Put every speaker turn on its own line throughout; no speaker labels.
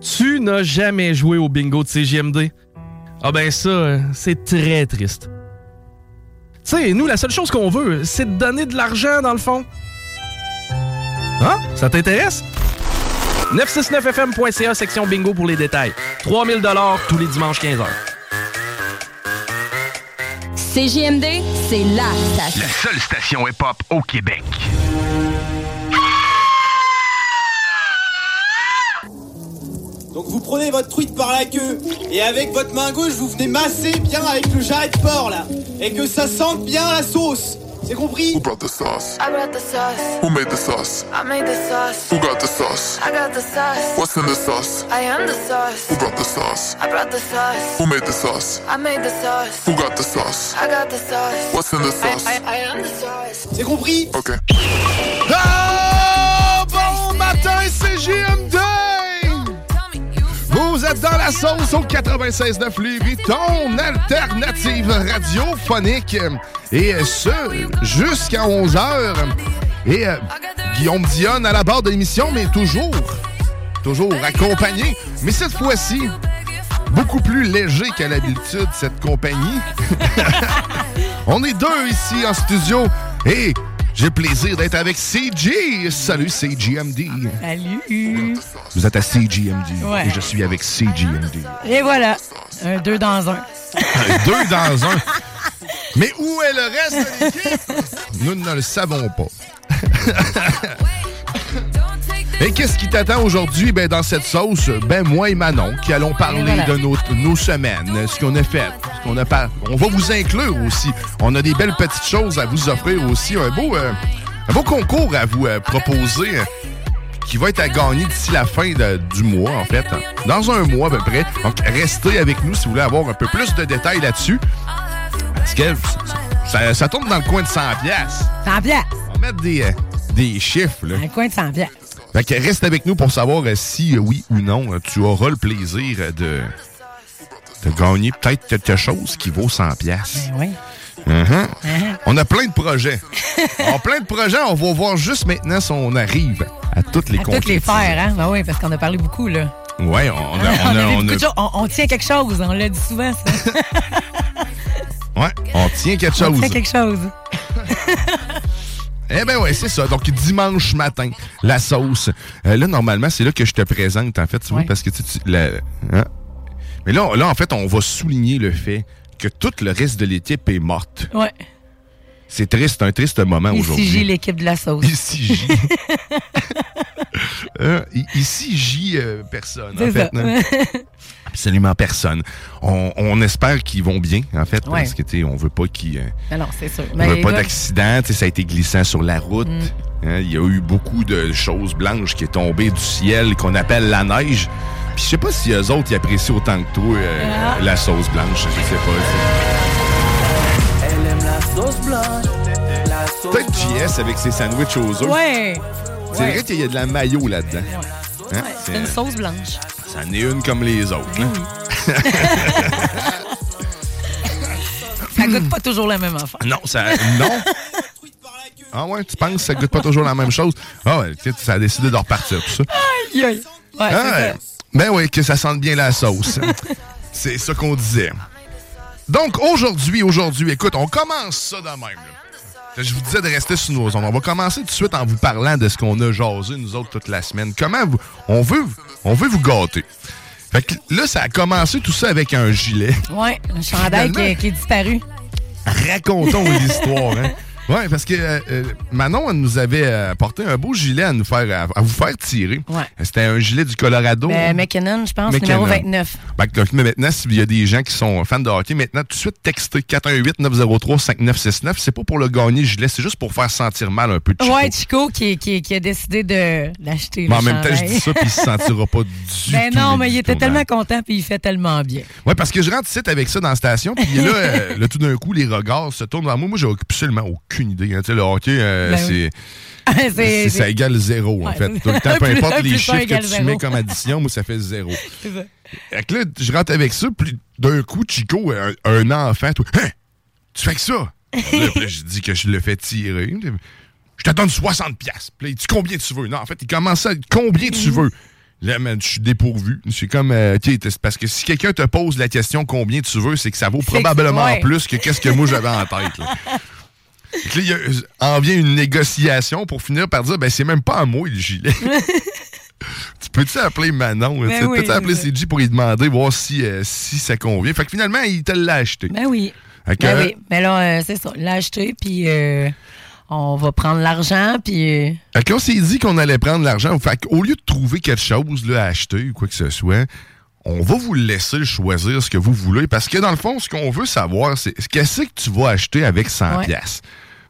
Tu n'as jamais joué au bingo de CGMD? Ah ben ça, c'est très triste. Tu sais, nous, la seule chose qu'on veut, c'est de donner de l'argent dans le fond. Hein? Ça t'intéresse? 969fm.ca, section bingo pour les détails. 3000 tous les dimanches 15h.
CJMD, c'est la station.
La seule station hip-hop au Québec.
Donc vous prenez votre truite par la queue et avec votre main gauche vous venez masser bien avec le jarret de porc là et que ça sente bien la sauce. C'est compris
Who brought the sauce?
Ah,
I brought the sauce.
Who made the sauce?
I made the sauce.
Who got the sauce?
I got the sauce.
What's in the sauce?
I am the
Who
sauce.
brought the sauce?
I brought the sauce.
Who made the sauce?
I made the sauce.
Who got the sauce?
I got the sauce.
What's in the
I,
sauce?
I, I am the sauce.
C'est compris
Okay.
Ah, bon matin, CJMD! Vous êtes dans la sauce au 96.9 Lévis, ton alternative radiophonique. Et ce, jusqu'à 11h. Et euh, Guillaume Dionne à la barre de l'émission, mais toujours, toujours accompagné. Mais cette fois-ci, beaucoup plus léger qu'à l'habitude, cette compagnie. On est deux ici en studio et j'ai le plaisir d'être avec CG. Salut CGMD.
Salut!
Vous êtes à CGMD
Ouais.
et je suis avec CGMD.
Et voilà, un deux dans un.
Deux dans un. Mais où est le reste de l'équipe? Nous ne le savons pas. Et qu'est-ce qui t'attend aujourd'hui ben, dans cette sauce? Ben moi et Manon qui allons parler
voilà.
de nos, nos semaines, ce qu'on a fait, ce qu'on a pas. On va vous inclure aussi. On a des belles petites choses à vous offrir aussi. Un beau, euh, un beau concours à vous euh, proposer euh, qui va être à gagner d'ici la fin de- du mois, en fait. Dans un mois à peu près. Donc restez avec nous si vous voulez avoir un peu plus de détails là-dessus. Parce que ça, ça tourne dans le coin de 100 pièces.
100 piastres.
On va mettre des, euh, des chiffres. Là.
Un coin de 100 piastres.
Fait que reste avec nous pour savoir euh, si euh, oui ou non euh, tu auras le plaisir euh, de, de gagner peut-être quelque chose qui vaut 100 pièces.
Ben oui.
On a plein de projets. On a plein de projets. On va voir juste maintenant si on arrive à toutes les
À toutes les
concrétiser.
faire, hein? Ben oui, parce qu'on a parlé beaucoup, là.
Ouais, on a,
On,
on a-
a vu
on
beaucoup
a-
de choses. on, on tient quelque chose, on l'a dit souvent, ça.
ouais, on tient quelque
On
chose.
tient quelque chose.
Eh ben ouais, c'est ça. Donc dimanche matin, la sauce. Euh, là normalement, c'est là que je te présente en fait, tu vois,
Ouais.
parce que tu, tu- la- hein? Mais là, on- là en fait, on va souligner le fait que tout le reste de l'équipe est morte.
Ouais.
C'est triste, un triste moment
Ici, j'ai
aujourd'hui.
l'équipe de la sauce.
Ici J. Hein? I- ici J euh, personne en
C'est
fait.
ça.
non? Absolument personne. On, on espère qu'ils vont bien en fait,
Ouais.
parce que tu sais, on veut pas qu'ils euh,
Alors, c'est sûr.
il n'y
Ben, Mm.
avait pas
gars,
d'accident, tu sais, ça a été glissant sur la route. Hein, il y a eu beaucoup de choses blanches qui est tombées du ciel, qu'on appelle la neige. Puis je sais pas si eux autres ils apprécient autant que toi euh,
Ah.
la sauce blanche, je sais pas. tu sais. Peut-être JS avec ses sandwichs aux œufs.
Ouais.
C'est vrai qu'il y a de la mayo là-dedans. Hein,
Ouais,
c'est-
C'est une sauce blanche.
ça en est une comme les autres. hein.
Mm. Ça goûte pas toujours la même affaire.
Non, ça. Non. Ah ouais, tu penses que ça goûte pas toujours la même chose? Ah ouais, tu sais, ça a décidé de repartir, tout ça.
Aïe, aïe. Ouais, c'est
Ah,
ça.
ben oui, que ça sente bien la sauce. c'est ça qu'on disait. Donc aujourd'hui, aujourd'hui, écoute, on commence ça de même. là. Je vous disais de rester sur nos ondes. On va commencer tout de suite en vous parlant de ce qu'on a jasé, nous autres, toute la semaine. Comment vous, on, veut, on veut vous gâter. Fait que là, ça a commencé tout ça avec un gilet.
Ouais, un chandail qui, est- qui est disparu.
Racontons l'histoire. Hein? Ouais, parce que euh, euh, Manon, elle nous avait euh, porté un beau gilet à nous faire, à, à vous faire tirer.
Ouais.
C'était un gilet du Colorado.
Ben, McKinnon, je pense, numéro
McKinnon.
29.
Ben, donc, mais maintenant, s'il y a des gens qui sont fans de hockey, maintenant, tout de suite, textez 418-903-5969. C'est pas pour le gagner, le gilet, c'est juste pour faire sentir mal un peu de
Ouais, Chico qui, qui, qui a décidé de l'acheter. le
Mais en même temps, je
chandail.
dis ça, puis il se sentira pas du
Ben
tout,
non, mais
du
il était
tout
tellement
mal.
content puis il fait tellement bien.
Ouais, parce que je rentre ici avec ça dans la station, puis là, euh, là, tout d'un coup, les regards se tournent vers moi. Moi, j'ai absolument aucune idée. hein. Tu sais, le hockey, euh,
Ben oui.
c'est.
C'est-
C'est- ça
c'est-
égale zéro, en
Ouais.
fait. Tout le temps, peu
Plus un,
importe les
plus un
chiffres
égale
que tu
zéro.
mets comme addition, moi, ça fait zéro.
c'est ça.
Fait que là, je rentre avec ça, puis d'un coup, Chico, un, un enfant, toi, Hein? Tu fais que ça? Là, puis là, je dis que je le fais tirer. Je te donne 60 piastres. Puis là, il dit combien tu veux. Non, en fait, il commence à combien tu veux. Là, man, je suis dépourvu. Je suis comme. euh, OK, t'es- parce que si quelqu'un te pose la question combien tu veux, c'est que ça vaut
C'est que-
probablement
ouais.
plus que qu'est-ce que moi j'avais en tête. là. Fait que là, il y a- euh, en vient une négociation pour finir par dire ben, c'est même pas à moi le gilet. tu peux-tu appeler Manon là,
Ben
tu sais,
oui,
Peux-tu appeler
c'est
CJ pour lui demander, voir si, euh, si ça convient Fait que finalement, il te l'a acheté.
Ben oui.
Fait que,
Ben oui. Mais là, euh, c'est ça. L'acheter, puis euh, on va prendre l'argent, puis. euh,
Fait que là, on s'est dit qu'on allait prendre l'argent. Fait qu'au lieu de trouver quelque chose là, à acheter ou quoi que ce soit, on va vous laisser choisir ce que vous voulez. Parce que dans le fond, ce qu'on veut savoir, c'est ce qu'est-ce que tu vas acheter avec 100
Ouais.
piastres.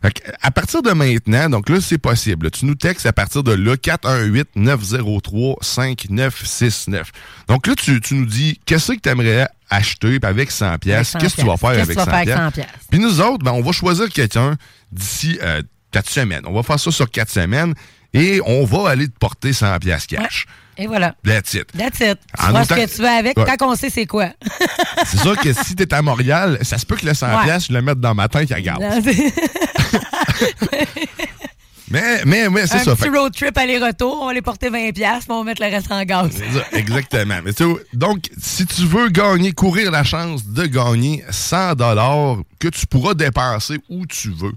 Fait que, à partir de maintenant, donc là, c'est possible. Tu nous textes à partir de là, 418-903-5969. Donc là, tu, tu nous dis qu'est-ce que tu aimerais acheter puis avec 100 piastres,
100
qu'est-ce que tu vas faire
Qu'est-ce que
avec
tu
100
vas faire avec 100
piastres. Puis nous autres, ben, on va choisir quelqu'un d'ici euh, quatre semaines. On va faire ça sur quatre semaines et on va aller te porter 100 piastres cash.
Et voilà.
That's it.
That's it. Tu
En
vois
autant-
ce que tu veux avec,
Ouais.
tant qu'on sait c'est quoi.
C'est sûr que si t'es à Montréal, ça se peut que le 100
Ouais.
piastres, je le mette dans ma tête à garde.
Dans-
Mais, mais, mais Ben, c'est
un
ça.
petit
Fait que-
road trip aller-retour, on va les porter 20$, puis on va mettre le reste en gaz.
C'est ça, Exactement. Mais tu sais, donc, si tu veux gagner, courir la chance de gagner 100 dollars que tu pourras dépenser où tu veux,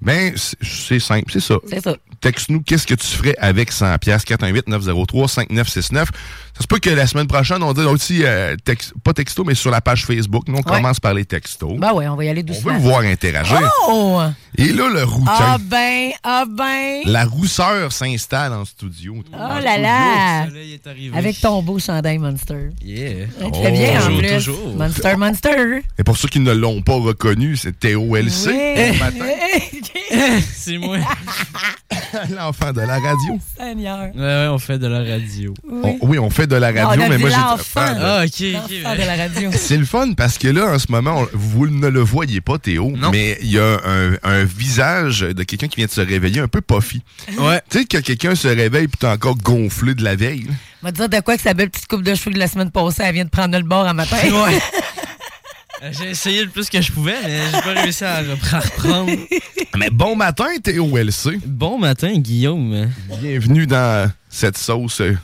ben c'est- c'est simple, c'est ça.
C'est ça.
Texte-nous qu'est-ce que tu ferais avec 100 pièces 418 903 5969. Ça se peut que la semaine prochaine on dise aussi euh, tex- pas texto mais sur la page Facebook, nous on
Ouais.
commence par les textos.
Ben ouais, on va y aller
Mm. on veut
doucement.
vous voir interagir.
Oh!
Et là le rouquin,
Ah ben, ah ben!
la rousseur s'installe en studio.
Oh là là!
soleil est arrivé.
Avec ton beau chandail Monster.
Yeah.
Hein, Très bien, en
Oh,
toujours,
plus.
toujours.
Monster, Monster.
Et pour ceux qui ne l'ont pas reconnu, c'est TOLC
Oui.
bon matin.
C'est moi.
L'enfant de la radio.
Seigneur.
ouais, ouais, on fait de la radio.
On- oui, on fait de la
Ah, on
radio,
a
mais
vu
moi j'ai
l'enfant.
Ah, là.
Ah, ok, ok.
L'enfant de la radio.
C'est le fun parce que là, en ce moment, on- vous ne le voyez pas, Théo, mais il y a un, un visage de quelqu'un qui vient de se réveiller un peu puffy.
Ouais.
Tu sais, que quelqu'un se réveille puis t'es encore gonflé de la veille. là.
On va te dire de quoi que sa belle petite coupe de cheveux de la semaine passée, elle vient de prendre le bord à matin.
Ouais. Euh, J'ai essayé le plus que je pouvais, mais j'ai pas réussi à repre- à reprendre.
Mais bon matin, Théo LC.
Bon matin, Guillaume.
Bienvenue dans cette sauce euh,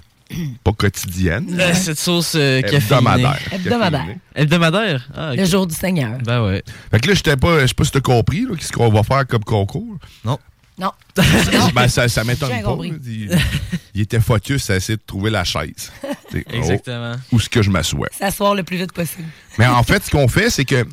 pas quotidienne,
Euh, cette sauce euh, caféinée.
hebdomadaire.
Hebdomadaire.
Caféinée.
Hebdomadaire? Ah, ok.
Le jour du Seigneur.
Ben ouais.
Fait que là, j'étais pas, je sais pas si t'as compris, là, qu'est-ce qu'on va faire comme concours.
Non.
Ben, ça, ça m'étonne
J'ai
pas.
compris.
là. Il, il était focus à essayer de trouver la chaise. Tu sais, oh,
Exactement.
où est-ce que je m'assois.
S'asseoir le plus vite possible.
Mais en fait, ce qu'on fait, c'est que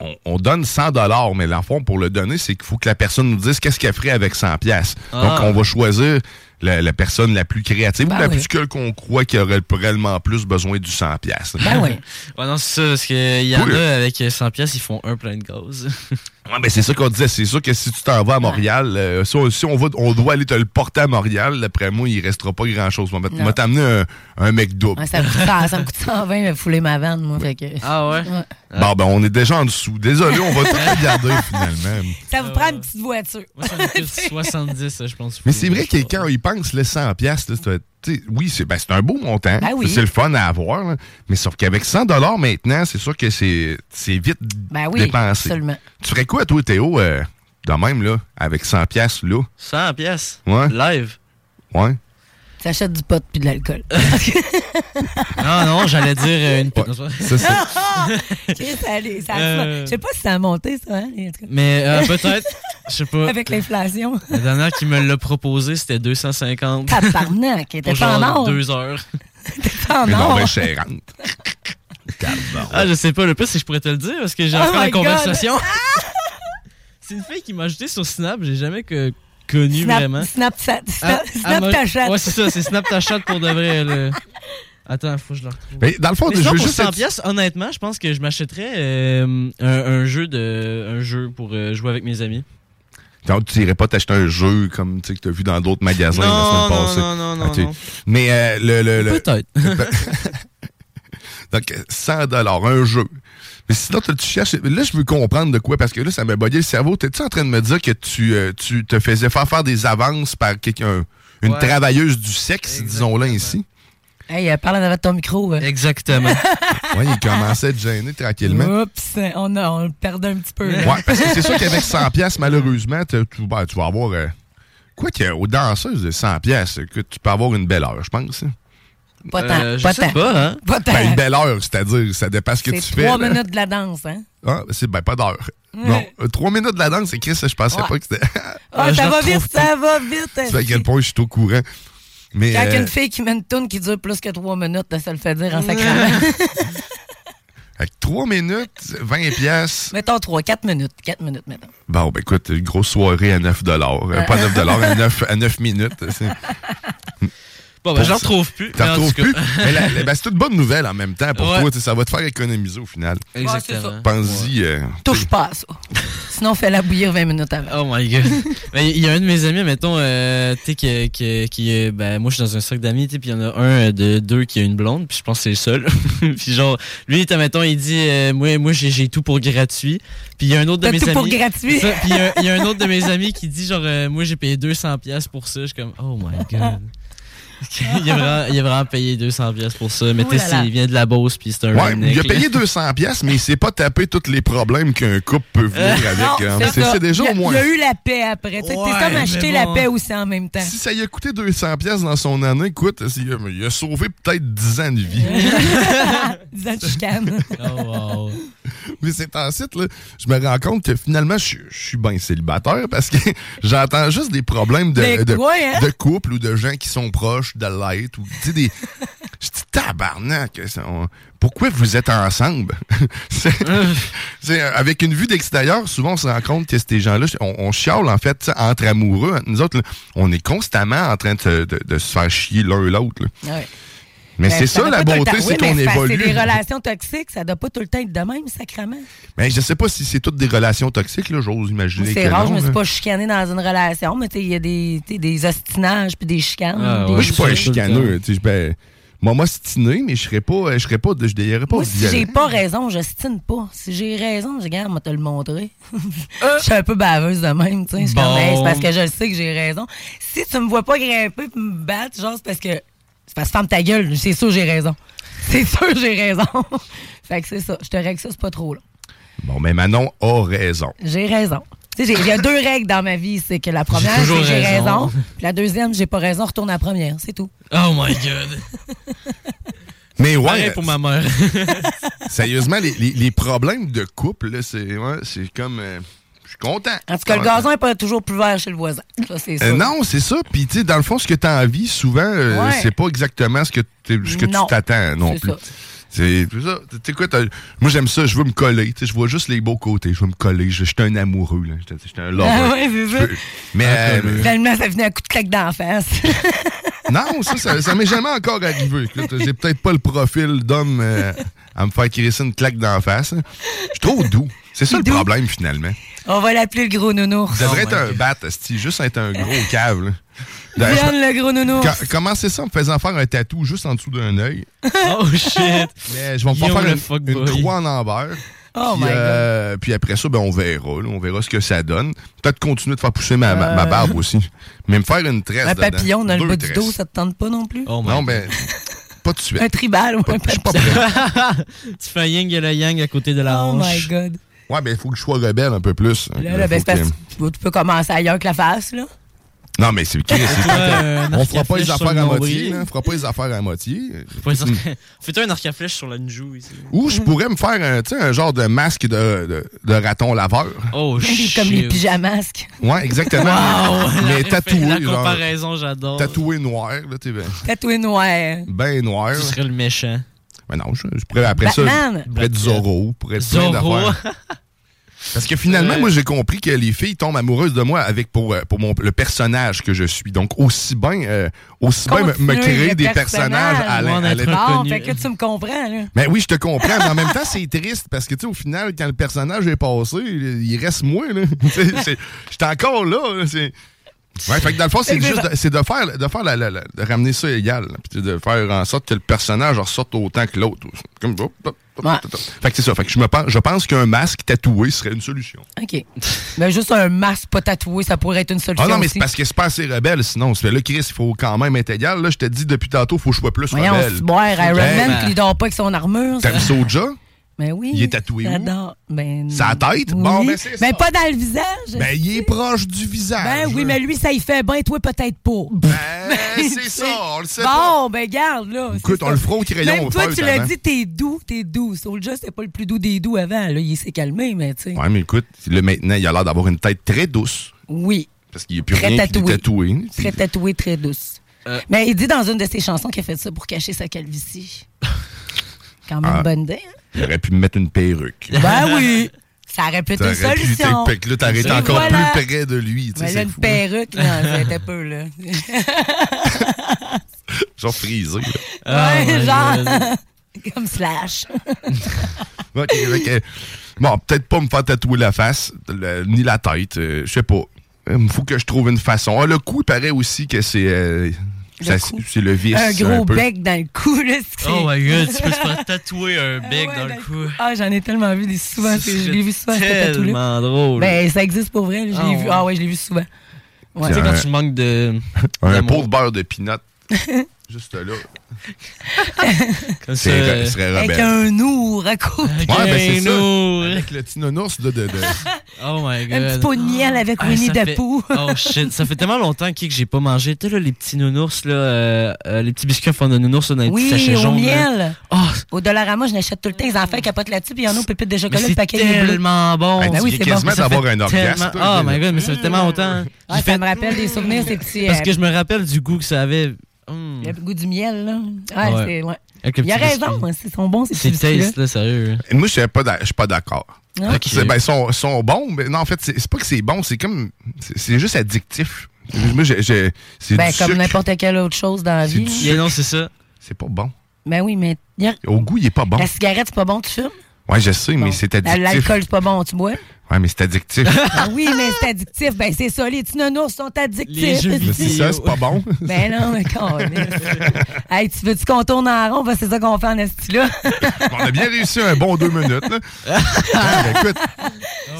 on, on donne 100 dollars, mais l'enfant pour le donner, c'est qu'il faut que la personne nous dise qu'est-ce qu'elle ferait avec 100 pièces. Donc
Ah.
on va choisir la, la personne la plus créative
Ben
ou la
oui.
plus que qu'on croit qui aurait réellement plus besoin du 100 pièces.
Ben oui.
Ouais, non, c'est ça, parce qu'il y en
Cool.
a avec 100 pièces, ils font un plein de gaz.
Ouais, ben c'est ça qu'on disait, c'est sûr que si tu t'en vas à Montréal, euh, si, on, si on va, on doit aller te le porter à Montréal, d'après moi, il restera pas grand-chose. On va t-
Non.
on va t'amener un, un McDo.
Ouais, ça, me coûte, ça me coûte 120 de fouler ma vanne, moi. Fait que...
Ah ouais?
Bon, ben on est déjà en dessous. Désolé, on va tout regarder finalement.
Ça vous prend une petite voiture.
Moi, ça me coûte 70, je pense.
Mais c'est vrai que quand on y pense, le 100 piastres, là, c'est- tu sais, oui, c'est ben, c'est un beau montant.
Ben oui.
C'est le fun à avoir. là. Mais sauf qu'avec 100 dollars maintenant, c'est sûr que c'est c'est vite
Ben oui,
dépensé.
absolument.
Tu ferais quoi, toi, Théo, euh, de même, là, avec 100 piastres, là?
100 pièces?
Ouais.
Live?
Ouais.
T'achètes du pot puis de l'alcool.
Non, non, j'allais dire euh, une
Ouais.
Non, c'est pas-
Ça, c'est-
Chris, allez, ça a-
Euh.
Je sais pas si ça a monté, ça, hein? en tout cas.
Mais euh, peut-être, je sais pas.
Avec l'inflation.
La dernière qui me l'a proposé, c'était 250.
Tabarnak, t'es
Pour
pas en
genre
or.
deux heures.
T'es pas en
Mais non,
or.
ben, chérante. Calme-donc.
Ah, je sais pas, le plus, c'est que je pourrais te le dire parce que j'ai
Oh
encore la
my God. Ah!
conversation. c'est une fille qui m'a ajouté sur Snap, j'ai jamais que, connu vraiment.
Snap, snap, snap,
Ah,
snap,
elle
snap
m'a-
ta chatte.
Ouais, c'est ça, c'est Snap ta chatte pour de vrai. là. Attends, faut que je la retrouve.
Mais dans le fond,
Mais
je
sinon,
veux
pour
juste.
100
être-
pièces, honnêtement, je pense que je m'achèterais euh, un, un jeu de un jeu pour euh, jouer avec mes amis.
Donc, tu irais pas t'acheter un jeu comme tu sais, que tu as vu dans d'autres magasins la
non,
semaine
non,
passée.
non, non, non,
Ok.
non.
Mais euh, le- le- le,
Peut-être.
Donc, 100 dollars, un jeu. Mais sinon, tu tu cherches. Là, je veux comprendre de quoi, parce que là, ça m'a bugué le cerveau. T'es-tu en train de me dire que tu, euh, tu te faisais faire faire des avances par quelqu'un, une
Ouais.
travailleuse du sexe,
Exactement.
disons-le ainsi?
Hey, euh, parle en avant de ton micro. euh.
Exactement.
Oui, il commençait à te gêner tranquillement.
Oups, on, a, on le perdait un petit peu. là.
Ouais, parce que c'est sûr qu'avec 100 pièces malheureusement, t'as- tu, ben, tu vas avoir... euh, quoi que, aux danseuses de 100 pièces, écoute, tu peux avoir une belle heure, je pense. hein.
Pas tant.
Euh, je
Ben, pas
sais
tant.
pas, hein?
Pas tant.
Ben, une belle heure, c'est-à-dire, ça dépasse ce que tu
C'est
fais.
trois
là.
minutes de la danse, hein?
Euh,
Ah, c'est ben, pas d'heure. Non, Euh, trois minutes de la danse, c'est Chris, je pensais
Ouais.
pas que c'était.
Ah,
Euh, je
ça
la
va
retrouve
vite, ça va vite.
Tu sais à
hein.
quel point je suis au courant. Mais
Quand
euh,
une fille qui met une toune qui dure plus que trois minutes, là, ça le fait dire en sacrament.
avec trois minutes, 20 pièces.
mettons trois, quatre minutes. Quatre minutes, mettons.
Bon, ben écoute, une grosse soirée à 9 Euh, Pas 9 à 9, à 9 minutes. c'est-
Bon, ben,
Pour
je
ça.
la retrouve plus.
T'en
mais en tout
retrouves
cas-
plus. Mais la- la- ben, c'est une bonne nouvelle en même temps pour
Ouais.
toi. tu sais, Ça va te faire économiser au final.
Exactement.
Pense-y. euh,
Touche pas à ça. Sinon, fais-la bouillir 20 minutes avant.
Oh my god. Mais il y a un de mes amis, mettons, euh, tu sais, qui, qui, qui, euh, ben, moi, je suis dans un cercle d'amis, tu sais, puis il y en a un euh, de deux qui a une blonde, puis je pense que c'est le seul. puis genre, lui, t'as, mettons, il dit, euh, moi, moi j'ai, j'ai tout pour gratuit. Puis il y a un autre de
T'as
mes
tout
amis.
pour gratuit.
Ça, puis il y, a- il y a un autre de mes amis qui dit, genre, euh, moi, j'ai payé 200$ piastres pour ça. Je suis comme, oh my
Ah.
god. il, a vraiment, il a vraiment payé 200$ piastres pour ça. Mais
Oh
tu
là là.
sais, il vient de la Beauce, puis c'est un
Ouais,
redneck,
il a
là.
payé 200 pièces, mais il s'est pas tapé tous les problèmes qu'un couple peut venir
Euh,
avec. hein. C'est
ça.
c'est déjà
Il y a-
au moins.
Il y a eu la paix après. Tu sais,
Ouais,
T'es comme
mais
acheter
bon.
la paix aussi en même temps.
Si ça lui a coûté 200 pièces dans son année, écoute, c'est- il a, il a sauvé peut-être 10 ans de vie.
Disant de chicane.
Oh, wow.
Mais c'est ensuite, là, je me rends compte que finalement, je, suis- je suis bien célibataire parce que j'entends juste des problèmes de,
Mais
de,
quoi, hein?
de couple ou de gens qui sont proches de l'être ou, tu sais, des... Je dis tabarnak, ça, on- pourquoi vous êtes ensemble? C'est- c'est, euh, avec une vue d'extérieur, souvent on se rend compte que ces gens-là, on, on chiale en fait tu sais, entre amoureux. entre Nous autres, là, on est constamment en train de, se- de- de se faire chier l'un l'autre. là.
Ouais.
Mais
Ben,
c'est ça,
doit pas
la
tout le
beauté,
temps-
c'est
oui,
qu'on
mais parce que
évolue.
C'est des relations toxiques, ça doit pas tout le temps être de même, sacrement.
Mais je sais pas si c'est toutes des relations toxiques, là, j'ose imaginer.
C'est
que
rare,
non,
je me
là.
suis pas chicanée dans une relation, mais tu sais, il y a des, tu sais, des ostinages puis des chicanes.
Ah,
des-
ouais.
Moi, je suis pas un
Tout le temps.
chicaneux. tu sais, je- ben, moi, moi, stiné, mais je serais pas, je serais pas, je délierais pas.
Moi,
au
si
violent.
j'ai pas raison, j'ostine pas. Si j'ai raison, je regarde, moi, te le montrer.
Euh.
je suis un peu baveuse de même, tu sais. Je suis
Bon.
comme, Hey, c'est parce que je le sais que j'ai raison. Si tu me vois pas grimper pis me battre, genre, c'est parce que. C'est parce que ferme ta gueule, c'est sûr que j'ai raison. C'est sûr que j'ai raison. fait que c'est ça. Je te règle ça, c'est pas trop, là.
Bon, mais Manon a raison.
J'ai raison. Tu sais, j'ai- il y a deux règles dans ma vie. C'est que la première, c'est
toujours
que j'ai
raison.
raison. Puis La deuxième, j'ai pas raison, retourne à la première. C'est tout.
Oh my god.
Mais
Pareil
ouais,
pour ma mère.
sérieusement, les, les- les problèmes de couple, là, c'est, ouais, c'est comme, euh, je suis content.
En tout cas, le
Ouais.
gazon est pas toujours plus vert chez le voisin. Ça, c'est
Ah, Euh,
sûr.
non, c'est ça. Puis, tu sais, dans le fond, ce que tu as envie, souvent, euh,
Ouais.
c'est pas exactement ce que, t'es- ce que tu
Non.
t'attends non
C'est
plus.
ça.
C'est c'est ça. Tu sais quoi, t'as- moi, j'aime ça. Je veux me coller. Tu sais, je vois juste les beaux côtés. Je veux me coller. Je je suis un amoureux. là. Je je suis un lover.
Ah ouais, c'est ça.
Je peux- Mais,
Ah,
euh,
Finalement, ça venait un coup de claque d'en face.
Non, ça, ça, ça m'est jamais encore arrivé. Écoute, J'ai peut-être pas le profil d'homme euh, à me faire crisser une claque d'en face. hein. Je suis trop doux. C'est ça le
Doux.
problème, finalement.
On va l'appeler le gros nounours.
Ça devrait
Oh
être
my
un
God.
bat, esti, juste être un gros cave. là. D'ailleurs,
Viens le gros nounours.
quand- Comment c'est ça en me faisant faire un tatou juste en dessous d'un œil?
Oh shit.
Mais je vais me faire
Guillaume
faire
le
une,
fuckboy.
une croix en envers.
Oh
puis,
my God.
euh, puis après ça, ben, on verra. là. on verra ce que ça donne. Peut-être continuer de faire pousser ma, ma- ma barbe aussi. Mais me faire une tresse.
Euh. Un
dedans.
papillon dans le
Deux
bas du
tresses.
dos, ça te tente pas non plus?
Oh my
Non,
God.
ben, pas de suite.
Un tribal ou
Pas-
un
je suis pas
papillon.
prêt.
tu fais un yang et le yang à côté de la
Oh my
hanche.
God.
Ouais, ben, il faut que je sois rebelle un peu plus.
Là, là, ben,
Faut
c'est parce
que-
que tu peux- tu peux commencer ailleurs que la face, là.
Non, mais c'est Chris, c'est-
Toi, euh, un
On
arc
fera pas
flèche
les
sur
affaires
le
à moitié.
nombril.
là. On fera pas les affaires à moitié.
Faut
Hmm.
pas dire- Fais-toi un arc à flèche sur la joue ici.
Ou je pourrais me faire un, tu sais, un genre de masque de, de- de raton laveur.
Oh shit.
Comme les pyjamasques.
Ouais, exactement.
Wow,
mais
la-
tatoué,
La
genre.
comparaison, j'adore.
Tatoué noir, là, t'es ben,
Tatoué noir.
ben noir.
Tu serais le méchant.
Mais non, je, je pourrais
Ben,
après ça,
Batman.
je pourrais être Zorro, pour être plein
Zorro.
d'affaires. Parce que finalement,
Ouais.
moi, j'ai compris que les filles tombent amoureuses de moi avec pour, euh, pour mon, le personnage que je suis. Donc, aussi bien, euh, aussi bien me, me
Continuer
créer
le
des personnages
personnage.
à l'in-
Ou en
à l'intérieur.
être
Bon,
reconnu.
fait que tu me comprends, là.
Mais oui, je te comprends, mais en même temps, c'est triste parce que, tu sais, au final, quand le personnage est passé, il il reste moi, là. Tu sais, c'est- J'étais encore là, là, c'est- Ouais, fait que dans le fond, c'est
Fait que
juste de, c'est de faire, de faire la, la- la- de ramener ça égal, là, puis de faire en sorte que le personnage ressorte autant que l'autre. Comme hop, hop, hop,
Ouais.
hop, hop. Fait que c'est ça. Fait que je me pense, je pense qu'un masque tatoué serait une solution.
OK. Ben, juste un masque pas tatoué, ça pourrait être une solution.
Ah non, mais
aussi.
c'est parce que c'est pas assez rebelle, sinon. C'est là, Chris, il faut quand même être égal. Là, je te dis depuis tantôt, faut que je sois plus
Voyons,
rebelle.
se boire Iron
Ben,
Man qui dort pas avec son armure. ça.
T'aimes Soja?
Mais oui.
Il est tatoué où?
J'adore. Ben,
Sa tête? Bon, ben, c'est ça.
Mais pas dans le visage.
Ben, il est proche du visage.
Ben oui, mais lui, ça y fait bien, toi, peut-être pas.
Ben, c'est ça, on le sait pas.
Bon, ben garde, là.
Écoute,
c'est
on
ça.
le fera au crayon hein.
Même
au
toi,
feutre
tu l'as
avant.
dit, t'es doux, t'es doux. Soulja, c'était pas le plus doux des doux avant. Là, il s'est calmé, mais tu sais.
Ouais, mais écoute, le maintenant, il a l'air d'avoir une tête très douce.
Oui.
Parce qu'il n'y a plus
Très
rien qui
tatoué.
est tatoué.
Très tatouée, très douce.
Euh.
Mais il dit dans une de ses chansons qu'il a fait ça pour cacher sa calvitie. Quand même
Ah.
bonne idée, hein?
Il aurait pu me mettre une perruque.
Ben oui! Ça aurait pu être une
T'aurais pu,
solution.
t'es- fait que là, t'arrêtes
Et
encore
voilà.
plus près de lui. tu sais,
Mais là,
c'est
une
fou.
perruque, non, c'était peu, là.
Genre frisé. là.
Ah,
ouais,
my
genre. Comme slash.
Ok, ok. Bon, peut-être pas me faire tatouer la face, le- ni la tête, euh, je sais pas. Il faut que je trouve une façon. Ah, le cou, il paraît aussi que c'est euh, ça-
cou.
c'est le vice.
Un gros
peu.
bec dans le cou, là. c'est-
Oh my god, tu peux te faire tatouer un
Ah
bec
ouais,
dans le cou.
Ah, j'en ai tellement vu des souvent.
Ce
c'est- Je l'ai vu souvent,
serait
cette tatou-là.
tellement drôle.
Ben, ça existe pour vrai. là, Je l'ai
Ah
vu.
ouais.
Ah ouais, je l'ai vu souvent.
tu sais,
Ouais.
quand tu manques de.
Un
d'amour,
pot de beurre de pinot. Juste là.
comme ça,
C'est
euh,
ce serait
Avec
rebelle.
un ours à côté.
Ouais, ben, c'est
un
ça.
ours.
Avec le petit nounours de. de, de-
Oh my god.
Un petit pot de miel avec
Ah,
Winnie
ça
the
fait-
Pooh.
Oh shit, ça fait tellement longtemps Kiki, que j'ai pas mangé. Tu sais, là, les petits nounours, là, euh, euh, les petits biscuits en forme de nounours là, dans les petits
Oui,
sachets
au
jaunes. là.
miel.
Oh,
Au Dollarama, je n'achète tout le temps. Les enfants capotent là-dessus, puis il y en a au pépite de
mais
chocolat, le
c'est
paquet est bleu.
tellement bon.
Hey,
Ben
tu
oui,
viens
c'est bon,
quasiment
mais
Ça
d'avoir
fait
un orgasme.
tellement-
toi,
Oh my
là.
god, mais ça fait tellement longtemps.
Ah,
J'ai
ça
fait-
me rappelle des souvenirs, ces petits.
Parce que
euh,
je me rappelle du goût que ça avait. Hum,
Le goût du miel, là. Ouais,
Ouais.
c'est. Ouais.
avec le
Il a
petit biscuit.
raison, hein, c'est- ils sont bons, ces petits
C'est
biscuits-là.
taste, là, sérieux.
Moi, je suis pas d'a- je suis pas d'accord.
Ah.
Ok.
C'est- Ben, sont, sont bons, mais non, en fait, c'est c'est pas que c'est bon, c'est comme. c'est- C'est juste addictif. Moi, je- je- c'est
Ben,
du
comme
sucre.
n'importe quelle autre chose dans la
C'est du
vie.
Yeah, non, c'est ça.
C'est pas bon.
Ben oui, mais il y a-
Au goût, il est pas bon.
la cigarette, c'est pas bon, tu fumes.
Ouais, je sais, mais c'est
Ben,
addictif.
L'alcool, c'est pas bon, tu bois.
Ouais, mais c'est addictif.
Ah oui, mais c'est addictif. Ben, c'est ça, les petits nounours sont
Les
addictifs.
jeux
Mais c'est ça, c'est pas bon.
Ben non, mais câlisse. Hey, tu veux-tu qu'on tourne en rond? Ben, c'est ça qu'on fait en esti, là.
On a bien réussi un bon deux minutes. Là.
hein.
Ah, ben, écoute,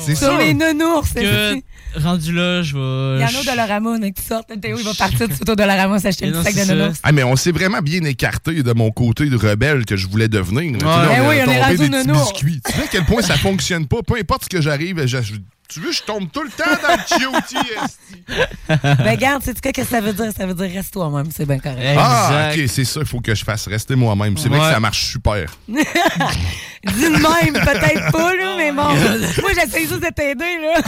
c'est
Sur
ça.
les nounours, c'est
Que rendu là, euh, je
Il y
vais.
en a au Dollarama, là, qui sortent. Théo, il va partir tout au Dollarama s'acheter
Et
un
non,
petit sac
c'est
de
ça.
nounours.
Ah, mais on s'est vraiment bien écarté de mon côté de rebelle que je voulais devenir. Tu sais, là,
Ben oui, on est
tombé
rendu
des petits
nounours.
biscuits. Tu sais à quel point ça fonctionne pas. Peu importe ce que j'arrive, je- je- tu veux, je tombe tout le temps dans le chiotti. esti.
Ben, garde, sais-tu quoi, qu'est-ce que ça veut dire? Ça veut dire reste toi-même, c'est bien correct.
Ah,
Exact.
ok, c'est ça, il faut que je fasse rester moi-même. C'est vrai
Ouais.
que ça marche super.
Dis de même, peut-être pas, là, mais bon. Moi, j'essaie juste de t'aider, là.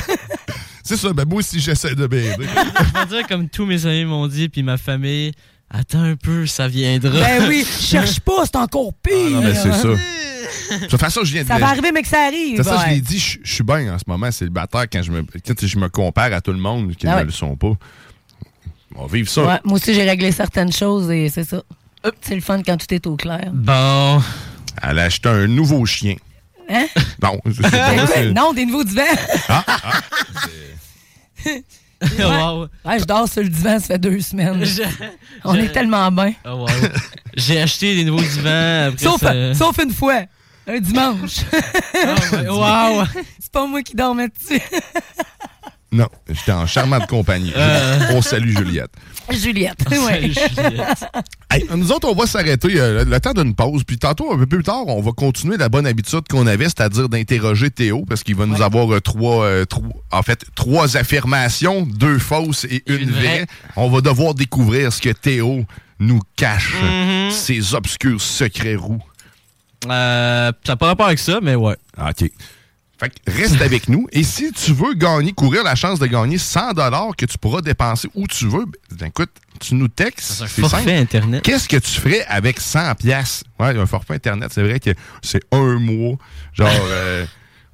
C'est ça, ben moi aussi, j'essaie de m'aider.
Je vais dire comme tous mes amis m'ont dit, puis ma famille, attends un peu, ça viendra.
Ben oui, cherche pas, c'est encore pire.
Ah, non, mais c'est ça. De toute façon, je viens de
Ça
le-
va arriver, mais que ça arrive.
C'est ça, je
Ouais.
l'ai dit, je je suis bien en ce moment célibataire quand je me, quand je me compare à tout le monde qui
Ah
ne
ouais.
le sont pas. On vive ça.
Ouais, moi aussi, j'ai réglé certaines choses et c'est ça. Hop, C'est le fun quand tout est au clair.
Bon.
Elle a acheté un nouveau chien.
Hein?
Non, c'est pas
Ben
c'est-
oui, non, des nouveaux divans.
Ah, Wow.
Ouais, je dors sur le divan, ça fait deux semaines.
Je-
On est tellement bien.
Oh, wow. J'ai acheté des nouveaux divans après
Sauf,
ça.
sauf une fois, un dimanche. Ah
Oh, my- wow.
C'est pas moi qui dormais dessus.
Non, j'étais en charmante compagnie. On salue Juliette.
Juliette,
Salut,
ouais.
Juliette.
Hey, nous autres, on va s'arrêter euh, le, le temps d'une pause. Puis tantôt, un peu plus tard, on va continuer la bonne habitude qu'on avait, c'est-à-dire d'interroger Théo, parce qu'il va nous avoir euh, trois, euh, trois- en fait, trois affirmations, deux fausses et une,
Une
vraie.
vraie.
On va devoir découvrir ce que Théo nous cache, ses obscurs secrets roux.
Euh, ça n'a pas rapport avec ça, mais ouais.
Ah, OK. Fait que reste avec nous. Et si tu veux gagner, courir la chance de gagner 100 que tu pourras dépenser où tu veux, ben, écoute, tu nous textes. C'est simple.
Forfait Internet.
Qu'est-ce que tu ferais avec 100 pièces Ouais, un forfait internet, c'est vrai que c'est un mois, genre euh,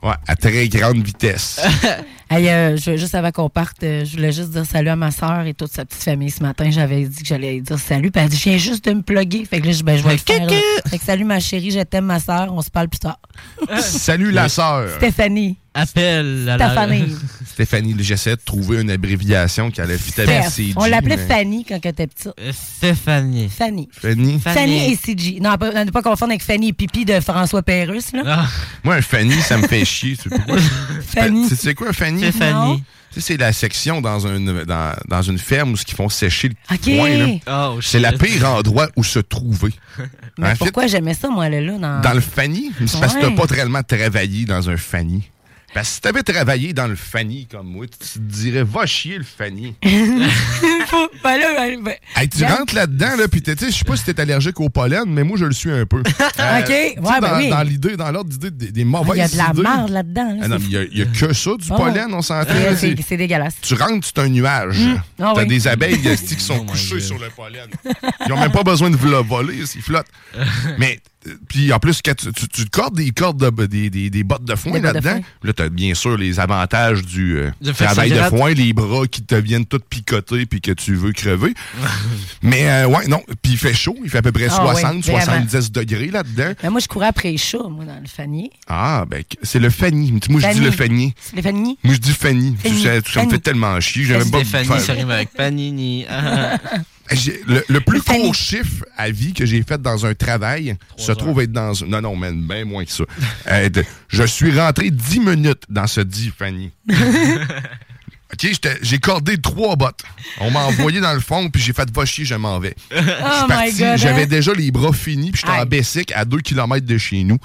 ouais, à très grande vitesse.
Hey, euh, je- juste avant qu'on parte, euh, je voulais juste dire salut à ma sœur et toute sa petite famille. Ce matin, j'avais dit que j'allais dire salut. Puis elle a dit, je viens juste de me plugger. Fait que là, je, ben, je vais le faire. là. Fait que salut ma chérie, je t'aime ma sœur. On se parle plus tard.
Salut la sœur.
Stéphanie.
Appel à
Ta
la-
famille.
Stéphanie, j'essaie de trouver une abréviation qui allait fit avec
Steph.
CG.
On l'appelait
mais-
Fanny quand elle était petite.
Euh, Stéphanie.
Fanny.
Fanny.
Fanny et CG. Non, pas- ne pas confondre avec Fanny et Pipi de François Pérusse, là.
Ah,
Moi, un Fanny, ça me fait chier. Tu sais pourquoi?
Fanny.
Tu sais quoi, un Fanny?
Non.
c'est Fanny.
Tu sais, c'est la section dans, une dans, dans une ferme où ce qu'ils font sécher le
OK.
coin, là.
Oh,
C'est
shit.
la pire endroit où se trouver.
Mais
En fait,
pourquoi j'aimais ça, moi, là, là, dans...
Dans le fanny? C'est parce que
Ouais.
t'as pas réellement travaillé dans un fanny. Parce que si t'avais travaillé dans le fanny comme moi, tu te dirais, va chier le fanny.
Faut- ben là, ben- ben-
Hey, tu
Bien.
rentres là-dedans, là, puis t'es- tu sais, je sais pas si t'es allergique au pollen, mais moi, je le suis un peu. Euh,
OK,
tu sais,
ouais, ben
dans,
oui.
dans l'idée, dans l'ordre d'idée des, des
Il
mauvaises
y a de la
idées.
marde là-dedans. là.
Ah non, mais il y a- il y, a que ça, du
Oh.
pollen, on s'entend.
C'est-
là,
c'est-
c'est-
C'est dégueulasse.
Tu rentres, c'est un nuage.
Ah
T'as
oui.
des abeilles esti, qui sont
Oh my
couchées
God.
sur le pollen. Ils ont même pas besoin de vous le voler, ils flottent. Mais, euh, puis en plus, quand tu, tu, tu te cordes des cordes, de- des, des- des bottes de foin
Des bottes de
là-dedans,
foin.
là, t'as bien sûr les avantages du euh,
De faire
travail
ça
de
gratte.
foin, les bras qui te viennent tout picoter puis que tu veux crever. Mais, euh, ouais, non, puis il fait chaud, il fait à peu près
Ah
60,
oui, vraiment.
70 degrés là-dedans.
Mais moi, je courais après les chats, moi, dans le fanier.
Ah, ben, c'est le fanny. Moi, je dis
Fanny.
le fanny.
C'est le fanier?
Moi, je dis fanny. Tu
Fanny.
sais, ça me fait
Fanny.
tellement chier. J'aime même pas
Stéphanie,
faire-
ça rime avec Panini. Ah, ah.
J'ai- Le, le plus
Le famille.
court chiffre à vie que j'ai fait dans un travail se
heures.
trouve être dans... un- Non, non, man, bien moins que ça. Euh, de- je suis rentré 10 minutes dans ce dit, Fanny. OK, j'étais- j'ai cordé trois bottes. On m'a envoyé dans le fond, puis j'ai fait « va chier, je m'en vais ». Je
Oh
suis
my
parti,
God.
j'avais
hein?
déjà les bras finis, puis j'étais en
Aïe.
Bessic à 2 km de chez nous.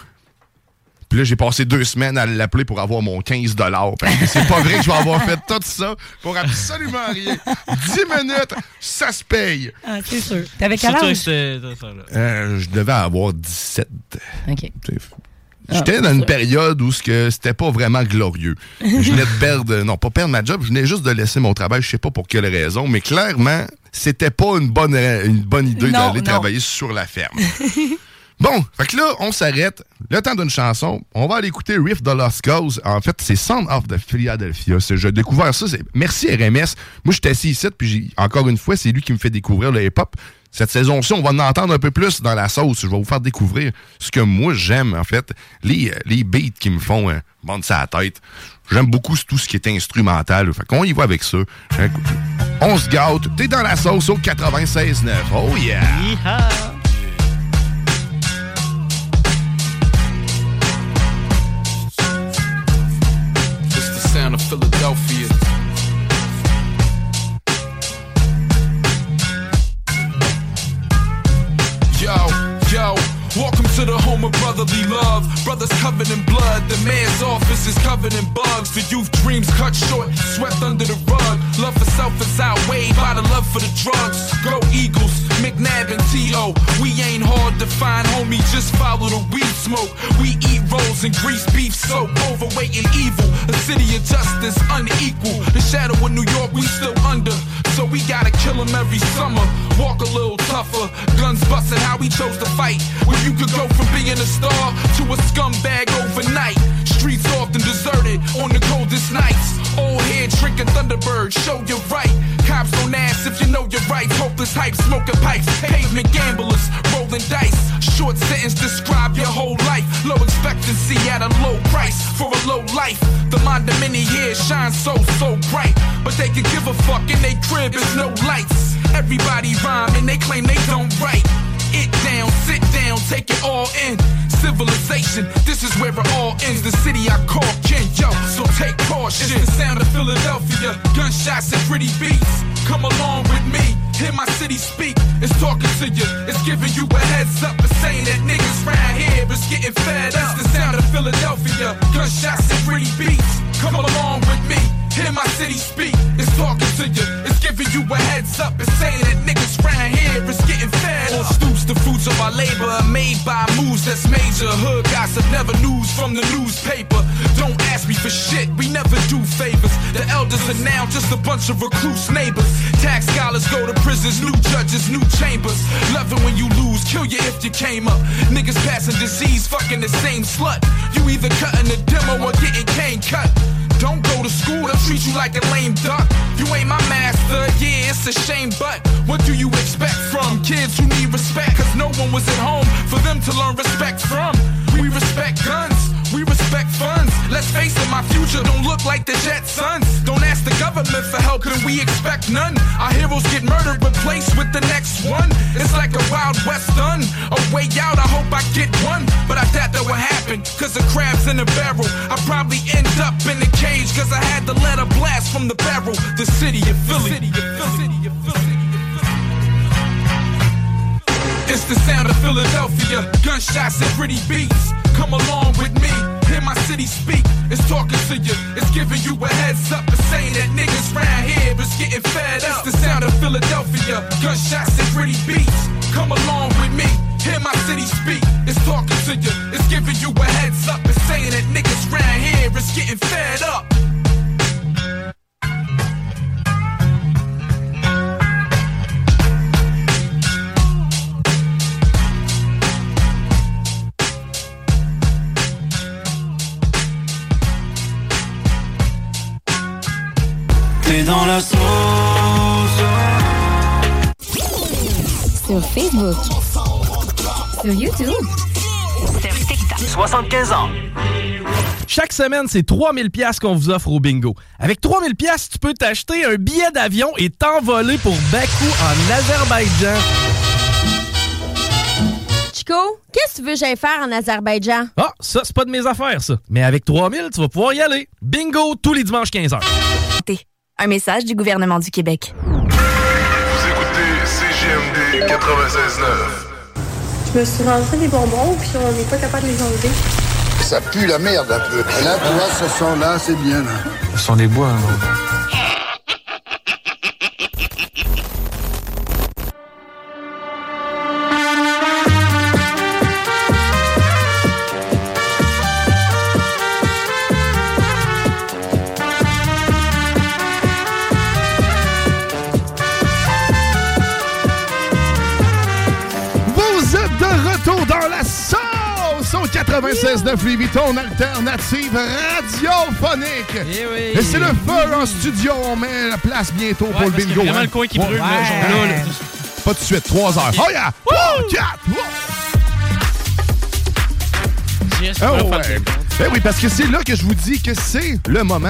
Puis là, j'ai passé deux semaines à l'appeler pour avoir mon 15 parce que C'est pas vrai que je vais avoir fait tout ça pour absolument rien. 10 minutes, ça se paye.
Ah, c'est sûr. T'avais quel
Surtout avec
âge?
cette affaire-là.
Euh, je devais avoir 17.
OK.
Tu sais, J'étais dans une période où ce que c'était pas vraiment glorieux. Je venais de perdre, non pas perdre ma job, je venais juste de laisser mon travail, je sais pas pour quelle raison, mais clairement, c'était pas une bonne, une bonne idée
Non,
d'aller
non.
travailler sur la ferme. bon, fait que là, on s'arrête. Le temps d'une chanson, on va aller écouter Riff de Lost Cause. En fait, c'est Sound of the Philadelphia. C'est- J'ai découvert ça. c'est- Merci RMS. Moi, j'étais assis ici, puis j'ai- encore une fois, c'est lui qui me fait découvrir le hip-hop. Cette saison-ci, on va en entendre un peu plus dans la sauce. Je vais vous faire découvrir ce que moi j'aime, en fait. Les, euh, les beats qui me font euh, bande ça à la tête. J'aime beaucoup tout ce qui est instrumental. Fait qu'on y va avec ça. Fait que On se gâte. T'es dans la sauce au 96.9. Oh yeah!
Yeehaw.
It's the sound of Philadelphia. Yo, yo. Welcome to the home of brotherly love. Brothers covered in blood. The man's office is covered in bugs. The youth dreams cut short, swept under the rug. Love for self is outweighed by the love for the drugs. Go Eagles, McNabb and T.O. We ain't hard to find, homie. Just follow the weed smoke. We eat rolls and grease beef soap. Overweight and evil. A city of justice unequal. The shadow of New York we still under. So we gotta kill 'em every summer. Walk a little tougher. Guns busting how we chose to fight. When you could go from being a star to a scumbag overnight. Streets often deserted on the coldest nights. Old head drinking Thunderbird, show you right. Cops don't ask if you know your rights. Hopeless hype, smoking pipes. Pavement gamblers, rolling dice. Short sentence describe your whole life. Low expectancy at a low price for a low life. The mind of many years shines so, so bright. But they can give a fuck in they crib, is no lights. Everybody rhyme and they claim they don't write. It down, sit down, take it all in. Civilization, this is where it all ends. The city I call Ken, yo, so take caution. It's the sound of Philadelphia, gunshots and pretty beats. Come along with me, hear my city speak. It's talking to you, it's giving you a heads up. It's saying that niggas round here is getting fed up. It's the sound of Philadelphia, gunshots and pretty beats. Come along with me, hear my city speak. It's talking to you, it's giving you a heads up. It's saying that niggas round here is getting fed up. On stoops, the fruits of our labor are made by moves that's major. Hood gossip, never news from the newspaper. Don't ask me for shit, we never do favors. The elders are now just a bunch of recluse neighbors. Tax scholars go to prisons, new judges, new chambers. Love it when you lose, kill you if you came up. Niggas passing disease, fucking the same slut. You either cutting the demo or getting cane cut. Don't go to school, they'll treat you like a lame duck. You ain't my master, yeah, it's a shame, but what do you expect from kids who need respect? Cause no one was at home for them to learn respect from. We respect guns, we respect funds. Let's face it, my future future don't look like the Jetsons. Don't ask the government for help, and we expect none. Our heroes get murdered, replaced with the next one. It's like a wild west done. A way out, I hope I get one. But I doubt that will happen, cause the crab's in the barrel. I probably end up in the cage, cause I had to let a blast from the barrel. The city of Philly. It's the sound of Philadelphia, gunshots and pretty beats. Come along with me, hear my city speak. It's talking to you, it's giving you a heads up and saying that niggas round here is getting fed up. It's the sound of Philadelphia, gunshots and pretty beats. Come along with me, hear my city speak. It's talking to you, it's giving you a heads up and saying that niggas round here is getting fed up.
T'es dans la sauce.
Sur Facebook. Sur YouTube. Sur TikTok.
75 ans.
Chaque semaine, c'est 3000 pièces qu'on vous offre au bingo. Avec 3000 pièces, tu peux t'acheter un billet d'avion et t'envoler pour Bakou en Azerbaïdjan.
Chico, qu'est-ce que tu veux que j'aille faire en Azerbaïdjan?
Ah, ça, c'est pas de mes affaires, ça. Mais avec 3000, tu vas pouvoir y aller. Bingo tous les dimanches 15h.
Un message du gouvernement du Québec.
Vous écoutez CGMD 96.9.
Je me suis rentré des bonbons, puis on n'est pas capable de les enlever.
Ça pue la merde un peu. Là, tu vois, ce son-là, c'est bien. Là.
Ce sont les bois. hein.
Vous êtes de retour dans la sauce au 96.9 Lévis, ton alternative radiophonique.
Eh
Et c'est le feu en studio. On met la place bientôt pour le
parce
bingo.
qu'il y a vraiment
hein.
le coin qui
Ouais.
brûle, là, genre là, là.
Pas tout de suite, 3 heures. Oh yeah! 3, 4, Oh, ouais. Ben oui, parce que c'est là que je vous dis que c'est le moment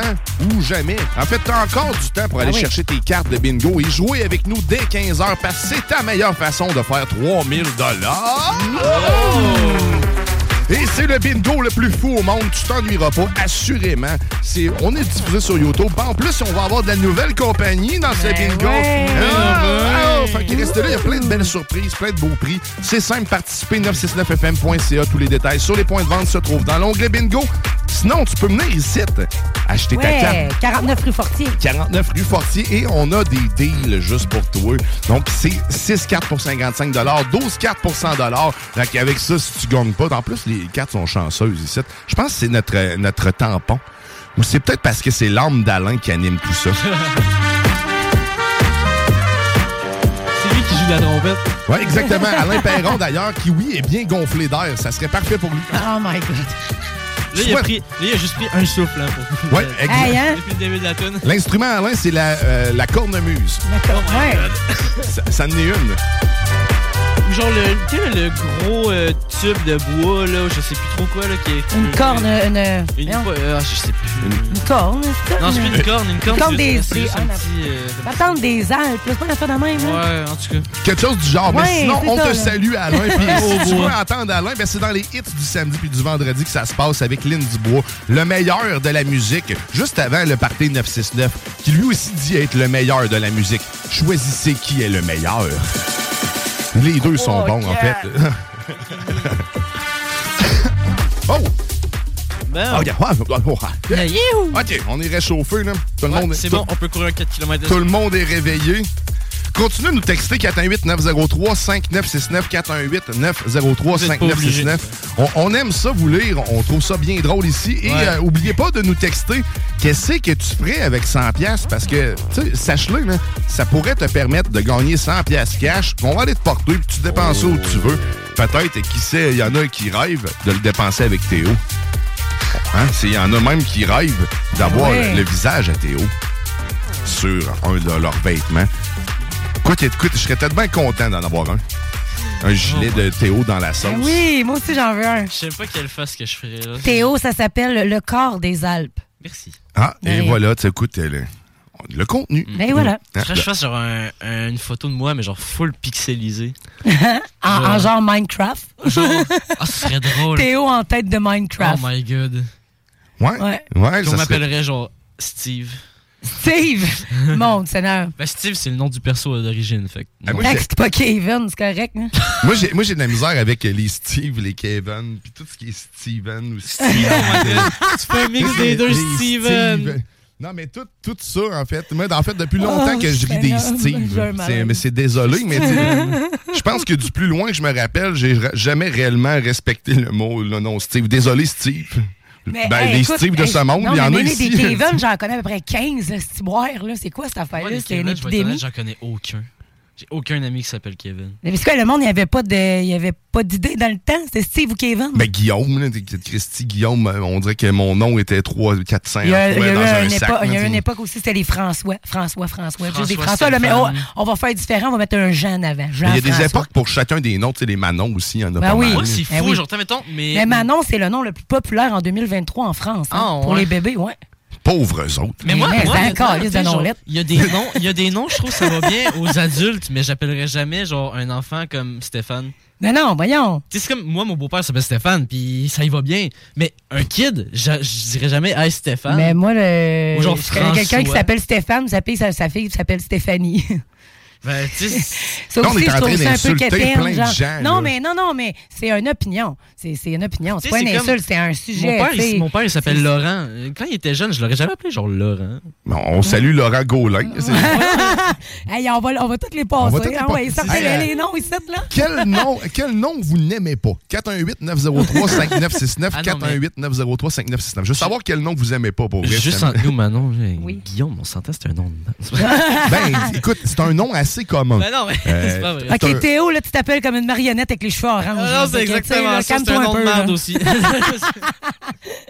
ou jamais. En fait, t'as encore du temps
Ah
pour aller
oui.
chercher tes cartes de bingo et jouer avec nous dès 15h parce que c'est ta meilleure façon de faire 3000 dollars. Et c'est le bingo le plus fou au monde. Tu t'ennuieras pas, assurément. C'est, on est diffusé sur YouTube. En plus, on va avoir de la nouvelle compagnie dans ce bingo.
ouais.
Ah, ah,
Ouais.
fait que restez là, il y a plein de belles surprises, plein de beaux prix. C'est simple, participer 969fm.ca. Tous les détails sur les points de vente se trouvent dans l'onglet bingo. Sinon, tu peux venir ici, acheter ta
Ouais,
carte.
49 rue Fortier.
49 rue Fortier et on a des deals juste pour toi. Donc, c'est 6 cartes pour 55 12 cartes pour 100 Donc, avec ça, si tu gagnes pas, en plus, les cartes sont chanceuses ici. Je pense que c'est notre, euh, notre tampon. Ou c'est peut-être parce que c'est l'âme d'Alain qui anime tout ça.
C'est lui qui joue de la trompette.
Oui, exactement. Alain Perron, d'ailleurs, qui, oui, est bien gonflé d'air. Ça serait parfait pour lui.
Oh my God.
Là, il a, pris, là, il a juste pris un souffle. Hein, pour...
Ouais, exact. Hey, hein?
Depuis le début de la tune.
L'instrument, Alain, c'est la, euh, la cornemuse. Ça, ça en est une.
Genre le, tu sais, le gros euh, tube de bois, là, je sais plus trop quoi, là, qui est...
Une corne, euh, une.
Une,
voyons,
po- euh, je sais plus.
une corne.
Non, c'est plus une corne, une corne, c'est-
des.
c'est
des-
juste
ah,
un
la-
petit, euh,
Attendre des Alpes, c'est pas la fin de même. là.
Ouais, en tout cas.
Quelque chose du genre.
Ouais,
mais sinon,
c'est
on
ça,
te
là.
salue, Alain. Puis
Au
si tu veux
bois.
entendre Alain, ben, c'est dans les hits du samedi puis du vendredi que ça se passe avec Lynn Dubois, le meilleur de la musique, juste avant le party 969, qui lui aussi dit être le meilleur de la musique. Choisissez qui est le meilleur. Les deux sont
Oh,
bons, en
yeah.
fait. oh!
Ben,
Ah, regarde. Ah, oh, ah. OK, on est réchauffé, là. Tout le
Ouais,
monde est-
c'est bon, on peut courir un 4 km.
tout le monde est réveillé. Continuez de nous texter 418-903-5969, 418-903-5969. On, on aime ça vous lire, on trouve ça bien drôle ici. Et
Ouais.
euh, oubliez pas de nous texter qu'est-ce que tu ferais avec 100$ piastres, parce que, tu sais, sache-le, là, ça pourrait te permettre de gagner 100$ piastres cash. On va aller te porter, puis tu dépenses ça où tu veux. Peut-être, et qui sait, il y en a qui rêvent de le dépenser avec Théo. Hein? C'est- Il y en a même qui rêvent d'avoir
Ouais.
le, le visage à Théo sur un de leurs vêtements. Écoute, écoute, je serais tellement content d'en avoir un. Un gilet de Théo dans la sauce.
Ben Oui, moi aussi j'en veux un.
Je sais pas quelle face que je ferais, là.
Théo, ça s'appelle le corps des Alpes.
Merci.
Ah, et
Ben-
voilà, tu écoutes le, le contenu.
Ben
Mais
Ah,
Mm. Je fasse genre un- un- une photo de moi, mais genre full pixelisée.
en, en genre Minecraft.
Genre, ah, ce serait drôle.
Théo en tête de
Oh
Minecraft.
my god.
Ouais.
Ouais. Ouais,
Qu'on
ça serait-
m'appellerait genre Steve.
Steve! Mon Seigneur.
Ben, Steve, c'est le nom du perso euh, d'origine. Fait que-
Ah, moi,
Fait
j'ai-
que c'est Ah. pas Kevin, c'est correct, hein?
Moi, j'ai, moi, j'ai de la misère avec les Steve, les Kevin, puis tout ce qui est Steven ou Steven.
tu fais un mix des deux Steven.
Non, mais tout, tout ça, en fait. Moi, en fait, depuis longtemps
Oh,
que
ben
je ris des
Seigneur, je
Steve.
me
C'est,
mêle.
mais c'est désolé, mais tu
Steven.
sais, je pense que du plus loin que je me rappelle, j'ai ra- jamais réellement respecté le mot, le nom Steve. Désolé, Steve.
Mais,
ben,
hey,
les
écoute,
Steve de
hey,
ce monde,
non,
il y en
mais
a
même
ici.
des Kevin, j'en connais à peu près 15, là, c'est boire, là. C'est quoi cette
Moi,
affaire-là?
les
C'est une
Kevin, je vais être honnête,
épidémie.
J'en connais aucun. J'ai aucun ami qui s'appelle Kevin.
Mais c'est quoi, le monde, il n'y avait pas de, il y avait pas d'idée dans le temps? C'était Steve ou Kevin?
Ben, Guillaume, là, t'es- Christy Guillaume, euh, on dirait que mon nom était 3, 4, 5
Il y a, Euh, il y a eu
dans
un
un
épo-
sac. là,
il y a eu
tu
une
sais.
époque aussi, c'était les François. François, François. François, des
François,
François là, mais on,
Stéphane.
on va faire différent, on va mettre un Jean en avant. Jean
Il y a des
François.
époques pour chacun des noms, tu sais, les Manon aussi, il y en a
Ben
pas
oui.
mal.
Moi, c'est
C'est
Ben
fou,
oui.
genre, t'as, mettons, mais.
Mais Manon, c'est le nom le plus populaire en 2023 en France. hein,
Ah,
Pour
ouais.
les bébés, ouais.
Pauvres autres.
Mais moi,
Mais
moi,
c'est
il y a-
un calice de
tu sais, genre,
non-lettre.
Il y a des noms, il y a des noms, je trouve que ça va bien aux adultes, mais j'appellerais jamais genre un enfant comme Stéphane.
Non, non, voyons.
Tu sais, c'est comme moi, mon beau-père s'appelle Stéphane, puis ça y va bien. Mais un kid, j'a- je dirais jamais Hey Stéphane.
Mais moi, le...
Ou genre
je connais quelqu'un qui
François.
s'appelle Stéphane, sa fille, sa, sa fille s'appelle Stéphanie.
Ben, tu sais,
Ça
Non, on
aussi,
est en
je trouve
train
ça un peu
d'insulter
quétaine,
plein de
genre.
gens,
non,
là.
mais non, non, mais c'est une opinion. C'est c'est une opinion. C'est
Tu
pas
sais,
une
c'est comme-
insulte, c'est un sujet.
Mon père,
tu sais.
il, mon père, il s'appelle
C'est-
Laurent. Quand il était jeune, je l'aurais jamais appelé genre Laurent.
Bon, on salue Laurent Gaulin. C'est-
Hey, on va, on va toutes les passer.
va toutes les
hein,
passer.
ouais, sortez
Hey,
les,
euh,
les noms ici, là.
Quel nom, quel nom vous n'aimez pas? 418-903-5969.
Ah non, mais-
418-903-5969. Je veux savoir quel nom vous aimez pas, pour vrai.
Juste
ça
entre
me-
nous, Manon, j'ai- Guillaume, on s'entend, c'est un nom de
ben, écoute, c'est un nom assez commun. Euh,
Ben non, mais c'est pas vrai.
c'est un-
OK, Théo, là, tu t'appelles comme une marionnette avec les cheveux orange.
Ah non, c'est
Ok, tu sais,
exactement
là,
ça, c'est
calme-toi
un nom de
peu, là.
merde aussi.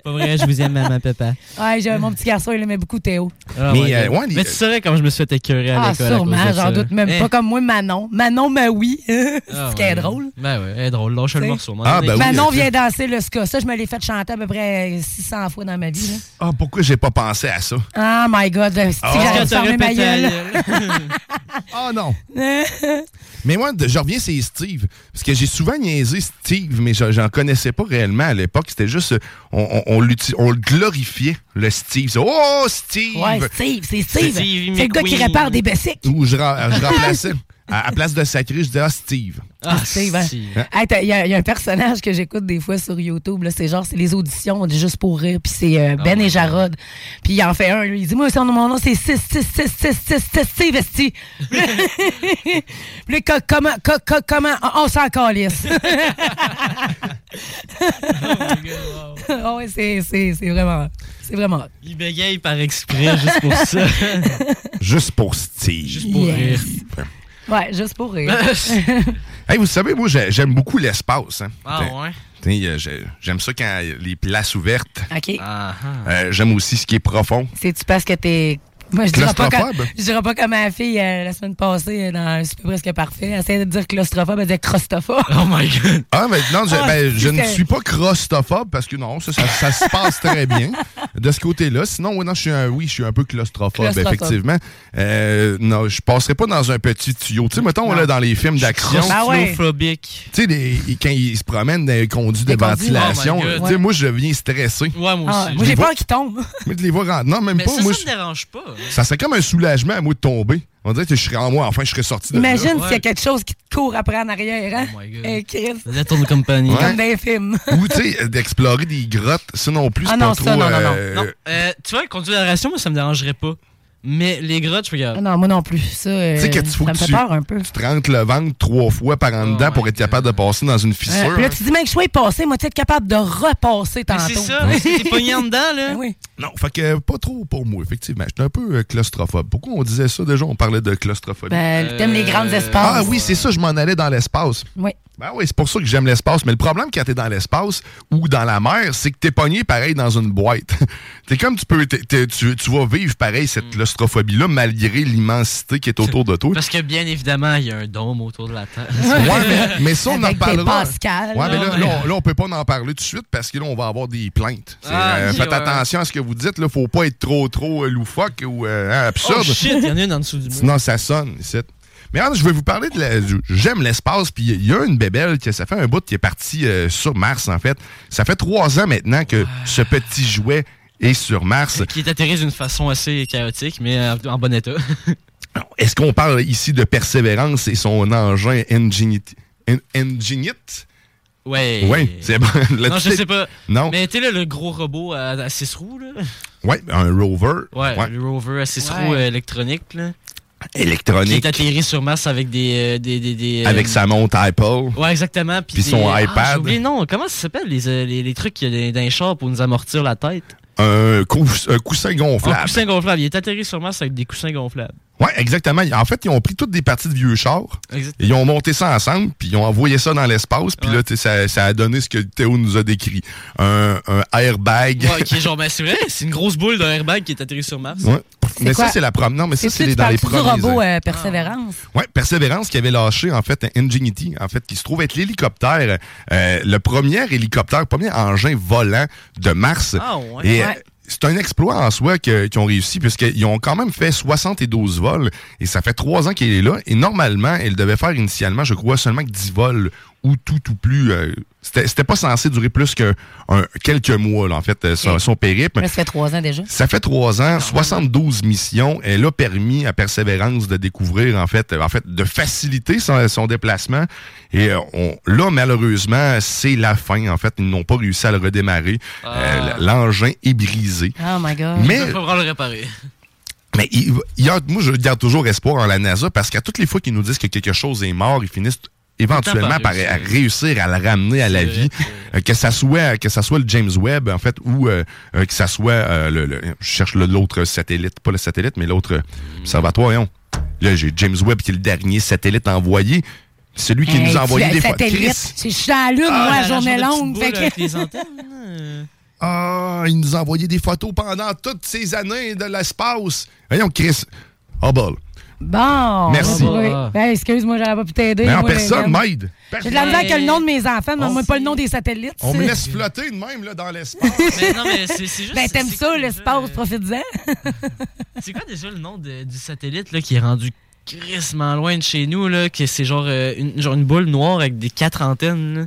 pas vrai, je vous aime, maman, papa.
Ouais, j'ai- mon petit garçon, il aimait beaucoup Théo.
Ah,
Mais,
my
euh,
God.
ouais,
mais tu saurais quand je me suis fait écœurer
Ah,
à l'école. à cause de
sûrement,
ça.
j'en doute même
Eh.
pas comme moi, Manon. Manon, mais oui. c'est
Ah,
ce qui est
ouais.
drôle.
Ben ouais, elle est drôle. Lâche le
T'sais.
morceau.
Ah, ben oui.
Manon
ok.
vient danser le ska. Ça, je me l'ai fait chanter à peu près 600 fois dans ma vie. là.
Ah, pourquoi j'ai pas pensé à ça?
Ah, my God. Si
Ah.
j'avais
Est-ce que
fermé
t'aurais
ma
pété la
gueule.
Ah non. Mais moi, de- je reviens, c'est Steve. Parce que j'ai souvent niaisé Steve, mais je- j'en connaissais pas réellement à l'époque. C'était juste, euh, on, on, on l'uti- on le glorifiait, le Steve. C'est, Oh, Steve!
Ouais, Steve, c'est Steve.
Steve
C'est le gars qui
McQueen.
répare des bessiques.
Ou je, ra- je remplaçais. à, à place de sacré, je disais, ah, Steve.
Ah, Steve, hein.
Hein?
Hey, t'as- Il y, a- il y a un personnage que j'écoute des fois sur YouTube. là, C'est genre, c'est les auditions de Juste pour rire. Puis c'est
Ah
euh, Ben et Jarod. Puis il en fait un. lui, il dit Moi, son- mon nom, c'est 6, 6, 6, 6, 6, 6, Steve Esti. Puis là, co- comment, co- co- comment, on on s'en calisse.
Oh
Ah ouais, c'est- c'est c'est vraiment. C'est vraiment.
Il bégaye par exprès juste pour ça.
Juste pour Steve.
Juste pour
Yes.
rire.
Ouais, juste pour rire.
Hey, vous savez, moi, j'ai- j'aime beaucoup l'espace. hein.
Ah,
T'sais,
ouais?
t'sais, euh, j'ai- J'aime ça quand les places ouvertes.
OK.
Ah,
Euh, J'aime aussi ce qui est profond.
C'est-tu parce que t'es. Moi, je dirais pas,
Claustrophobe?
comme- je dirais pas comme ma fille euh, la semaine passée euh, dans un super presque parfait. Elle essayait de dire claustrophobe, elle disait crostophobe.
Oh my god.
Ah, mais non, je,
Ah,
ben,
si,
je ne
c'était-
suis pas claustrophobe parce que non, ça, ça, ça se passe très bien de ce côté-là. Sinon, oui, non, je suis un, oui, je suis un peu claustrophobe,
Claustrophobe.
effectivement. Euh, non, je passerai pas dans un petit tuyau. Tu sais, mettons, là, dans les films d'action.
Ah ouais.
Tu sais, les- ils- quand ils se promènent dans les conduits de
Les conduits,
ventilation,
oh my God.
tu sais,
Ouais.
moi, je deviens stressé.
Ouais,
Ah,
moi aussi.
moi,
Je
j'ai
les vois-
peur qu'il tombe.
Mais de les voir rentrer. Non, même
Mais
pas.
ça,
moi,
ça
je-
me dérange pas.
ça serait comme un soulagement à moi de tomber. On dirait que je serais en moi, enfin, je serais sorti de là.
Imagine s'il y a quelque chose qui te court après en arrière. Hein? Oh my God. Chris,
Let on company.
comme dans les films.
Ou, tu sais, d'explorer des grottes, ça non plus,
Ah
c'est
non,
pas
ça,
trop,
non, non, non.
euh,
Non, euh, tu vois, conduire la ration, moi, ça me dérangerait pas. Mais les grottes, je regarde.
Ah non, moi non plus. Ça, euh,
Tu sais, quand tu faut
ça me
que
fait
tu,
peur un peu.
tu te rentres le ventre trois fois par en dedans pour être capable de passer dans une
Ouais,
fissure.
Euh, puis là, tu dis, mec, je suis passé, moi, tu es capable de repasser tantôt. Ben
C'est ça, parce que t'es pogné en dedans, là.
oui.
Non, fait que euh, pas trop pour moi, effectivement. J'étais un peu euh, claustrophobe. Pourquoi on disait ça déjà? On parlait de claustrophobie.
Ben,
Euh,
t'aimes les grandes espaces.
Ah oui, c'est ça, je m'en allais dans l'espace.
Oui.
Ben oui, c'est pour ça que j'aime l'espace. Mais le problème quand t'es dans l'espace ou dans la mer, c'est que t'es pogné pareil dans une boîte. t'es comme tu peux, t'es- t'es- tu, tu vas vivre pareil cette claus- claustrophobie-là, malgré l'immensité qui est autour de toi.
Parce que bien évidemment, il y a un dôme autour de la table.
Ouais, mais, mais ça, on en
Avec des
parlera.
Pascal.
Ouais, mais là,
Ouais.
là, on- là, on peut pas en parler tout de suite parce que là, on va avoir des plaintes. C'est,
Ah,
euh,
ok,
faites
ouais.
attention à ce que vous dites. Là, faut pas être trop, trop euh, loufoque ou euh, hein, absurde.
Oh shit, il y en a une en dessous du mur.
Sinon, ça sonne ici. Mais alors, je vais vous parler de la. du- J'aime l'espace, puis il y a une bébelle que ça fait un bout qui est partie euh, sur Mars, en fait. Ça fait trois ans maintenant que
Ah.
ce petit jouet est sur Mars.
Qui est atterri d'une façon assez chaotique, mais euh, en bon état.
Est-ce qu'on parle ici de persévérance et son engin Ingenuity? In- Ingenuity?
Ouais.
Oui, c'est bon. Le
non, je
titre-
sais pas.
Non.
Mais tu sais, là, le gros robot à, à six roues, là.
Ouais, un rover.
Ouais, le rover à six
Ouais.
roues euh, électronique, là. Qui
Électronique.
est atterri sur Mars avec des. euh, des, des, des, euh,
Avec sa montre Apple.
Ouais, exactement. Puis
Puis
des-
son
ah,
iPad.
j'ai oublié le nom. Comment ça s'appelle, les, euh, les, les trucs qu'il y a dans les chars pour nous amortir la tête?
Un, cou- un coussin gonflable.
Un coussin gonflable. Il est atterri sur Mars avec des coussins gonflables.
Oui, exactement. En fait, ils ont pris toutes des parties de vieux chars.
Exact.
Ils ont monté ça ensemble, puis ils ont envoyé ça dans l'espace, puis là, tu sais, ça, ça a donné ce que Théo nous a décrit. Un, un airbag.
Ouais, qui est genre, ben c'est vrai, c'est une grosse boule d'un airbag qui est atterri sur Mars.
Ouais. Mais ça,
quoi?
c'est la première. Non, mais ça,
Et
c'est
tu
les- dans les
parles-tu
premiers.
du robot
hein.
Ah.
euh, Persévérance.
Ouais, Persévérance qui avait lâché en fait un Ingenuity, en fait, qui se trouve être l'hélicoptère, euh, le premier hélicoptère, le premier engin volant de Mars.
Ah ouais.
Et,
Ouais.
euh, C'est un exploit en soi que- qu'ils ont réussi, puisqu'ils ont quand même fait 72 vols, et ça fait trois ans qu'il est là, et normalement, il devait faire initialement, je crois, seulement que 10 vols, ou tout ou plus. euh, C'était c'était pas censé durer plus que un- quelques mois, là, en fait, euh, son, son périple.
Ça fait trois ans déjà.
Ça fait trois ans, 72 missions. Elle a permis à Persévérance de découvrir, en fait, euh, en fait, de faciliter son, son déplacement. Et euh, on, là, malheureusement, c'est la fin. En fait, ils n'ont pas réussi à le redémarrer. Euh, l- L'engin est brisé.
Oh my God.
Mais-
Il va falloir le réparer.
Mais il, il y a- moi, je garde toujours espoir en la NASA parce qu'à toutes les fois qu'ils nous disent que quelque chose est mort, ils finissent
Tout
éventuellement
le temps
par
par
réussir. à le ramener à la vie. Euh, que ça soit que ça soit le James Webb, en fait, ou euh, euh, que ça soit euh, le, le- Je cherche le- l'autre satellite, pas le satellite, mais l'autre euh,
Hmm.
observatoire. voyons. Là, j'ai James Webb qui est le dernier satellite envoyé. Celui qui
Hey,
nous
tu-
a envoyé des photos.
satellite,
Chris,
c'est- Je suis à la lune, moi, la journée longue. fait que-
hein. Ah, il nous a envoyé des photos pendant toutes ces années de l'espace. Voyons, Chris. Ah, Hubble.
Bon.
Merci.
Oui. Ben, excuse-moi, j'aurais pas pu t'aider.
Mais en
moi,
personne
Megan.
m'aide.
J'ai de la misère que le nom de mes enfants, mais moi, pas le nom des satellites.
On me
c'est-
laisse flotter de même là, dans l'espace.
Ben, t'aimes ça, l'espace,
euh,
profite-en.
C'est quoi déjà le nom de- du satellite là, qui est rendu crissement loin de chez nous, là, que c'est genre, euh, une, genre une boule noire avec des quatre antennes? là?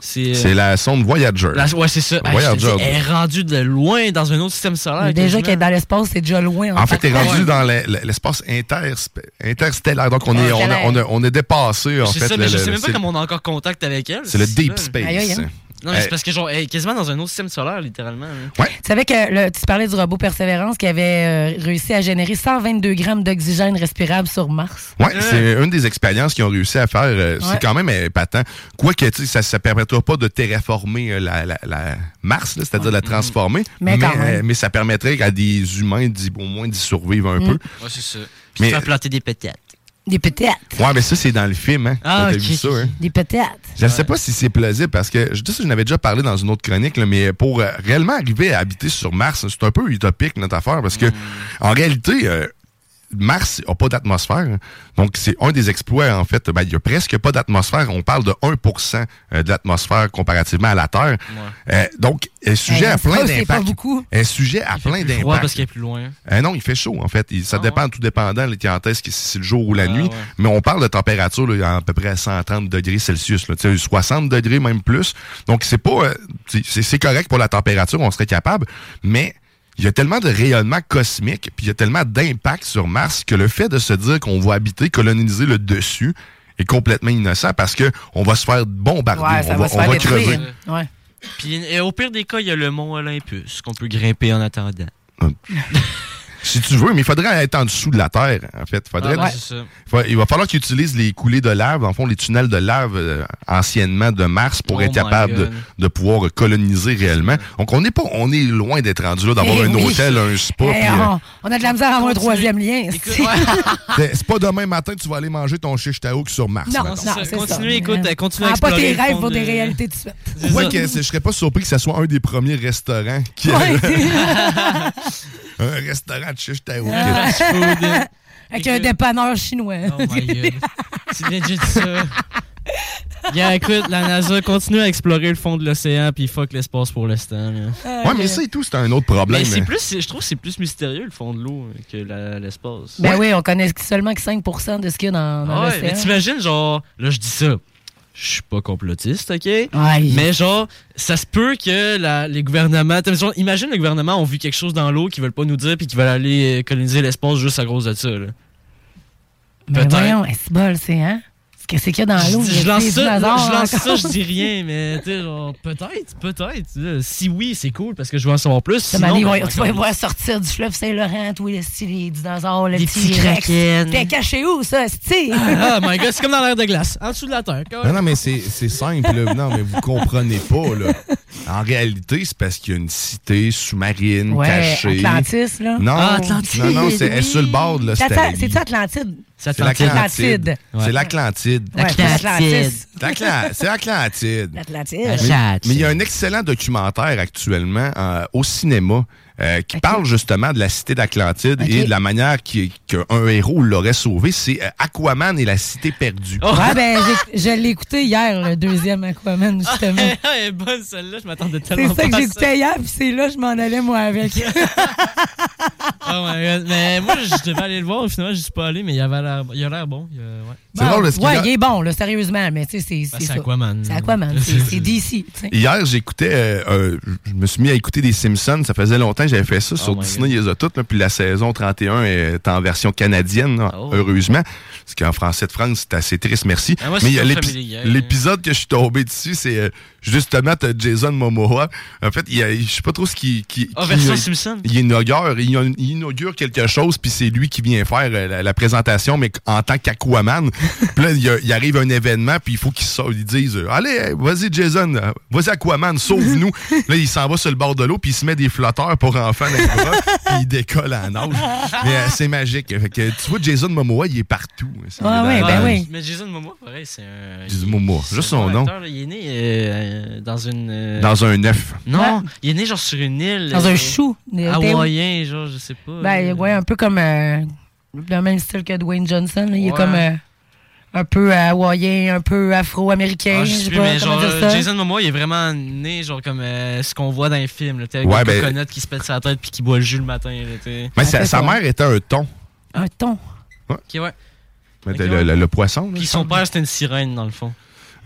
C'est euh,
C'est la sonde Voyager.
la- ouais, c'est ça. Ah, je te dis,
Voyager.
elle est rendue de loin dans un autre système solaire.
Déjà
quasiment.
qu'être dans l'espace, c'est déjà loin.
En fait, t'es rendu dans la- la- l'espace intersp- interstellaire. Donc, on est, on a, on a- on est dépassé, en
C'est
fait.
ça,
le-
mais je
le-
sais même
c'est-
pas comment on a encore contact avec elle.
c'est le
là.
deep space. Aïe, aïe, hein.
Non, mais
Euh,
c'est parce que genre, elle est quasiment dans un autre système solaire, littéralement. hein. là.
Tu savais que le- tu parlais du robot Persévérance qui avait euh, réussi à générer 122 grammes d'oxygène respirable sur Mars.
Ouais, c'est une des expériences qu'ils ont réussi à faire. euh,
Ouais.
C'est quand même euh, patent. Quoique, tu sais, ça ne permettra pas de terraformer euh, la, la- la Mars, là, c'est-à-dire la transformer.
Mais quand même.
mais ça permettrait à des humains d'y- au moins d'y survivre un peu.
Ouais, c'est ça. Mm. Puis
Mais-
tu fais planter des pétates.
Des pétates.
Ouais, mais ça, c'est dans le film, hein?
Ah,
T'as
ok.
vu ça, hein?
Des pétates.
Je ne sais pas si c'est plausible parce que je dis ça, je n'avais déjà parlé dans une autre chronique, là, mais pour euh, réellement arriver à habiter sur Mars, c'est un peu utopique notre affaire parce que en réalité, euh, Mars n'a pas d'atmosphère. hein. Donc, c'est un des exploits, en fait. Ben, Il n'y a presque pas d'atmosphère. On parle de 1 euh, de l'atmosphère comparativement à la Terre. Euh, donc, est sujet
Ouais,
à plein
Ben, Euh, c'est pas
d'impacts.
beaucoup.
Est sujet à plein
Hein? Plus froid parce
d'impacts.
qu'elle est plus loin. Ah
Euh, non, il fait chaud, en fait. Il- ça dépend, tout dépendant, là, quand est-ce que c'est le jour ou la nuit. Mais on parle de température là, à, peu près à 130 degrés Celsius, là, tu sais, 60 degrés, même plus. Donc, c'est pas. euh, c'est- c'est c'est correct pour la température, on serait capable. Mais il y a tellement de rayonnement cosmique, puis il y a tellement d'impact sur Mars que le fait de se dire qu'on va habiter, coloniser le dessus est complètement innocent parce que on va se faire bombarder,
Ouais, ça va
on va,
se
on
faire
va
détruire.
crever.
Ouais.
Puis et au pire des cas, il y a le mont Olympus qu'on peut grimper en attendant.
Si tu veux, mais il faudrait être en dessous de la Terre, en fait. Faudrait
Ah ouais, c'est ça.
Fa- Il va falloir qu'ils utilisent les coulées de lave, en fond, les tunnels de lave euh, anciennement de Mars pour
Oh
être
my
capable de,
God.
de pouvoir coloniser réellement. Donc, on n'est pas, on est loin d'être rendu là, d'avoir
Eh oui.
un
Eh, oh.
hôtel, un spa.
Hey,
puis, euh,
on, on a de la misère à avoir un troisième lien. c'est-
c'est c'est pas demain matin que tu vas aller manger ton shish taouk sur Mars.
non, non,
mettons.
c'est
Continue,
ça.
écoute, euh,
Mais,
continue à
prends pas
explorer euh,
tes
le
rêves
fond
pour
de-
des réalités de suite.
Ouais, que c'est- je serais pas surpris que ça soit un des premiers restaurants qui.
Ouais,
Un restaurant de chiche taouk.
Ah,
Avec un dépanneur chinois.
Oh my God. C'est legit ça. Yeah, écoute, la NASA continue à explorer le fond de l'océan puis fuck l'espace pour l'instant. là. Euh,
Ouais, mais ça et tout, c'est un autre problème. hein.
Mais c'est plus, c'est- je trouve que c'est plus mystérieux le fond de l'eau euh, que la- l'espace.
Ben oui, on connaît seulement que 5 de ce qu'il y a dans, dans
Ah Ouais, mais
l'océan.
t'imagines, genre, là, je dis ça. Je suis pas complotiste, OK?
Aïe.
Mais genre, ça se peut que la- les gouvernements. t'as- genre, imagine, les gouvernements ont vu quelque chose dans l'eau qu'ils veulent pas nous dire puis qu'ils veulent aller euh, coloniser l'espace juste à cause de ça. là.
Mais
Peut-être.
Ben voyons, est-ce bol, c'est, hein? Qu'est-ce qu'il y a dans l'eau?
Je lance
Des
ça,
dinosaures
je lance ça,
encore.
je dis rien, mais tu sais, genre, peut-être, peut-être. là. Si oui, c'est cool parce que je veux en savoir plus.
Ça m'a
sinon,
dit,
ben,
voyons, tu vas les
encore-
voir sortir du fleuve Saint-Laurent, tous les petits les dinosaures, le
Des
petit
petits
Rex.
kraken.
T'es caché où, ça, esti?
Ah, my god, c'est comme dans l'air de glace, en dessous de la terre.
Non, non, mais c'est c'est simple. là. Non, mais vous comprenez pas. Là. En réalité, c'est parce qu'il y a une cité sous-marine
Ouais,
cachée.
Atlantis, là.
Non,
Ah, Atlantide,
non, non, c'est elle est sur le bord de
T'attends,
l'Australie.
C'est-tu Atlantide?
C'est l'Atlantide. C'est l'Atlantide.
Ouais, c'est l'Atlantis.
L'Atlan- C'est l'Atlantide.
L'Atlantide.
Mais mais il y a un excellent documentaire actuellement euh, au cinéma euh, qui parle justement de la cité d'Atlantide et de la manière qui- qu'un héros l'aurait sauvé. C'est euh, Aquaman et la cité perdue.
Oh.
Ouais, ben, j'ai- je l'ai écouté hier, le deuxième Aquaman,
Ah,
justement.
Elle est bonne celle-là, je m'attendais
C'est
tellement
ça que
eh, pas à
j'écoutais hier, puis c'est là que je m'en allais, moi, avec.
Oh my God. Mais moi, je devais aller le voir. Finalement, je suis pas allé, mais il avait l'air, il a l'air bon. Il, euh, ouais.
Bon, Ouais, il est bon, là, sérieusement, mais tu sais, c'est.
Ben, c'est
ça.
Aquaman.
C'est Aquaman, c'est c'est DC, tu sais.
Hier, j'écoutais, euh, euh, je me suis mis à écouter des Simpsons. Ça faisait longtemps que j'avais fait
Oh
ça sur Disney, ils les ont toutes. là. Puis la saison 31 est en version canadienne, là, heureusement. Parce qu'en français de France, c'est assez triste, merci.
Oh. Ah, moi,
Mais il y
c'est
a
pas
l'épi-
Family Guy, hein.
l'épisode que je suis tombé dessus, c'est euh, justement t'as Jason Momoa. En fait, il y a- je sais pas trop ce qui. qui
Ah,
qui-
version
il-
Simpson.
Il inaugure, il in- il inaugure quelque chose, puis c'est lui qui vient faire euh, la, la présentation, mais en tant qu'Aquaman. puis là, il, y a- il arrive un événement, puis il faut qu'il sorte. Ils disent euh, Allez, hey, vas-y, Jason, euh, vas-y, Aquaman, sauve-nous. là, il s'en va sur le bord de l'eau, puis il se met des flotteurs pour enfants dans les bras, puis il décolle en nage. Mais euh, c'est magique. Fait que, tu vois, Jason Momoa, il est partout. hein, C'est
ouais, ben
ben
hilarant.
Mais Jason Momoa, pareil, c'est un.
Jason Momoa,
c'est
juste
un
son
bon
nom.
acteur, là. il est né euh, euh, dans une. euh,
Dans un œuf.
Non, il est né genre sur une île.
Dans
euh,
un chou. Des-
Hawaïen, genre, je sais pas.
Ben, ouais, un peu comme. euh, le même style que Dwayne Johnson, là, il est
Ouais.
comme. euh, un peu hawaïen, un peu afro-américain,
Ah,
je
je
sais
sais plus,
pas
mais
comment
genre,
dire ça.
Jason Momoa, il est vraiment né, genre, comme euh, ce qu'on voit dans les films, là, t'sais, avec
Ouais,
le
ben-
coconut qui se pète sa tête puis qui boit le jus le matin, là, t'sais.
Mais
Ah,
sa, sa mère était un thon.
Un ton.
Ok, ouais.
Mais le, le- le poisson. là,
Puis
je
son
pense.
père, c'était une sirène, dans le fond.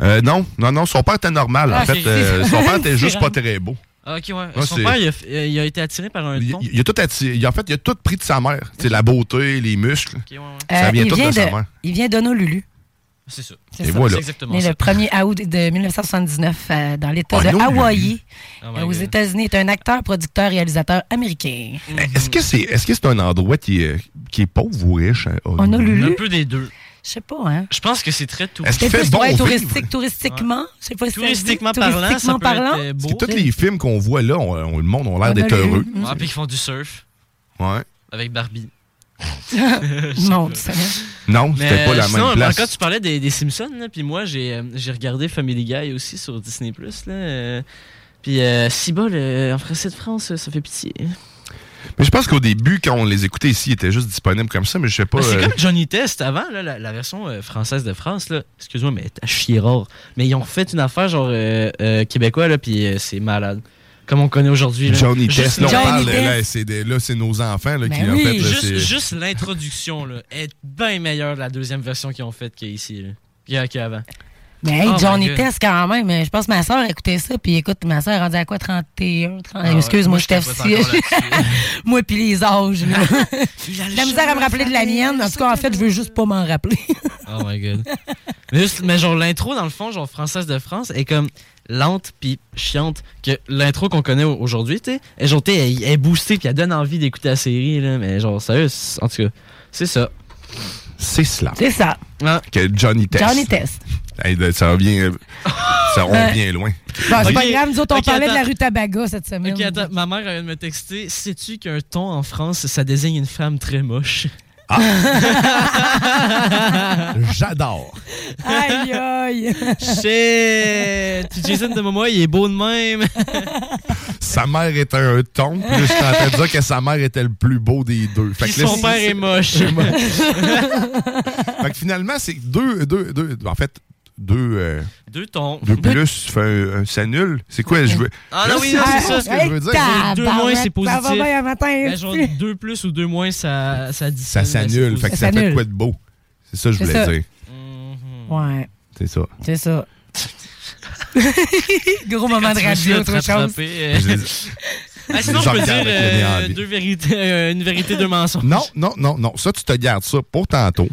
Euh, non, non, non, son père était normal.
Ah,
en fait,
ok.
euh, son père était
C'est
juste
rare.
pas très beau.
Ah, ok, ouais.
Ouais,
son
c'est-
père, il a, euh, il a été attiré par un ton.
Il, il a tout attiré- il- en fait, il a tout pris de sa mère. C'est la beauté, les muscles.
Euh,
Ça vient
il,
tout
vient
de,
de,
sa mère.
il vient d'Honolulu.
C'est ça.
Et voilà.
Né le 1er août de 1979 euh, dans l'État de
Honolulu.
Hawaï,
Oh
euh, aux États-Unis, est un acteur, producteur, réalisateur américain.
Mm. Mhm.
Est-ce que c'est est -ce c'est un endroit qui est, qui est pauvre ou riche? hein,
Honolulu?
Un peu des deux.
Je sais pas, hein?
Je pense que c'est très tout.
Est-ce qu'il
C'est
fait
plus,
bon
ouais,
vivre?
touristique, touristiquement. Je sais pas si ça se dit.
Touristiquement parlant, ça
Touristiquement
peut être,
parlant.
euh,
Parce
beau.
que tous les films qu'on voit là, on- on- le monde a l'air d'être heureux.
Ouais, Ah, puis ils font du surf
Ouais.
avec Barbie.
non, tu sais.
Non,
Mais,
c'était pas la
euh, sinon,
même
par-
place.
Quand tu parlais des, des Simpsons, là, puis moi, j'ai euh, j'ai regardé Family Guy aussi sur Disney+. Là, euh, puis euh, Cibole, euh, en français de France, euh, ça fait pitié.
Mais je pense qu'au début, quand on les écoutait ici, ils étaient juste disponibles comme ça, mais je sais pas.
Mais Ben, C'est
euh,
comme Johnny Test avant, là, la, la version euh, française de France. là. Excuse-moi, mais t'as chier rare. Mais ils ont fait une affaire genre euh, euh, québécois, là, puis euh, c'est malade. Comme on connaît aujourd'hui. là.
Johnny
Juste- Ben
Test, là, on parle, là, c'est des- là, c'est nos enfants
Ben
là, qui, en fait, là,
juste,
c'est-
juste l'introduction là, est bien meilleure de la deuxième version qu'ils ont faite qu'ici. là. Qu'il y a- qu'il y a avant.
Mais Ben, hey,
Oh my
Johnny
God.
Test, quand même. Euh, Je pense que ma soeur écoutait ça. Puis écoute, ma soeur est rendue à quoi? 31, 30.
Ah ouais,
Excuse-moi,
moi,
je t'ai
je capote encore
Moi, puis les âges. là. la misère à me rappeler de la mienne. En tout cas, en fait, je veux juste pas m'en rappeler.
Oh my god. mais, juste- mais genre l'intro dans le fond, genre française de France est comme lente puis chiante que l'intro qu'on connaît au- aujourd'hui, tu sais, est genre t'sais, elle, elle est boostée puis elle donne envie d'écouter la série là, mais genre sérieux, c'est- en tout cas, c'est ça.
C'est cela.
C'est ça.
Que Johnny Test.
Johnny Test.
Hey, de- ça revient. euh, ça, on
Euh,
revient loin.
Bon, c'est
Ok.
pas grave. Nous autres, on
Ok,
parlait de la
attends.
rue Tabaga cette semaine.
Ok, attends, ma mère elle vient de me texter. Sais-tu qu'un ton en France, ça désigne une femme très moche?
Ah. J'adore.
Aïe, aïe.
Shit! Puis Jason de Momoa, il est beau de même.
sa mère était un ton. Puis là, je suis en train de dire que sa mère était le plus beau des deux. Fait
Puis
que là,
son
c'est-
père est moche.
est moche. fait que finalement, c'est deux, deux, deux. En fait, deux. euh,
Deux tons.
deux plus, fait un- un- ça annule. C'est quoi? Je veux.
Ah
Là,
non, oui, non, c'est ça ce que je veux dire.
tabarnak,
Deux moins, c'est
ça va
positif.
bien un matin.
Ben, genre, deux plus ou deux moins, ça, ça dit
Ça s'annule. Fait que ça fait quoi de beau? C'est ça que je
C'est
voulais
ça.
dire.
Ouais,
C'est ça.
c'est ça. Gros moment de
tu vas essayer
radio,
de te
autre chose.
rattraper, euh,
Je les-
Ah, sinon, je
J'en
peux dire
regarde avec le
euh,
nez en bille.
deux vérités, euh, une vérité, deux mensonges. Ah.
Non, non, non, non. Ça, tu te gardes ça pour tantôt.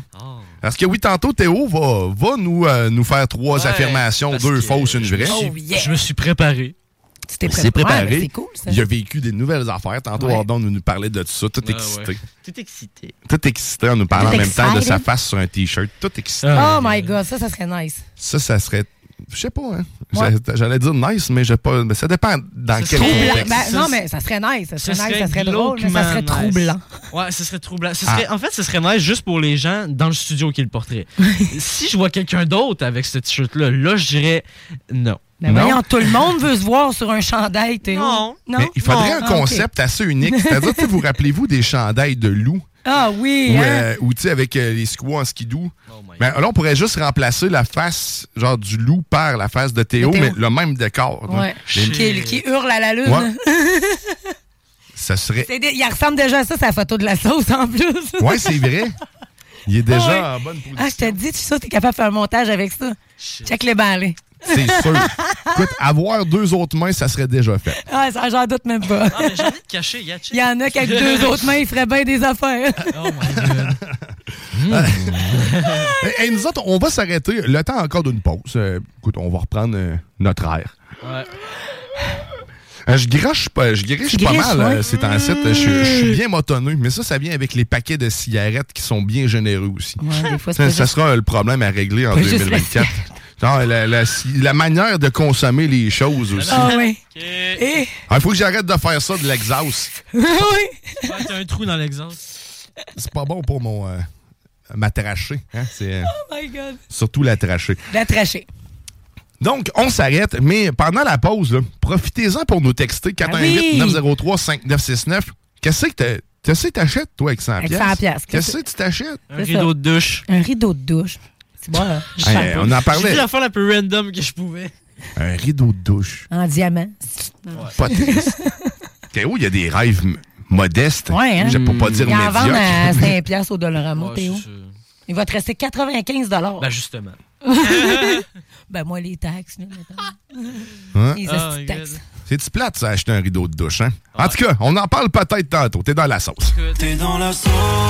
Parce que oui, tantôt, Théo va, va nous, euh, nous faire trois affirmations, deux fausses, une vraie.
Je- Je me suis préparé.
Oh, Tu t'es Ah,
C'est préparé.
Ben, C'est cool, ça.
Il a vécu des nouvelles affaires. Tantôt,
Ouais.
Ardon nous, nous parlait de ça. Tout
Ah,
excité.
ouais. Tout excité.
Tout excité en nous parlant
Tout
en même temps de
excité.
sa face sur un T-shirt. Tout excité.
Ah.
Oh my God, ça, ça serait nice.
Ça, ça serait. Euh, Je sais pas, hein. J'a- J'allais dire nice, mais j'ai pas. Mais ça dépend dans quel
Troublant.
contexte.
Ben, non, mais ça serait nice. Ça
Ce
serait, nice, ça serait
glauquement
drôle, mais ça serait
nice.
troublant.
euh, Ouais, ce serait troublant. Ce serait- En fait, ce serait nice juste pour les gens dans le studio qui le porteraient. si je vois quelqu'un d'autre avec ce t-shirt-là, là, je dirais non.
Ben voyons, tout le monde veut se voir sur un chandail, Théo. Non.
Mais il faudrait un
Ah, ok.
concept assez unique. C'est-à-dire, tu sais, vous rappelez-vous des chandails de loup?
Ah oui,
Ou,
hein?
euh, ou, tu sais, avec euh, les squats en skidou. Ben, là, on pourrait juste remplacer la face genre du loup par la face de Théo,
De Théo.
mais le même décor. là.
Ouais.
Mais-
Qui, qui hurle à la lune.
Ça serait.
C'est dé- il ressemble déjà à ça, sa photo de la sauce en plus.
Ouais, c'est vrai. Il est déjà
Ah
en bonne position.
Ah, je te dis, tu sais, t'es capable de faire un montage avec ça. Check les balais.
C'est sûr. Écoute, avoir deux autres mains, ça serait déjà fait.
Ah, ça, j'en doute même pas.
Ah, mais j'ai envie de cacher, gars.
Il y en a qu'avec deux autres mains, ils feraient bien des affaires.
Oh
Et, nous autres, on va s'arrêter. Le temps encore d'une pause. Euh, écoute, on va reprendre euh, notre air.
Ouais.
Euh, Je griche pas, je griche
Tu
pas
griches,
mal.
ouais. Mmh.
euh, C'est en site. Je je suis bien motonneux, mais ça, ça vient avec les paquets de cigarettes qui sont bien généreux aussi.
Ouais, des fois, c'est
Ça,
pas
ça
juste-
sera euh, le problème à régler en
Pas juste la
2024. Non, la, la- la manière de consommer les choses aussi.
Ah Eh.
Il
oui. Et...
faut que j'arrête de faire ça de l'exhaust.
oui.
Ouais, T'as un trou dans l'exhaust.
C'est pas bon pour mon euh, ma trachée. hein, C'est euh,
Oh my God.
surtout la trachée.
La trachée.
Donc, on s'arrête, mais pendant la pause, là, profitez-en pour nous texter
Ah oui.
418-903-5969. Qu'est-ce que t'as- qu'est-ce que t'achètes, toi, avec 100
Avec
piastres?
100 piastres.
Qu'est-ce que tu t'achètes?
Un
C'est ça.
rideau de douche.
Un rideau de douche. C'est bon, hein? Je
Hey,
sens pas.
on en
J'ai
parlait.
fait la fois la plus random que je pouvais.
Un rideau de douche.
En diamant.
Pas triste. Théo, oh, il y a des rêves m- modestes.
Ouais, hein?
Je peux pas dire
Ils en vendent à
médiocres.
5 piastres au Dollarama, Théo. Il va te rester 95 dollars.
Ben, justement.
Ben, moi, les taxes, là, mettons.
Hein?
Les
Ah,
hosties de
regarde.
taxes.
C'est-tu plate, ça, acheter un rideau de douche, hein? En tout cas, on en parle peut-être tantôt. T'es dans la sauce.
T'es dans la sauce.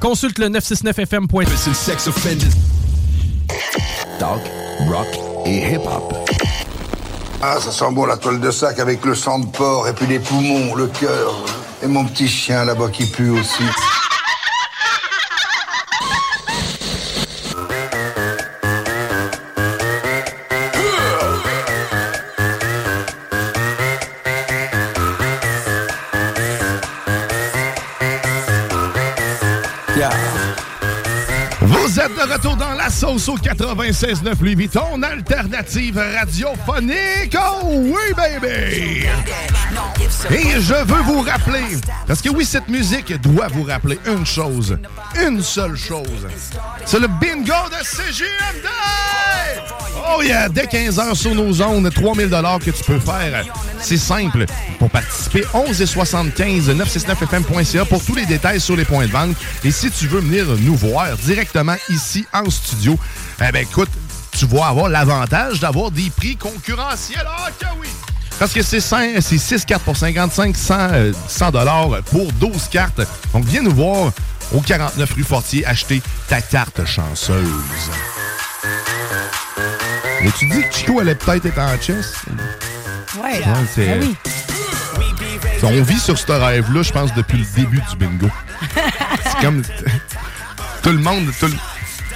Consulte le 969fm.com. C'est sex
Talk, rock et hip-hop. Ah, ça sent bon la toile de sac avec le sang de porc et puis les poumons, le cœur. Et mon petit chien là-bas qui pue aussi.
Vous êtes de retour dans la sauce au 96.9 Louis Vuitton, alternative radiophonique. Oh oui, baby! Et je veux vous rappeler, parce que oui, cette musique doit vous rappeler une chose, une seule chose. C'est le bingo de CGMD! Oh yeah, dès 15h sur nos ondes, 3000 que tu peux faire. C'est simple. Pour participer, 11 et 75 969fm.ca pour tous les détails sur les points de vente. Et si tu veux venir nous voir directement ici en studio, eh ben écoute, tu vas avoir l'avantage d'avoir des prix concurrentiels. Ah que oui! Parce que c'est 5, c'est 6 cartes pour 55, 100, euh, 100 dollars pour 12 cartes. Donc viens nous voir au 49 rue Fortier acheter ta carte chanceuse. Mais tu dis que Chico allait peut-être être en chess.
Ouais,
Ouais, c'est-
ah oui.
On vit sur ce rêve-là, je pense, depuis le début du bingo. C'est comme. Tout le monde. tout le-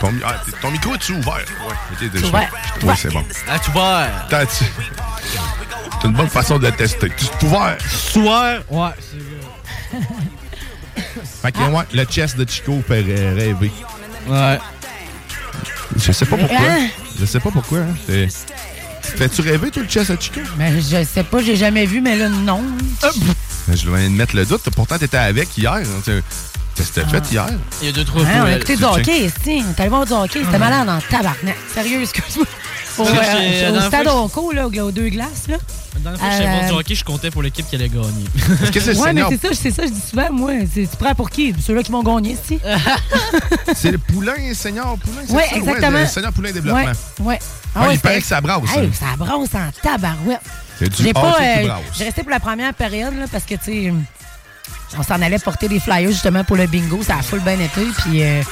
Ton, ah, ton micro est-tu ouvert? Ouais, ok, déjà.
ouvert.
Ouais, c'est bon.
Ah, tu vois.
T'as- tu- C'est une bonne façon de le tester. Tu es ouvert.
Soir, ouais.
Fait que, ouais, le chess de Chico fait rê- rêver.
Ouais.
Je sais pas pourquoi.
Hein?
Je sais pas pourquoi. Hein. C'est- Fais-tu rêver, tout le chess à Chico?
Ben, je sais pas, j'ai jamais vu, mais là, non.
Ben, Je viens de mettre le doute. Pourtant, t'étais avec hier. hein. Tu- Qu'est-ce que t'as fait hier?
Il y a deux, trois
Hein, on a
fois.
écouté du hockey, si. On est allé voir du hockey.
Ah.
C'était malade en tabarnak. Sérieux, excuse-moi. Au,
J'ai-
euh,
j'ai- la
au
dernière
stade
fois
Onco, là, au- aux deux glaces, là.
La dernière fois hein, que j'étais
Euh,
voir du hockey, je comptais pour l'équipe qui allait gagner.
Ouais, mais c'est ça, c'est ça, je dis souvent, moi. c'est- Tu prends pour qui? Ceux-là qui vont gagner, si.
C'est le Poulain, Seigneur Poulain, c'est
Ouais,
ça?
exactement.
Ouais, le Seigneur Poulain Développement.
Ouais, Ah ouais.
Ouais, il
c'est-
paraît que ça brasse,
Hey,
hein.
ça brasse en tabarouette.
C'est du
J'ai pas.
hockey qui
euh,
brasse.
J'ai resté pour la première période, là, parce que, tu sais, on s'en allait porter des flyers, justement, pour le bingo. Ça a full bien été. Puis, euh,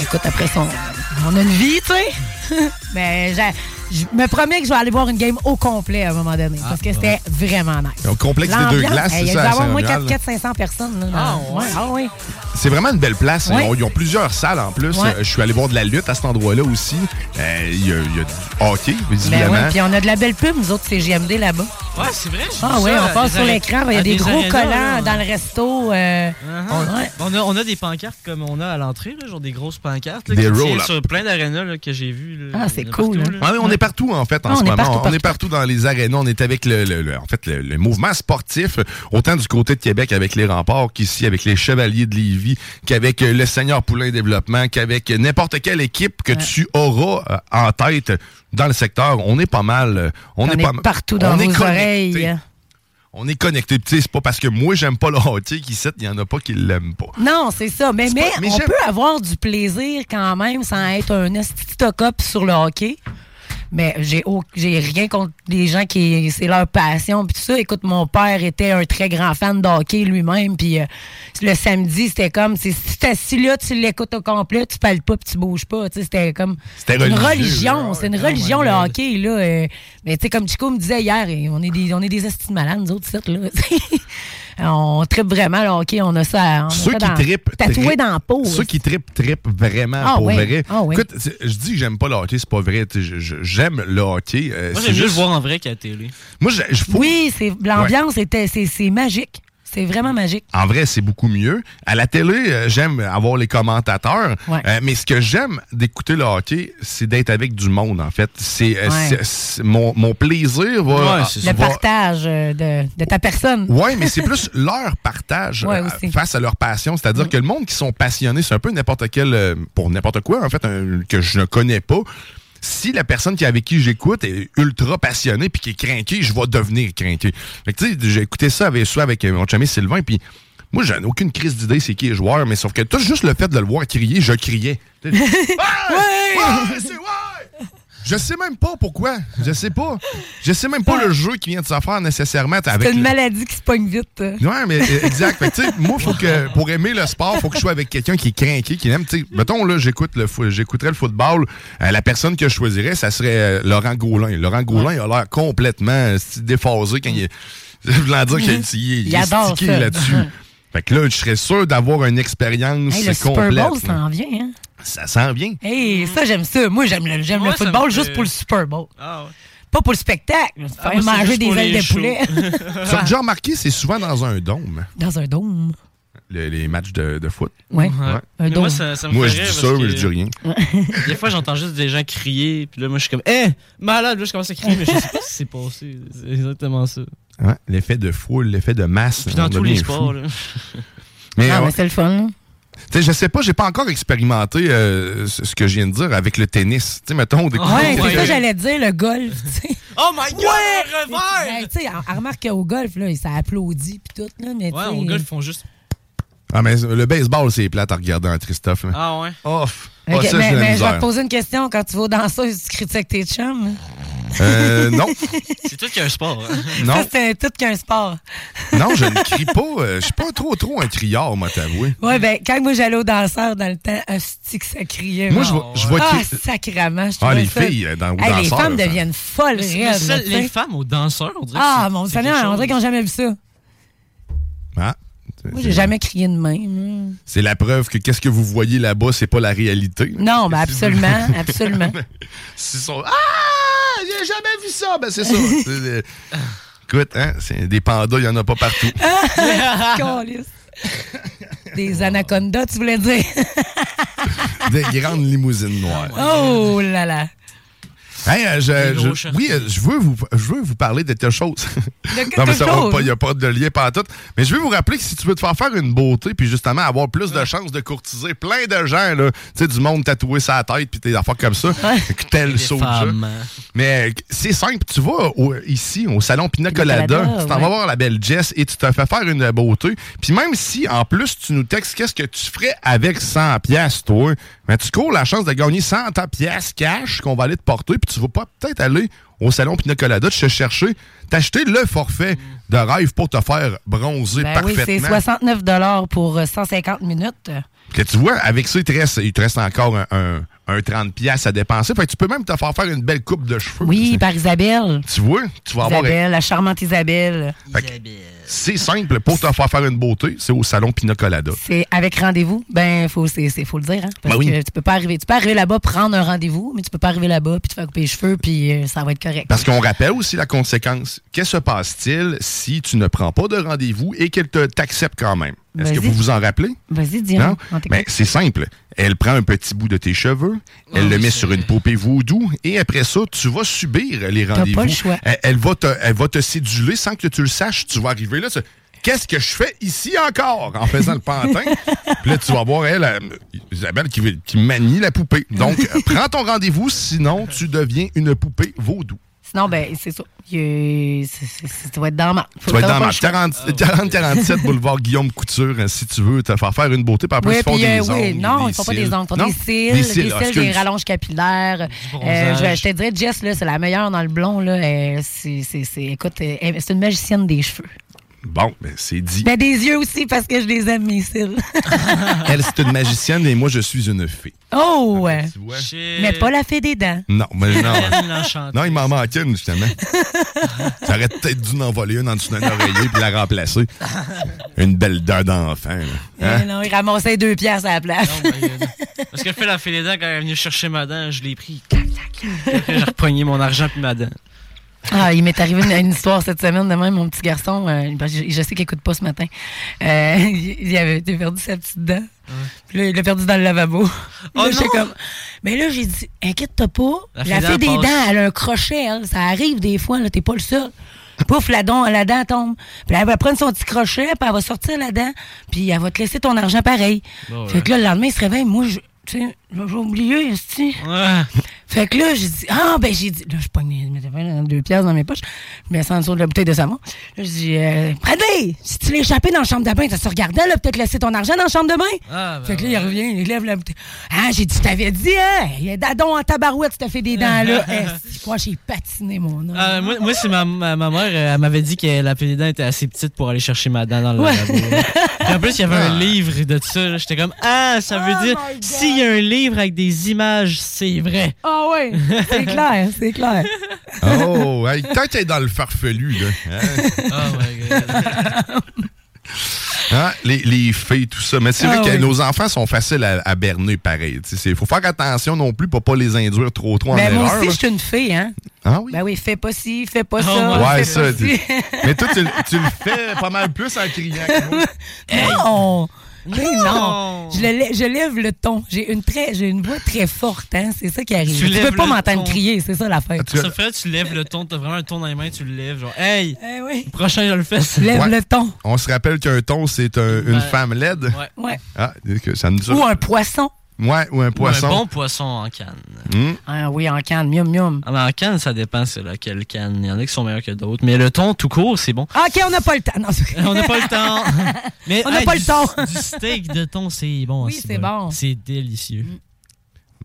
écoute, après, ça, on, on a une vie, tu sais. Mais j'ai- je me promets que je vais aller voir une game au complet à un moment donné,
Ah,
parce que c'était vraiment nice.
Au complexe des deux
L'ambiance,
glaces,
hey,
c'est
Il
ça,
doit y
à
avoir au moins
Saint-Romuald.
400-500 personnes. Là, dans- ouais, ah oui.
C'est vraiment une belle place.
Ouais.
Ils, ont, ils ont plusieurs salles en plus.
Ouais.
Euh, Je suis allé voir de la lutte à cet endroit-là aussi. Euh, Il y, a- il y a du hockey,
Ben
visiblement.
ouais, puis on a de la belle pub, nous autres, c'est JMD là-bas.
Ouais, c'est vrai. j'ai
Ah
vu
oui,
ça
on
à
passe sur
ara-
l'écran, il y
à
a des,
des
gros
arénas,
collants
là. Uh-huh.
dans le resto. euh, ouais.
On, a, on a des pancartes comme on a à l'entrée, là, genre des grosses pancartes là,
Des
qui tiennent
roll-up.
sur plein d'arénas là, que j'ai vues. là.
Ah, c'est cool. hein.
Ah oui, on est partout en fait en
Ah,
ce
on est
moment.
partout,
on est partout dans les arénas. On est avec le, le- le- en fait, le, le mouvement sportif, autant du côté de Québec avec les remparts qu'ici avec les Chevaliers de Lévis, qu'avec euh, le Seigneur Poulain Développement, qu'avec euh, n'importe quelle équipe que tu auras euh, en tête dans le secteur. On est pas mal. euh, On
On est
pas mal-
partout dans
on est
vos
connectés.
oreilles.
On est connecté. C'est pas parce que moi j'aime pas le hockey qu'ici, il y en a pas qui l'aiment pas.
Non, c'est ça. Mais, mais,
mais
on
j'aime-
peut avoir du plaisir quand même sans être un stock-up sur le hockey. Mais j'ai au- j'ai rien contre les gens qui c'est leur passion puis tout ça. Écoute, mon père était un très grand fan de hockey lui-même puis euh, le samedi, c'était comme c'est- si t'es assis là, tu l'écoutes au complet, tu parles pas puis tu bouges pas, tu sais, c'était comme
C'était
une
religieux,
religion, c'est une religion le hockey là. euh, mais tu sais comme Chico me disait hier, eh, on est des on est des estimes malades nous autres ici, là. on tripe vraiment le hockey, on a ça on a
Ceux
ça
qui
dans-
trippent.
tatoué
trippent.
dans la peau.
Ceux qui trippent, trippent vraiment
Ah
pour
ouais.
vrai.
Ah ouais.
Écoute, c'est- je dis que j'aime pas le hockey, c'est pas vrai. Tu sais, je- je- J'aime le hockey. euh,
Moi,
c'est
j'aime mieux le
juste-
voir en vrai qu'à la télé.
Moi, je- je- faut-
Oui, c'est l'ambiance était c'est c'est magique. C'est vraiment magique.
En vrai, c'est beaucoup mieux. À la télé, euh, j'aime avoir les commentateurs.
Ouais.
euh, mais ce que j'aime d'écouter le hockey, c'est d'être avec du monde, en fait. C'est euh,
Ouais.
c'est- c'est- mon, mon plaisir va.
le
va-
partage euh, de, de ta personne.
Oui, mais c'est plus leur partage
Ouais,
euh,
aussi.
face à leur passion. C'est-à-dire que le monde qui sont passionnés, c'est un peu n'importe quel, euh, pour n'importe quoi, en fait, un- que je ne connais pas. Si la personne qui avec qui j'écoute est ultra passionnée puis qui est craquée, je vais devenir craqué. Fait que, tu sais, j'ai écouté ça avec, soit avec euh, mon chumé Sylvain, puis moi, j'ai aucune crise d'idée c'est qui est joueur, mais sauf que tout juste le fait de le voir crier, je criais. Tu sais, Ouais, c'est ouais! Je sais même pas pourquoi. Je sais pas. Je sais même pas le jeu qui vient de s'en faire nécessairement.
C'est
avec
une
le-
maladie qui se pogne vite. euh.
Ouais, mais euh, exact. Fait que, tu sais, moi, faut que, pour aimer le sport, faut que je sois avec quelqu'un qui est craqué, qui aime. Tu sais, mettons, là, j'écoute le fo- j'écouterais le football. euh, la personne que je choisirais, ça serait euh, Laurent Gaulin. Laurent Gaulin, il a l'air complètement euh, sti- déphasé quand il est. Je voulais dire qu'il est- il est,
Il adore
stické
ça.
là-dessus. Fait que là, je serais sûr d'avoir une expérience
Hey, le Super
complète.
Bowl
là.
s'en vient. Hein?
ça sent bien.
Hey, ça, j'aime ça. Moi, j'aime le, j'aime
Moi,
le
ça me
football
fait-
juste pour le Super Bowl.
Ah, ouais.
Pas pour le spectacle. Faire
Ah, moi, c'est
manger
juste
des
pour
ailes
les
de
shows.
poulet
Tu as déjà remarqué, c'est souvent dans un dôme,
dans un dôme.
le- les matchs de, de foot.
Ouais. Un
Mais
dôme.
moi, ça, ça me
Moi,
fait
je
rire
dis
parce
ça, mais
que
je dis rien.
Des fois, j'entends juste des gens crier, puis là, moi, je suis comme, hé, malade, là, je commence à crier, mais je sais pas ce qui s'est passé. C'est exactement ça.
Ouais, l'effet de foule, l'effet de masse.
Puis dans
on
tous les
devient fou.
sports, là.
Mais,
Ah,
ouais.
mais c'est le fun. là.
Tu sais, je sais pas, j'ai pas encore expérimenté euh, ce ce que je viens de dire avec le tennis. Tu sais, mettons, des
Ouais,
cours-
c'est ça que j'allais dire, le golf. tu sais.
Oh my god, un
Ben, tu sais, on- on remarque qu'au golf, là, ça applaudit puis tout. Là, mais
Ouais,
tu sais,
au golf, ils font juste.
Ah, mais le baseball, c'est plate à regarder, hein, Christophe. hein.
Ah ouais.
Off. Ah,
Ok,
ça, j'ai
mais,
de
mais je
la
vais
misère.
te poser une question. Quand tu vas aux danseuses, tu critiques tes chums.
Euh, non.
C'est tout qu'un sport. hein?
Non.
Ça, c'est tout qu'un sport.
Non, je ne crie pas. euh, Je suis pas trop, trop un criard, moi, t'avouer.
Ouais, ben, quand moi j'allais au danseur dans le temps, hostie que ça criait.
Moi, je vois- je vois
Ah,
qui-
sacrément. Je
Ah,
trouvais
les
ça-
filles, euh, dans- au
Hey, Les
danseur,
femmes
ça.
deviennent folles,
Mais c'est
raide,
ça,
là, tu sais.
les femmes aux danseurs, on dirait. que
Ah,
c'est-
mon
c'est
Seigneur,
quelque
on dirait
chose.
qu'ils n'ont jamais vu ça.
Ah.
Moi, j'ai jamais crié de même.
C'est la preuve que qu'est-ce que vous voyez là-bas, c'est pas la réalité.
Non, ben absolument, absolument.
S'ils sont- Ah! J'ai jamais vu ça! Ben, c'est ça. C'est, euh, Écoute, hein, c'est des pandas, il y en a pas partout.
Câlisse. Des anacondas, tu voulais dire?
Des grandes limousines noires.
Oh là là.
Hey, euh, je,
Des gros
je-
shorts.
oui, euh, je veux, vous, je veux vous parler de quelque chose.
quelque
non, mais ça,
chose?
il n'y a pas de lien pas tout. Mais je veux vous rappeler que si tu veux te faire faire une beauté, puis justement avoir plus de chances de courtiser plein de gens, là, tu sais, du monde tatoué sa tête, puis des affaires comme ça, que tel soja.
femmes, hein.
Mais euh, c'est simple, tu vas au- ici au salon Pinacolada,
Pinacolada,
tu t'en
ouais.
vas voir la belle Jess et tu te fais faire une beauté. Puis même si en plus tu nous textes qu'est-ce que tu ferais avec 100 pièces toi, mais tu cours la chance de gagner 100 pièces cash qu'on va aller te porter puis tu vas pas peut-être aller au salon Pinacolada te chercher, t'acheter le forfait de rêve pour te faire bronzer
Ben oui,
parfaitement.
c'est 69 pour euh, 150 minutes.
Que tu vois, avec ça, il te reste, il te reste encore un, un- un 30 pièces à dépenser. Fait que tu peux même te faire faire une belle coupe de cheveux.
Oui, par Isabelle.
Tu vois, tu vas avoir
Isabelle, la charmante Isabelle.
Fait que C'est simple pour te faire faire une beauté, c'est au salon Pinacolada.
C'est avec rendez-vous. Ben, faut, c'est, c'est- faut le dire, hein, Parce
Ben oui.
que tu peux pas arriver. Tu peux arriver là-bas, prendre un rendez-vous, mais tu peux pas arriver là-bas, puis te faire couper les cheveux, puis euh, ça va être correct.
Parce qu'on rappelle aussi la conséquence. Qu'est-ce que se passe-t-il si tu ne prends pas de rendez-vous et qu'elle te- t'accepte quand même? Est-ce que
Vas-y.
vous vous en rappelez?
Vas-y, dis
Non?
on t'écoute.
Mais c'est simple. Elle prend un petit bout de tes cheveux, elle le met sur une poupée voodoo, et après ça, tu vas subir les
pas le
rendez-vous.
choix.
Elle, elle va te, elle va te séduler sans que tu le saches. Tu vas arriver là, tu- qu'est-ce que je fais ici encore en faisant le pantin? Puis là, tu vas voir, elle, euh, Isabelle, qui, veut- qui manie la poupée. Donc, euh, prends ton rendez-vous, sinon tu deviens une poupée vaudou.
Sinon, ben, c'est ça. Il- c'est- c'est- c'est- Tu vas être dans ma.
Tu vas être dans ma Ah, 40-47 boulevard Guillaume Couture, euh, si tu veux te faire faire une beauté. Par plus,
Oui,
ils font
puis,
des
euh, oui,
ongles,
non,
des
ils font pas
cils.
des ongles, ils font
Non?
des
ah,
cils, des cils, des,
excuse.
rallonges capillaires. Euh, je,
bronzage.
je te dirais, Jess, là, c'est la meilleure dans le blond. Là. Euh, c'est, c'est, c'est- écoute, euh, elle- c'est une magicienne des cheveux.
Bon, ben, c'est dit.
Mais des yeux aussi, parce que je les aime, mes cils.
Elle, c'est une magicienne et moi, je suis une fée.
oh, ouais. Mais pas la fée des dents.
Ah, Non, mais non.
l'enchanteuse.
non, il m'en manquait une, justement. J'aurais peut-être dû en voler une en dessous d'un oreiller puis la remplacer. Une belle dent d'enfant. là. Hein?
Eh Non, il ramassait deux pièces à la place.
Parce qu'elle fait la fée des dents quand elle est venue chercher ma dent, je l'ai pris. Clac, clac, clac. Après, J'ai repogné mon argent puis ma dent.
Ah, il m'est arrivé une, une histoire cette semaine de même, mon petit garçon. euh, ben, je, je sais qu'il écoute pas ce matin. Euh, il, il avait il a perdu sa petite dent. Puis là, il l'a perdu dans le lavabo.
Oh
Là, j'étais
non!
comme- Mais là, j'ai dit, inquiète-toi pas.
La
La,
fée
fée des
dent passe.
dents, elle a un crochet, elle. Ça arrive des fois, là, t'es pas le seul. Pouf, la, don, la dent tombe. Puis là, elle va prendre son petit crochet, puis elle va sortir la dent, puis elle va te laisser ton argent pareil.
Bon, ouais.
Fait que là, le lendemain, il se réveille. Moi, je, tu sais, j'ai oublié, esti. Fait que là, j'ai dit, ah, ben, j'ai dit, là, je pognais, je mettais vraiment hein, deux pièces dans mes poches, je me sens sur la bouteille de savon. Là, je dis, euh, Bradley, si tu l'as échappé dans la chambre de bain, ça se regardait, là, peut-être laisser ton argent dans la chambre de bain.
Ah, ben
fait que là, il revient, il lève la bouteille. Ah, j'ai dit, je t'avais dit, hein, il y a Dadon en tabarouette, tu t'as fait des dents, là. Esti, Je crois que j'ai patiné, mon nom.
Ah, moi, moi, c'est ma, ma, ma mère, euh, elle m'avait dit que la fée des dents était assez petite pour aller chercher ma dent dans le
Ouais.
lavabo. Puis en plus, il y avait
Ah.
un livre de ça. là. J'étais comme, ah, ça
Oh
veut dire, s'il y a un livre avec des images, c'est vrai.
Ah ouais, c'est clair, c'est clair.
Oh, hey, tant qu'elle est dans le farfelu, là. hein?
Ah,
Hein, Les, les fées, tout ça. Mais c'est
Ah
vrai que
oui.
nos enfants sont faciles à, à berner pareil. Il faut faire attention non plus pour pas les induire trop trop en
Ben, moi
erreur.
aussi,
là.
je suis une fille, hein.
Ah oui?
Ben oui, fais pas ci, fais
Oh,
pas ça. fais
ouais, ça.
pas
tu-
ci.
Mais toi, tu, le- tu le fais pas mal plus en criant. que moi.
Non! Mais non! Je, le lè- je lève le ton. J'ai une, très, j'ai une voix très forte, hein? C'est ça qui arrive. Tu,
Tu lèves
peux pas
le
m'entendre
ton.
crier, c'est ça
Ah,
l'affaire.
Ça fait, tu lèves le ton, t'as vraiment un ton dans les mains, tu le lèves, genre, hey, le prochain, je le fais.
Eh Lève
Ouais.
le ton.
On se rappelle qu'un ton, c'est un- une
Ouais.
femme laide.
Ben, Ouais.
Ah, que ça me dure.
Ou un poisson.
Ouais, ou un poisson. Hmm.
Ou un bon poisson en canne.
Ah oui, en canne, miam miam.
Ah, mais en canne, ça dépend c'est laquelle canne. Il y en a qui sont meilleurs que d'autres. Mais le ton tout court, c'est bon.
Ah, OK, on n'a pas le temps. Non, c'est-
On n'a pas le temps. Mais,
on n'a
hey,
pas
du-
le temps.
Du steak de thon, c'est bon.
Oui, c'est bon. Mm.
C'est délicieux.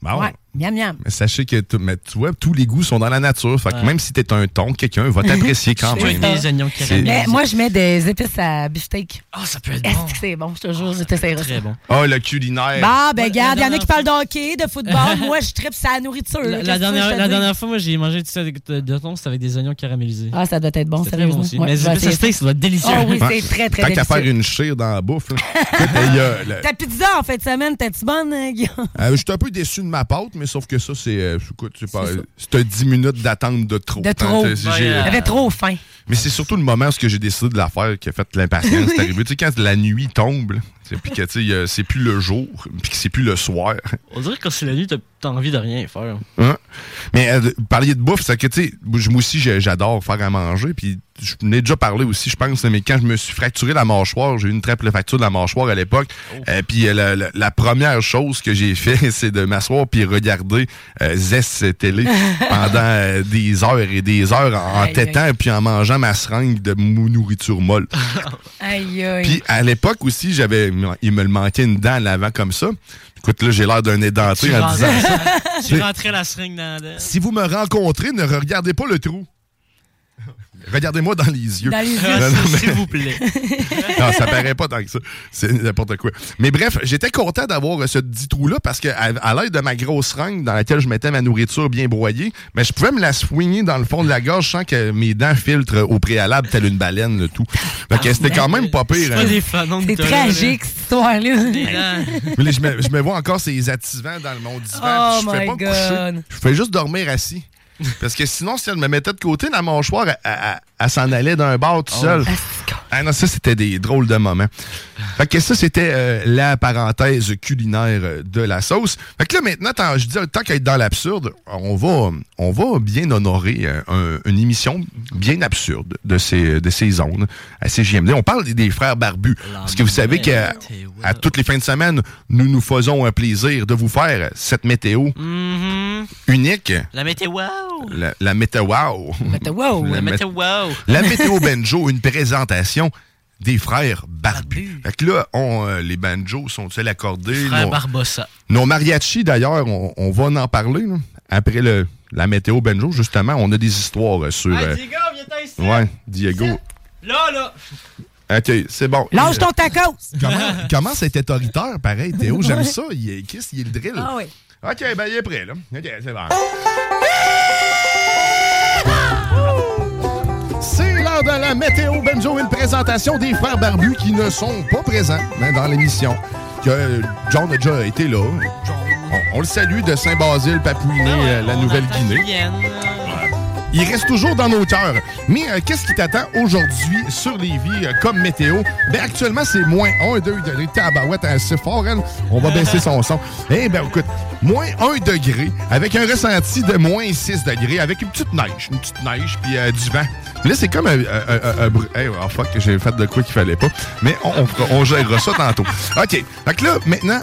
Bon.
Ouais. Miam, miam.
Mais sachez que t- mais tu vois, tous les goûts sont dans la nature. Fait que
Ouais.
même si t'es un ton, quelqu'un va t'apprécier quand
Je
même.
fais ça.
C'est-
Mais moi, je mets des épices à beefsteak. Ah,
ça peut
être bon. Est-ce que c'est bon? Je te jure, je t'essayerai. Très bon.
Ah, le culinaire.
Bah, ben, regarde, il y en a qui parlent de hockey, de football. moi, je tripe sa nourriture.
La,
Qu'est-ce
la
que tu veux, je
dernière,
te
la
dise?
dernière fois, moi, j'ai mangé tout ça avec de, de thon, c'était avec des oignons caramélisés.
Ah, ça doit être bon,
C'était très bon
sérieusement.
aussi.
Ouais, je
Mais
vais
ça,
essayer
steak, ça doit être délicieux.
Ah oui, c'est très, très
Tant qu'à
délicieux.
faire une chire dans la bouffe, là. Écoute, hey, euh, le-
Ta pizza, en fait, semaine, t'es-tu bonne, euh, Guillaume?
euh, je suis un peu déçu de ma pâte, mais sauf que ça, c'est. euh, écoute, c'est pas. C'est un 10 minutes d'attente de trop.
De
Hein,
trop.
t'sais, j'ai-
J'avais trop faim.
Mais c'est surtout le moment où ce que j'ai décidé de la faire qui a fait l'impatience. C'est arrivé. Tu sais, quand la nuit tombe, là, c'est- puis que tu sais, euh, c'est plus le jour, puis que c'est plus le soir.
On dirait que quand c'est la nuit, t'as- t'as envie de rien faire.
Hein? Mais euh, de- parler de bouffe, c'est que, tu sais, je- moi aussi, j'ai- j'adore faire à manger. Puis, je n'ai déjà parlé aussi, je pense, mais quand je me suis fracturé la mâchoire, j'ai eu une triple fracture de la mâchoire à l'époque.
Oh.
Euh, puis, euh, la, la- la première chose que j'ai fait, c'est de m'asseoir puis regarder euh, Zest télé pendant euh, des heures et des heures en
Aïe, aïe.
têtant puis en mangeant ma seringue de mou- nourriture molle.
Aïe, aïe.
Puis à l'époque aussi, j'avais il me le manquait une dent à l'avant comme ça. Écoute, là, j'ai l'air d'un édenté en disant ça.
tu
Mais-
rentrais la seringue dans la...
Si vous me rencontrez, ne regardez pas le trou. Regardez-moi dans les yeux.
Dans les yeux.
Non, non, mais-
S'il vous plaît.
non, ça paraît pas tant que ça. C'est n'importe quoi. Mais bref, j'étais content d'avoir euh, ce petit trou-là parce que à, à l'aide de ma grosse rangue dans laquelle je mettais ma nourriture bien broyée, mais je pouvais me la soigner dans le fond de la gorge sans que mes dents filtrent au préalable telle une baleine, le tout. Fait
Ah,
que c'était quand même pas pire. hein.
C'est tragique, cette histoire-là.
Mais là, je, me, je me vois encore
Oh
ces attivants dans le monde divan.
Oh
puis je fais
my
pas me coucher.
God.
Je fais juste dormir assis. Parce que sinon, si elle me mettait de côté, la mâchoire, elle, elle- elle- elle s'en allait d'un bord tout
Oh.
seul.
Ah,
Ah non, ça, c'était des drôles de moments. Fait que ça, c'était euh, la parenthèse culinaire euh, de la sauce. Fait que là, maintenant, tant- je dis, tant qu'à être dans l'absurde, on va, on va bien honorer euh, un- une émission bien absurde de ces, de ces zones à CGMD. On parle des, des frères barbus. Parce que vous savez qu'à à toutes les fins de semaine, nous nous faisons un plaisir de vous faire cette météo unique.
Mm-hmm. La météo.
La, la météo wow.
La
mé-
météo.
La météo banjo, une présentation des frères barbus. Fait que là, on, euh, les banjos sont-ils accordés?
Frère
Nos-
Barbossa.
nos mariachis, d'ailleurs, on, on va en parler. là. Après le, la météo banjo, justement, on a des histoires euh, sur...
Ah,
euh, ouais, Diego.
Là, là.
OK, c'est bon.
Lâche ton tacos!
Comment, comment c'est autoritaire, pareil, Théo? J'aime
Ouais.
ça. Il est, Chris, il est le drill.
Ah oui.
OK, ben il est prêt, là. OK, c'est bon. C'est l'heure de la météo Benjo, une présentation des frères barbus qui ne sont pas présents hein, dans l'émission. Que John a déjà été là. On, on le salue de Saint-Basile, Papouiné, euh, la Nouvelle-Guinée. Il reste toujours dans nos cœurs. Mais euh, qu'est-ce qui t'attend aujourd'hui sur Lévis euh, comme météo? Ben, actuellement, c'est moins 1 degré de tabarouette assez fort. hein? On va baisser son son. Eh ben écoute, moins 1 degré avec un ressenti de moins 6 degrés avec une petite neige, une petite neige puis euh, du vent. Là, c'est comme euh, un... un- un- un br- hey, oh, fuck, j'ai fait de quoi qu'il fallait pas. Mais on, on, fera- on gérera ça tantôt. OK. Fait que là, maintenant,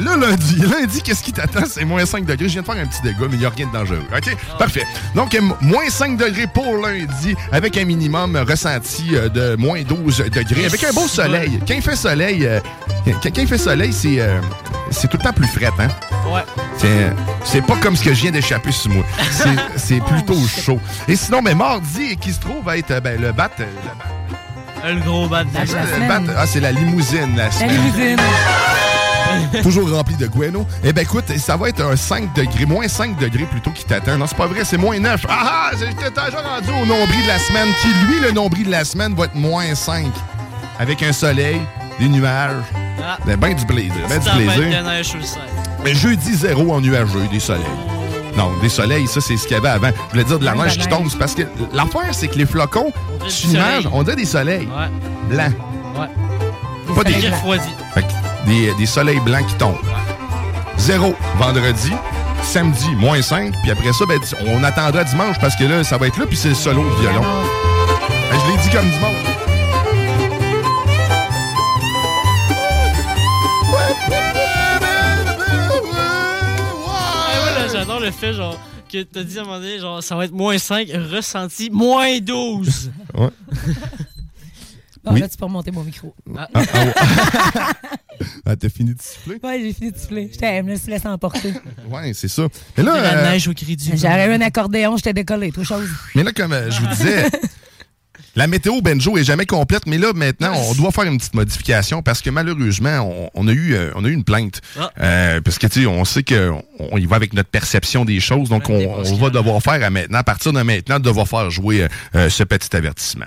Là, lundi, lundi, qu'est-ce qui t'attend? C'est moins 5 degrés. Je viens de faire un petit dégât, mais il n'y a rien de dangereux. OK? Parfait. Donc, euh, moins 5 degrés pour lundi, avec un minimum ressenti euh, de moins 12 degrés, avec un beau soleil. Quand il fait soleil, euh, quand quand il fait soleil, c'est euh, c'est tout le temps plus frais, hein?
Ouais.
C'est- C'est pas comme ce que je viens d'échapper sur moi. C'est- C'est plutôt chaud. Et sinon, mais mardi, qui se trouve être euh, ben, le bat. euh,
Le gros bat de
Le, le bat ah, c'est la limousine, la semaine. Toujours rempli de gueno. Eh ben écoute, ça va être un 5 degrés, moins 5 degrés plutôt qui t'atteint. Non, c'est pas vrai, c'est moins 9. Ah ah, j'étais déjà rendu au nombril de la semaine qui, lui, le nombril de la semaine va être moins 5. Avec un soleil, des nuages,
Ah.
ben, ben du plaisir, ben du
Tempête
plaisir.
de neige sur le sel.
Mais jeudi, zéro en nuageux, des soleils. Non, des soleils, ça, c'est ce qu'il y avait avant. Je voulais dire de la
Oui,
neige
la
qui
neige.
tombe, c'est parce que l'affaire, c'est que les flocons,
dirait
tu
du
imagines,
soleil.
on dirait des soleils
Ouais.
blancs.
Ouais.
Pas des-
Qui refroidit.
Fait que des, des soleils blancs qui tombent. Zéro vendredi, samedi, moins 5, puis après ça, ben, on attendra dimanche parce que là, ça va être là, puis c'est le solo au violon.
Ah.
Ben, je l'ai dit comme dimanche.
Ah, ouais, là, J'adore le fait, genre, que t'as dit à un moment donné, genre, ça va être moins 5, ressenti moins 12.
Ouais.
Bon,
Oui.
là, tu peux remonter mon micro.
Ah.
Ah, ah, ouais. Ah, t'as fini de siffler?
Ouais, j'ai fini de siffler. J'étais, me suis laissé emporter.
Ouais, c'est ça. Mais là,
De la
euh,
neige J'avais eu un accordéon, j'étais décollé, tout chose.
mais là, comme euh, je vous disais, la météo Benjo est jamais complète, mais là, maintenant, on doit faire une petite modification parce que malheureusement, on, on a, eu, euh, on a eu une plainte.
Ah.
Euh, parce que, tu sais, on sait qu'on on y va avec notre perception des choses, donc on, on va devoir faire à maintenant, à partir de maintenant, devoir faire jouer euh, euh, ce petit avertissement.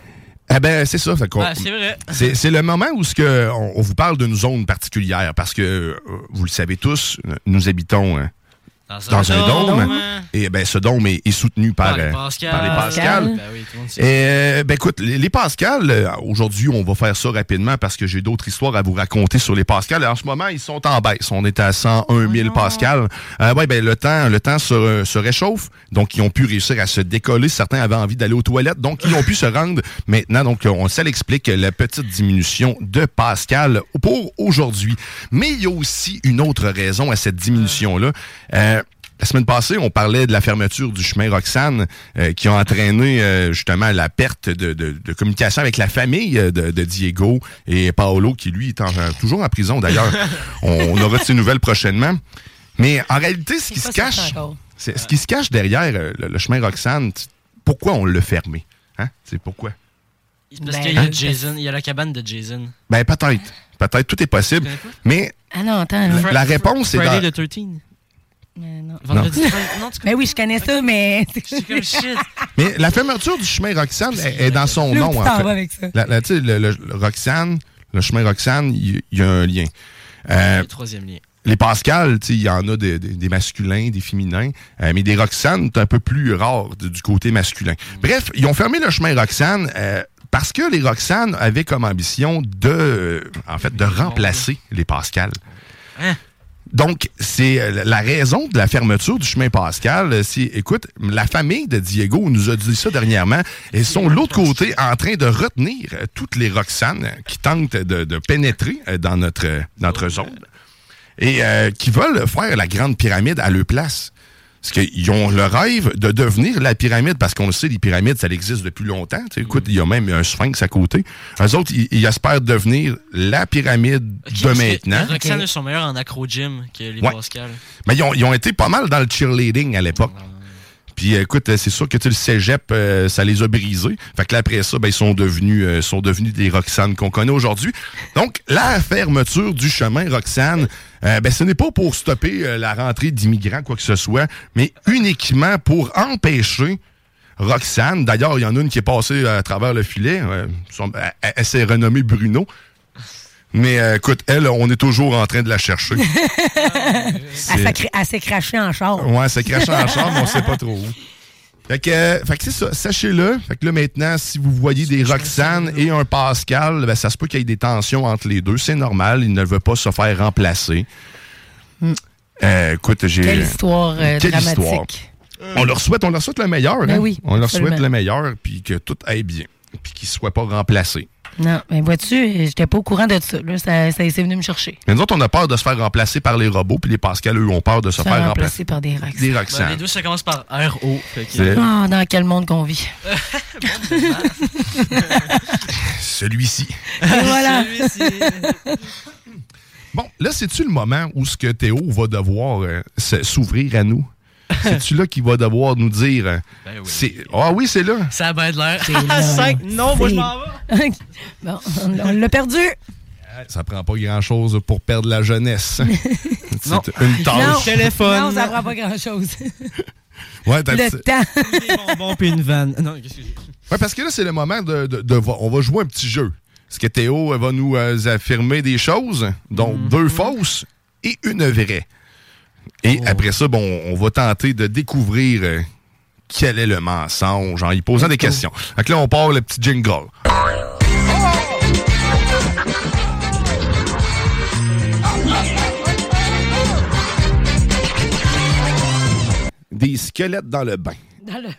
Eh ben c'est ça. fait qu'on-
Ah, c'est vrai.
C'est c'est le moment où ce que on, on vous parle d'une zone particulière parce que euh, vous le savez tous, euh, nous habitons euh, dans, un, dôme. Et ben ce dôme est, est soutenu par, euh, par les Pascal.
Ben oui, tout le monde sait.
Euh, ben écoute, les, les Pascal, euh, aujourd'hui, on va faire ça rapidement parce que j'ai d'autres histoires à vous raconter sur les Pascal. En ce moment, ils sont en baisse. On est à 101 000 Pascal. Euh, ouais, ben le temps, le temps se, euh, se réchauffe, donc ils ont pu réussir à se décoller. Certains avaient envie d'aller aux toilettes, donc ils ont pu se rendre. Maintenant, donc on ça l'explique la petite diminution de Pascal pour aujourd'hui. Mais il y a aussi une autre raison à cette diminution là. Euh, la semaine passée, on parlait de la fermeture du chemin Roxane euh, qui a entraîné euh, justement la perte de, de- de communication avec la famille euh, de, de Diego et Paolo qui lui est en- euh, toujours en prison d'ailleurs. on, on aura de ses nouvelles prochainement. Mais en réalité, ce qui se cache, c'est- ce qui se cache derrière euh, le, le chemin Roxane, t- pourquoi on l'a fermé Hein C'est pourquoi
Parce
Ben,
qu'il y a
hein?
Jason, il y a la cabane de Jason.
Ben peut-être, peut-être tout est possible, mais
Ah non, attends.
La-
là.
la réponse est dans-
Friday the 13
non.
Vendredi
Mais Ben oui, je connais ça, mais.
comme shit.
Mais la fermeture du chemin Roxane est, est dans son
Là où
nom,
tu
en
t'en
fait.
vas avec ça.
La- la- tu sais, le, le- le Roxane, le chemin Roxane, il il y, a un lien. Euh,
Le troisième lien.
les Pascal, tu sais, il y en a des, des- des masculins, des féminins, euh, mais des Roxane, c'est un peu plus rare du, du côté masculin. Bref, ils ont fermé le chemin Roxane euh, parce que les Roxane avaient comme ambition de, euh, en fait, de remplacer les Pascal. Donc, c'est euh, la raison de la fermeture du chemin Pascal. euh, C'est, écoute, la famille de Diego nous a dit ça dernièrement. Ils sont de l'autre côté en train de retenir euh, toutes les Roxane euh, qui tentent de, de pénétrer euh, dans notre, euh, notre zone et euh, qui veulent faire la grande pyramide à leur place. Parce qu'ils ont le rêve de devenir la pyramide, parce qu'on le sait, les pyramides, ça existe depuis longtemps. Tu sais, écoute, il y a même un sphinx à côté. Eux autres, ils, ils espèrent devenir la pyramide de
Parce que
maintenant.
les Roxane sont meilleurs en acro-gym que les
Ouais.
Pascal.
Mais ils ont, ils ont été pas mal dans le cheerleading à l'époque. Puis euh, écoute, euh, c'est sûr que tu sais, le cégep, euh, ça les a brisés. Fait que là, après ça, ben, ils sont devenus, euh, sont devenus des Roxane qu'on connaît aujourd'hui. Donc, la fermeture du chemin Roxane, euh, ben, ce n'est pas pour stopper euh, la rentrée d'immigrants, quoi que ce soit, mais uniquement pour empêcher Roxane. D'ailleurs, il y en a une qui est passée à travers le filet. euh, son- elle- elle elle s'est renommée Bruno. Mais euh, écoute, elle, on est toujours en train de la chercher.
Elle s'est cra- elle s'est crachée ah, en char.
Euh, Ouais, c'est craché en chambre, on sait pas trop où. Fait que, euh, fait que c'est ça, sachez-le. Fait que là, maintenant, si vous voyez des Roxane et un Pascal, ben, ça se peut qu'il y ait des tensions entre les deux. C'est normal, ils ne veulent pas se faire remplacer. Euh, écoute, j'ai...
Hmm. Quelle histoire euh,
Quelle
dramatique.
histoire. On leur souhaite, on leur souhaite le meilleur.
Ben
hein?
oui,
on leur
absolument.
souhaite le meilleur, puis que tout aille bien, puis qu'ils ne soient pas remplacés.
Non, mais vois-tu, j'étais pas au courant de ça. Là, ça, ça c'est venu me chercher.
Mais nous autres, on a peur de se faire remplacer par les robots, puis les Pascal, eux, ont peur de se
Se
faire
remplacer
remplacer
par des Roxane.
Des
Ben,
Roxane.
les deux, ça commence par RO. fait que-
C'est-
Ah, dans quel monde qu'on vit.
Celui-ci.
Et voilà.
Bon, là, c'est-tu le moment où ce que Théo va devoir euh, se- s'ouvrir à nous? C'est-tu là qu'il va devoir nous dire... euh, c'est- Ah oui, c'est là.
Ça va être l'air.
là,
Ah, Cinq, non, moi je m'en vais.
vais. bon, on, on l'a perdu.
Ça prend pas grand-chose pour perdre la jeunesse. c'est une
non,
tâche.
Non, ça prend pas grand-chose.
Ouais, Ah, t'as-
Le temps.
bonbons puis une vanne. Non, excusez.
Ouais, parce que là, c'est le moment de, de- de voir- On va jouer un petit jeu. Parce que Théo euh, va nous euh, affirmer des choses, dont deux fausses et une vraie. Et après ça, bon, on va tenter de découvrir euh, quel est le mensonge en y posant des questions. Donc là, on part le petit jingle. Des squelette dans le bain.
Dans le...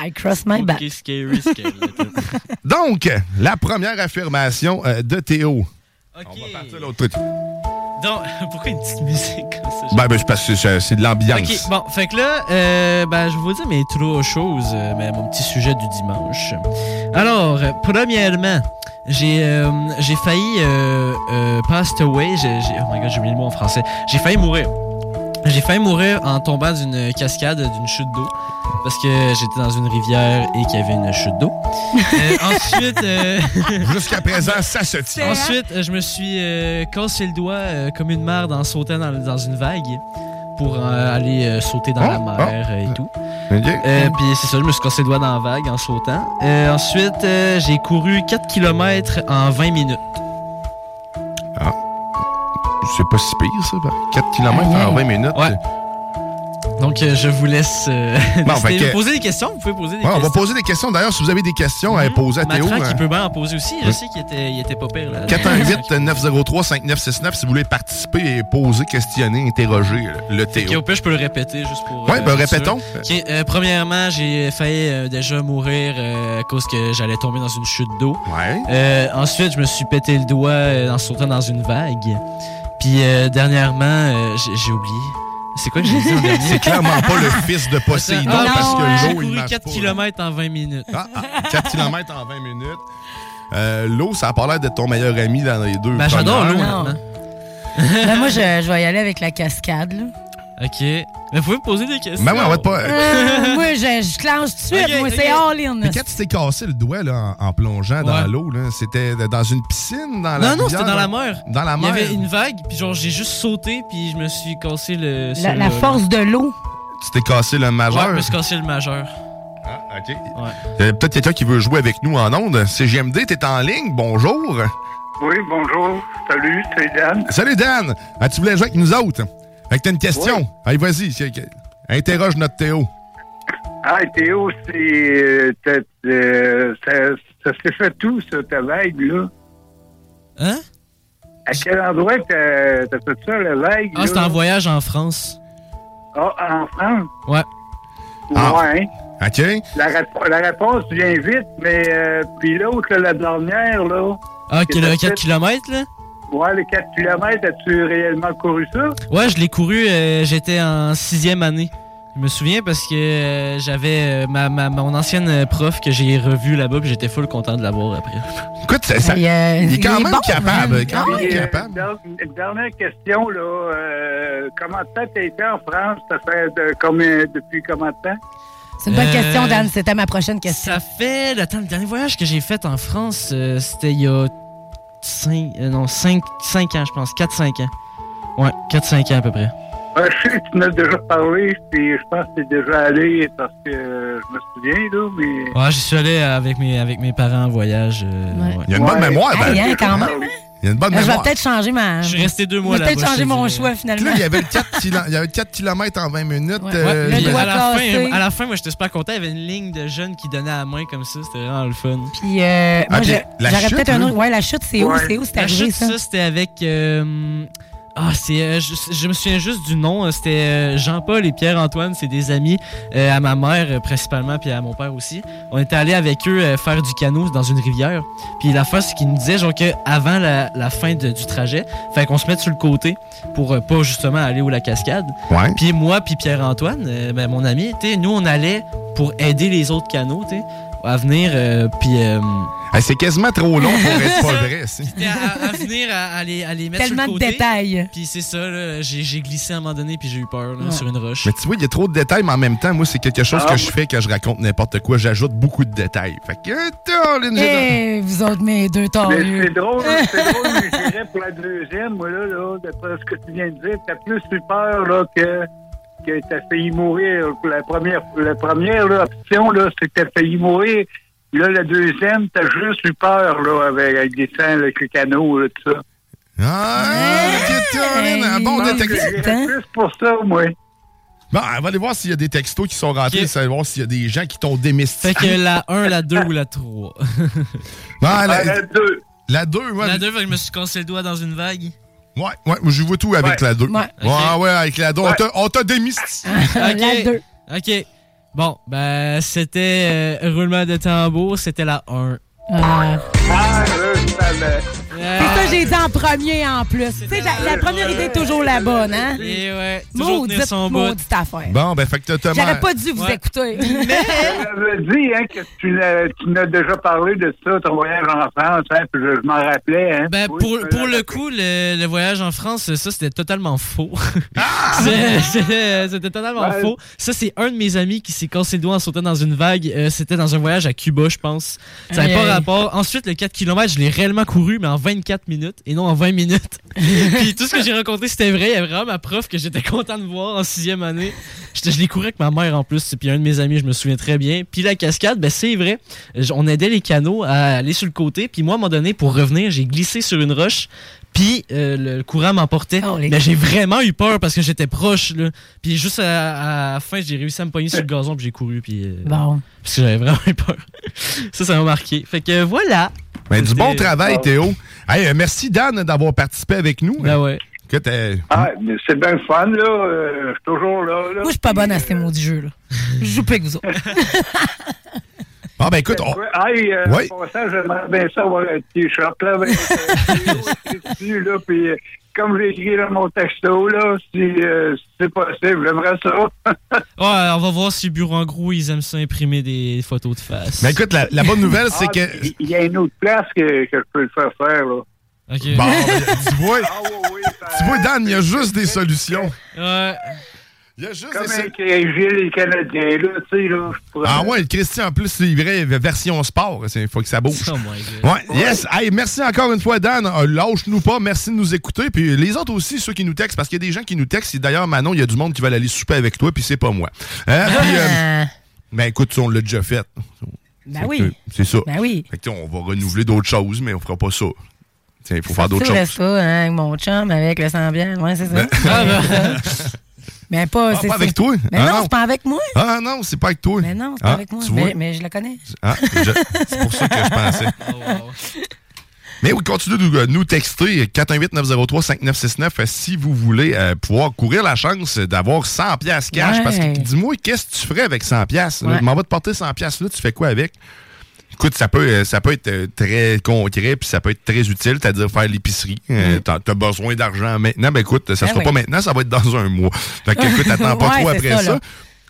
I cross my back.
scary skeleton.
Bah. Donc, la première affirmation euh, de Théo. On va partir l'autre truc.
Donc, pourquoi une petite musique comme ça?
Ben, ben, c'est parce que c'est c'est de l'ambiance.
Ok, bon, fait que là, euh, ben, je vais vous dire mes trois choses, euh, mais mon petit sujet du dimanche. Alors, euh, premièrement, j'ai euh, j'ai failli euh, euh, passed away. J'ai, j'ai- oh my god, j'ai oublié le mot en français. J'ai failli mourir. J'ai failli mourir en tombant d'une cascade, d'une chute d'eau, parce que j'étais dans une rivière et qu'il y avait une chute d'eau. Euh, ensuite, euh,
jusqu'à présent, ça se tient.
Ensuite, euh, je me suis euh, cassé le doigt euh, comme une merde en sautant dans, dans une vague pour euh, aller euh, sauter
Ah,
dans la mer euh, et tout. Euh, Puis c'est ça, je me suis cassé le doigt dans la vague en sautant. Euh, ensuite, euh, j'ai couru 4 km en 20 minutes.
C'est pas si pire, ça. par- 4 km en 20 minutes.
Ah, Donc, euh, je vous laisse euh,
Bon,
décider.
fait que-
Vous posez des questions, vous pouvez poser des
Ouais, on va
questions.
poser des questions. D'ailleurs, si vous avez des questions à poser à Théo.
Matran qui
euh,
peut bien en poser aussi, je
Mm.
sais qu'il était, il était pas pire là.
418-903-5969 si vous voulez participer et poser, questionner, interroger euh, le
Ok, au
Théo.
pire, je peux le répéter juste pour.
Ouais, ben,
être sûr.
répétons.
Ok, euh, premièrement, j'ai failli euh, déjà mourir euh, à cause que j'allais tomber dans une chute d'eau. Euh, ensuite, je me suis pété le doigt euh, en sautant dans une vague. Puis euh, dernièrement, euh, j'ai- j'ai oublié. C'est quoi que j'ai dit en dernier?
C'est clairement pas le fils de Poséidon
Attends, ah,
parce
ouais.
que
J'ai
l'eau, il
couru
marche
4
pas. Ah,
km en 20 minutes.
4 km en 20 minutes. Euh, l'eau, ça a pas l'air d'être ton meilleur ami dans les deux.
Ben, j'adore l'eau,
premières.
Non. honnêtement. Ben, moi, je, je vais y aller avec la cascade. là.
OK. Mais vous pouvez me poser des questions.
Ben ouais, on va te pas-
Euh, moi, je, je clenche tout de suite.
Ok,
moi,
ok.
c'est all-in.
Mais quand tu t'es cassé le doigt là, en, en plongeant dans
Ouais.
l'eau, là, c'était dans une piscine, dans la
non, non, c'était
rivière,
dans la mer.
Dans la mer.
Il y avait une vague, puis genre, j'ai juste sauté, puis je me suis cassé le.
La, la force de l'eau.
Tu t'es cassé le
majeur. Ouais,
majeur.
je me suis cassé le majeur.
Ah, OK.
Ouais.
Euh, Peut-être quelqu'un qui veut jouer avec nous en ondes. CGMD, t'es en ligne. Bonjour.
Oui, bonjour. Salut, c'est Dan.
Salut Dan. Ah, tu voulais jouer avec nous autres? Fait que t'as une question. Allez, vas-y. c'est- que- Interroge notre Théo.
Ah, Théo, c'est. euh, t'as- euh, ça ça s'est fait tout, ça, ta vague, là?
Hein?
À quel endroit t'as t'as fait ça, la vague?
Ah, c'était en voyage en France.
Ah, en France?
Ouais.
Ouais.
Ah. OK.
La, rép- la réponse vient vite, mais. euh, puis l'autre, là, la dernière, là.
Ah,
que
que le 4 km, là?
Ouais, le 4 km, as-tu réellement couru ça?
Ouais, je l'ai couru, euh, j'étais en sixième année. Je me souviens parce que euh, j'avais euh, ma, ma- mon ancienne euh, prof que j'ai revue là-bas, puis j'étais full content de la voir après.
Écoute, ça, ça-
euh,
il est Ah quand même capable. Quand même
Puis, euh,
capable.
der- dernière question, là. euh, comment de temps t'as été en France? Ça fait de, combien- depuis combien de temps?
C'est une bonne
Euh,
question, Dan. C'était ma prochaine question.
Ça fait le, temps, le dernier voyage que j'ai fait en France, euh, c'était il y a 5, non, 5, 5 ans, je pense, 4-5 ans. Ouais, 4-5 ans à peu près.
Ouais, Ah, je sais que tu m'as déjà parlé, puis je pense que t'es déjà allé parce que euh, je me souviens, là, mais.
Ouais, j'y suis allé avec mes, avec mes parents en voyage. euh, ouais.
Il y a une bonne
Ouais.
mémoire, Dan.
Hey, hein, quand même.
Il y a une bonne
Ben, je vais
mémoire.
peut-être changer ma.
Je suis resté deux mois
Je vais peut-être
là-bas,
changer
je te
mon
dirais.
choix, finalement.
Là, il y avait le 4, kilo- il y avait le 4 km en 20 minutes.
Ouais.
euh,
Puis,
il y a-
à, la
cassé.
fin, à la fin, moi, j'étais super content. Il y avait une ligne de jeunes qui donnait à la main comme ça. C'était vraiment le fun.
Puis, euh, moi,
Ah, puis
je-
la
j'aurais
chute,
peut-être un
hein?
là.
autre. Ouais, la chute, c'est où? C'est où? C'est
La
arrivé,
chute,
ça?
ça, c'était avec. euh, Ah, c'est. euh, je, je me souviens juste du nom. euh, C'était euh, Jean-Paul et Pierre-Antoine. C'est des amis euh, à ma mère, euh, principalement, puis à mon père aussi. On était allés avec eux euh, faire du canot dans une rivière. Puis la fin, c'est qu'ils nous disaient, genre, que avant la, la fin de- du trajet, fait qu'on se mette sur le côté pour euh, pas justement aller où la cascade.
Ouais.
Puis moi, puis Pierre-Antoine, euh, ben, mon ami, tu sais, nous, on allait pour aider les autres canots, tu sais, à venir, euh, puis. euh,
Ah, c'est quasiment trop long pour être pas
Ça.
vrai. c'est-
Puis à, à- à venir à, à les, à les mettre
Tellement
sur
de
le côté.
détails.
Puis c'est ça, là, j'ai, j'ai glissé à un moment donné, puis j'ai eu peur là,
Ouais.
sur une roche.
Mais tu vois, il y a trop de détails, mais en même temps, moi, c'est quelque chose
Ah,
que je
oui.
fais quand je raconte n'importe quoi. J'ajoute beaucoup de détails. Fait que, euh, t'as une-
Eh, vous autres, mes deux
Mais
torrues.
c'est drôle, hein, c'est drôle, mais je dirais pour la deuxième, moi, là, là, d'après ce que tu viens de dire, t'as plus eu peur, là, que, que t'as failli mourir. La première, la première là, option, là, c'est que t'as failli mourir. Là, la deuxième, t'as juste eu peur, là, avec, avec les sangs, avec le canot, là, tout ça.
Ah, Caroline, un bon détective.
plus pour ça, moi.
Bon, on va aller voir s'il y a des textos qui sont rentrés, ça va voir s'il y a des gens qui t'ont démystifié.
Fait que la 1, la 2 ou la 3.
Ah, la-
la
2.
La 2, ouais.
La 2, je me suis cassé le doigt dans une vague.
Ouais, ouais, je vois tout avec
Ouais. Euh,
la 2.
Ouais.
Ouais, ouais, avec la 2.
Ouais.
On t'a démystifié.
Ok. OK. Bon, ben, c'était euh, roulement de tambour, c'était la 1.
Ah, là, je savais.
C'est ça, j'ai dit en premier en plus. Tu sais, la, la première idée est toujours la bonne, hein?
Et ouais,
Eh toujours
maudite,
tenir son bout.
maudite affaire.
Bon, ben, fait que t'as Thomas-
J'aurais pas dû vous
Ouais.
écouter.
Je l'avais dit, hein, que tu n'as- tu n'as déjà parlé de ça, ton voyage en France, hein, puis je, je m'en rappelais, hein.
Ben,
Oui,
pour,
je me
pour le
rappelais.
coup, le, le voyage en France, ça, c'était totalement faux. Ah! C'est- c'est- c'était totalement
Ouais.
faux. Ça, c'est un de mes amis qui s'est cassé le doigt en sautant dans une vague. Euh, c'était dans un voyage à Cuba, je pense. Ça
Aïe,
n'avait pas
aïe.
rapport. Ensuite, le 4 km, je l'ai réellement couru, mais en 24 minutes et non en 20 minutes. Puis tout ce que j'ai raconté, c'était vrai. Il y avait vraiment ma prof que j'étais content de voir en sixième année. J'étais- Je l'ai couru avec ma mère en plus. Puis un de mes amis, je me souviens très bien. Puis la cascade, ben c'est vrai. J- On aidait les canots à aller sur le côté. Puis moi, à un moment donné, pour revenir, j'ai glissé sur une roche. Puis euh, le courant m'emportait. mais j'ai vraiment eu peur parce que j'étais proche. Là. Puis juste à, à la fin, j'ai réussi à me pogner sur le gazon. Puis j'ai couru. Puis, euh,
Bon.
Parce que j'avais vraiment eu peur. ça, ça m'a marqué. Fait que voilà.
Ben, du bon
C'était-
travail,
Ah.
Théo. Hey, euh, merci, Dan, d'avoir participé avec nous. euh,
Ben ouais.
Que t'es-
Ah, mais c'est bien le fun, là. euh, je suis toujours là, là.
Moi, je suis pas bonne à ces maudits jeux, là. Je joue pas avec vous autres.
Ah, ben écoute, on-
Hey, euh,
Oui.
pour ça, j'aimerais bien ça avoir un t-shirt, là, avec euh, dessus, là, puis euh, comme j'ai écrit dans mon texto, là, si euh, si c'est possible, j'aimerais ça.
Ouais, on va voir si Bureau en gros, ils aiment ça imprimer des photos de face.
Ben, écoute, la- la bonne nouvelle, c'est que-
Ah, Il y a une autre place que, que je peux le faire faire, là.
OK.
Bon, ben, tu vois, tu vois, Dan, il y a juste des solutions.
Ouais.
Il y a juste
Comme avec euh, Gilles et le Canadien, là, tu sais, là. je pourrais-
Ah ouais, le Christian, en plus, c'est vrai, version sport. Il faut que ça bouge.
Oh my God.
Ouais, yes. Hey, merci encore une fois, Dan. Euh, Lâche-nous pas. Merci de nous écouter. Puis les autres aussi, ceux qui nous textent, parce qu'il y a des gens qui nous textent. Et D'ailleurs, Manon, il y a du monde qui veulent aller souper avec toi, puis c'est pas moi. Hein, puis, euh, ben écoute, on l'a déjà fait.
Ah. Ben
Fait
oui.
que, C'est ça.
Ben oui.
Fait que, tu sais, on va renouveler d'autres choses, mais on fera pas ça. Tiens, il faut faire d'autres
Tu restes
choses.
ça, hein, avec mon chum, avec le sang bien. Ouais, c'est ça.
Ben-
Ouais, Mais pas,
Ah,
c'est
pas
ça.
avec toi?
Mais
Ah,
non,
non.
c'est pas avec moi.
Ah non, c'est pas avec toi.
Mais non, c'est pas
Ah,
avec moi.
tu vois?
Mais, mais je le connais.
Ah, je- c'est pour ça que je pensais.
Oh,
Mais oui, continuez de nous- euh, nous texter 418-903-5969 euh, si vous voulez euh, pouvoir courir la chance d'avoir 100 pièces cash.
Ouais.
Parce que dis-moi, qu'est-ce que tu ferais avec 100 pièces?
Ouais.
M'en va te porter 100 pièces là, tu fais quoi avec? Écoute, ça peut, euh, ça peut être euh, très concret, puis ça peut être très utile, c'est-à-dire faire l'épicerie. Euh, T'as as besoin d'argent maintenant, ben écoute, ça
Mm. Ben
sera
oui.
pas maintenant, ça va être dans un mois. Fait que, écoute, attends pas
Ouais,
trop
c'est
après
ça,
ça.
là.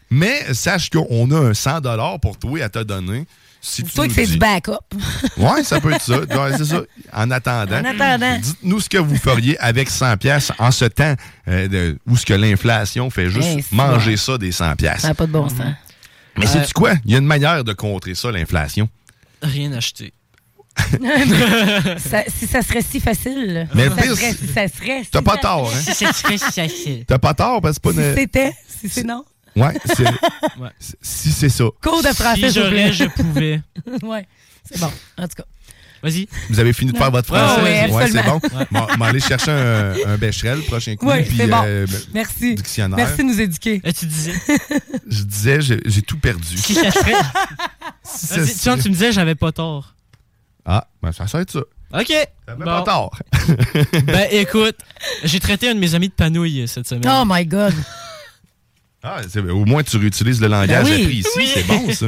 Mais sache qu'on a un 100 pour toi à te donner. Si tu
Toi
nous
que c'est
dis-
du backup.
Ouais, ça peut être ça. Ouais, c'est ça. En attendant.
En attendant.
Dites-nous ce que vous feriez avec 100 pièces en ce temps euh, de- où ce que l'inflation fait juste
Hey, c'est
manger
bon.
ça des 100 pièces.
Ça n'a pas de bon sens.
Mm. Mais
Ouais.
c'est quoi Il y a une manière de contrer ça l'inflation.
Rien acheté.
Ça- si ça serait si facile.
Mais
ça
le pire,
serait,
c'est-
si ça serait.
T'as
si
pas
ça-
tort, hein?
facile.
T'as pas tort parce que c'est
Si
pas une-
c'était, si c'est non.
Ouais, c'est c'est- si c'est ça.
Cours de français.
Si
s'il vous
j'aurais,
plaît.
je pouvais.
ouais. C'est bon. En tout cas.
Vas-y.
Vous avez fini de faire votre
Ouais,
français.
ouais,
c'est
absolument.
bon. Bon, m'en aller chercher un, un Becherel prochain coup
Ouais,
puis
c'est bon.
euh,
Merci.
dictionnaire.
Merci de nous éduquer.
tu disais.
je disais j'ai j'ai tout perdu.
Si ça serait.
Si
Vas-y,
ça-
tu vois, tu me disais, j'avais pas tort.
Ah, ben ça ça va être ça.
OK.
J'avais pas tort.
ben, écoute, j'ai traité un de mes amis de panouille cette semaine.
Oh my God.
Ah, c'est- au moins tu réutilises le langage
Ben oui.
appris ici,
Oui.
c'est bon ça.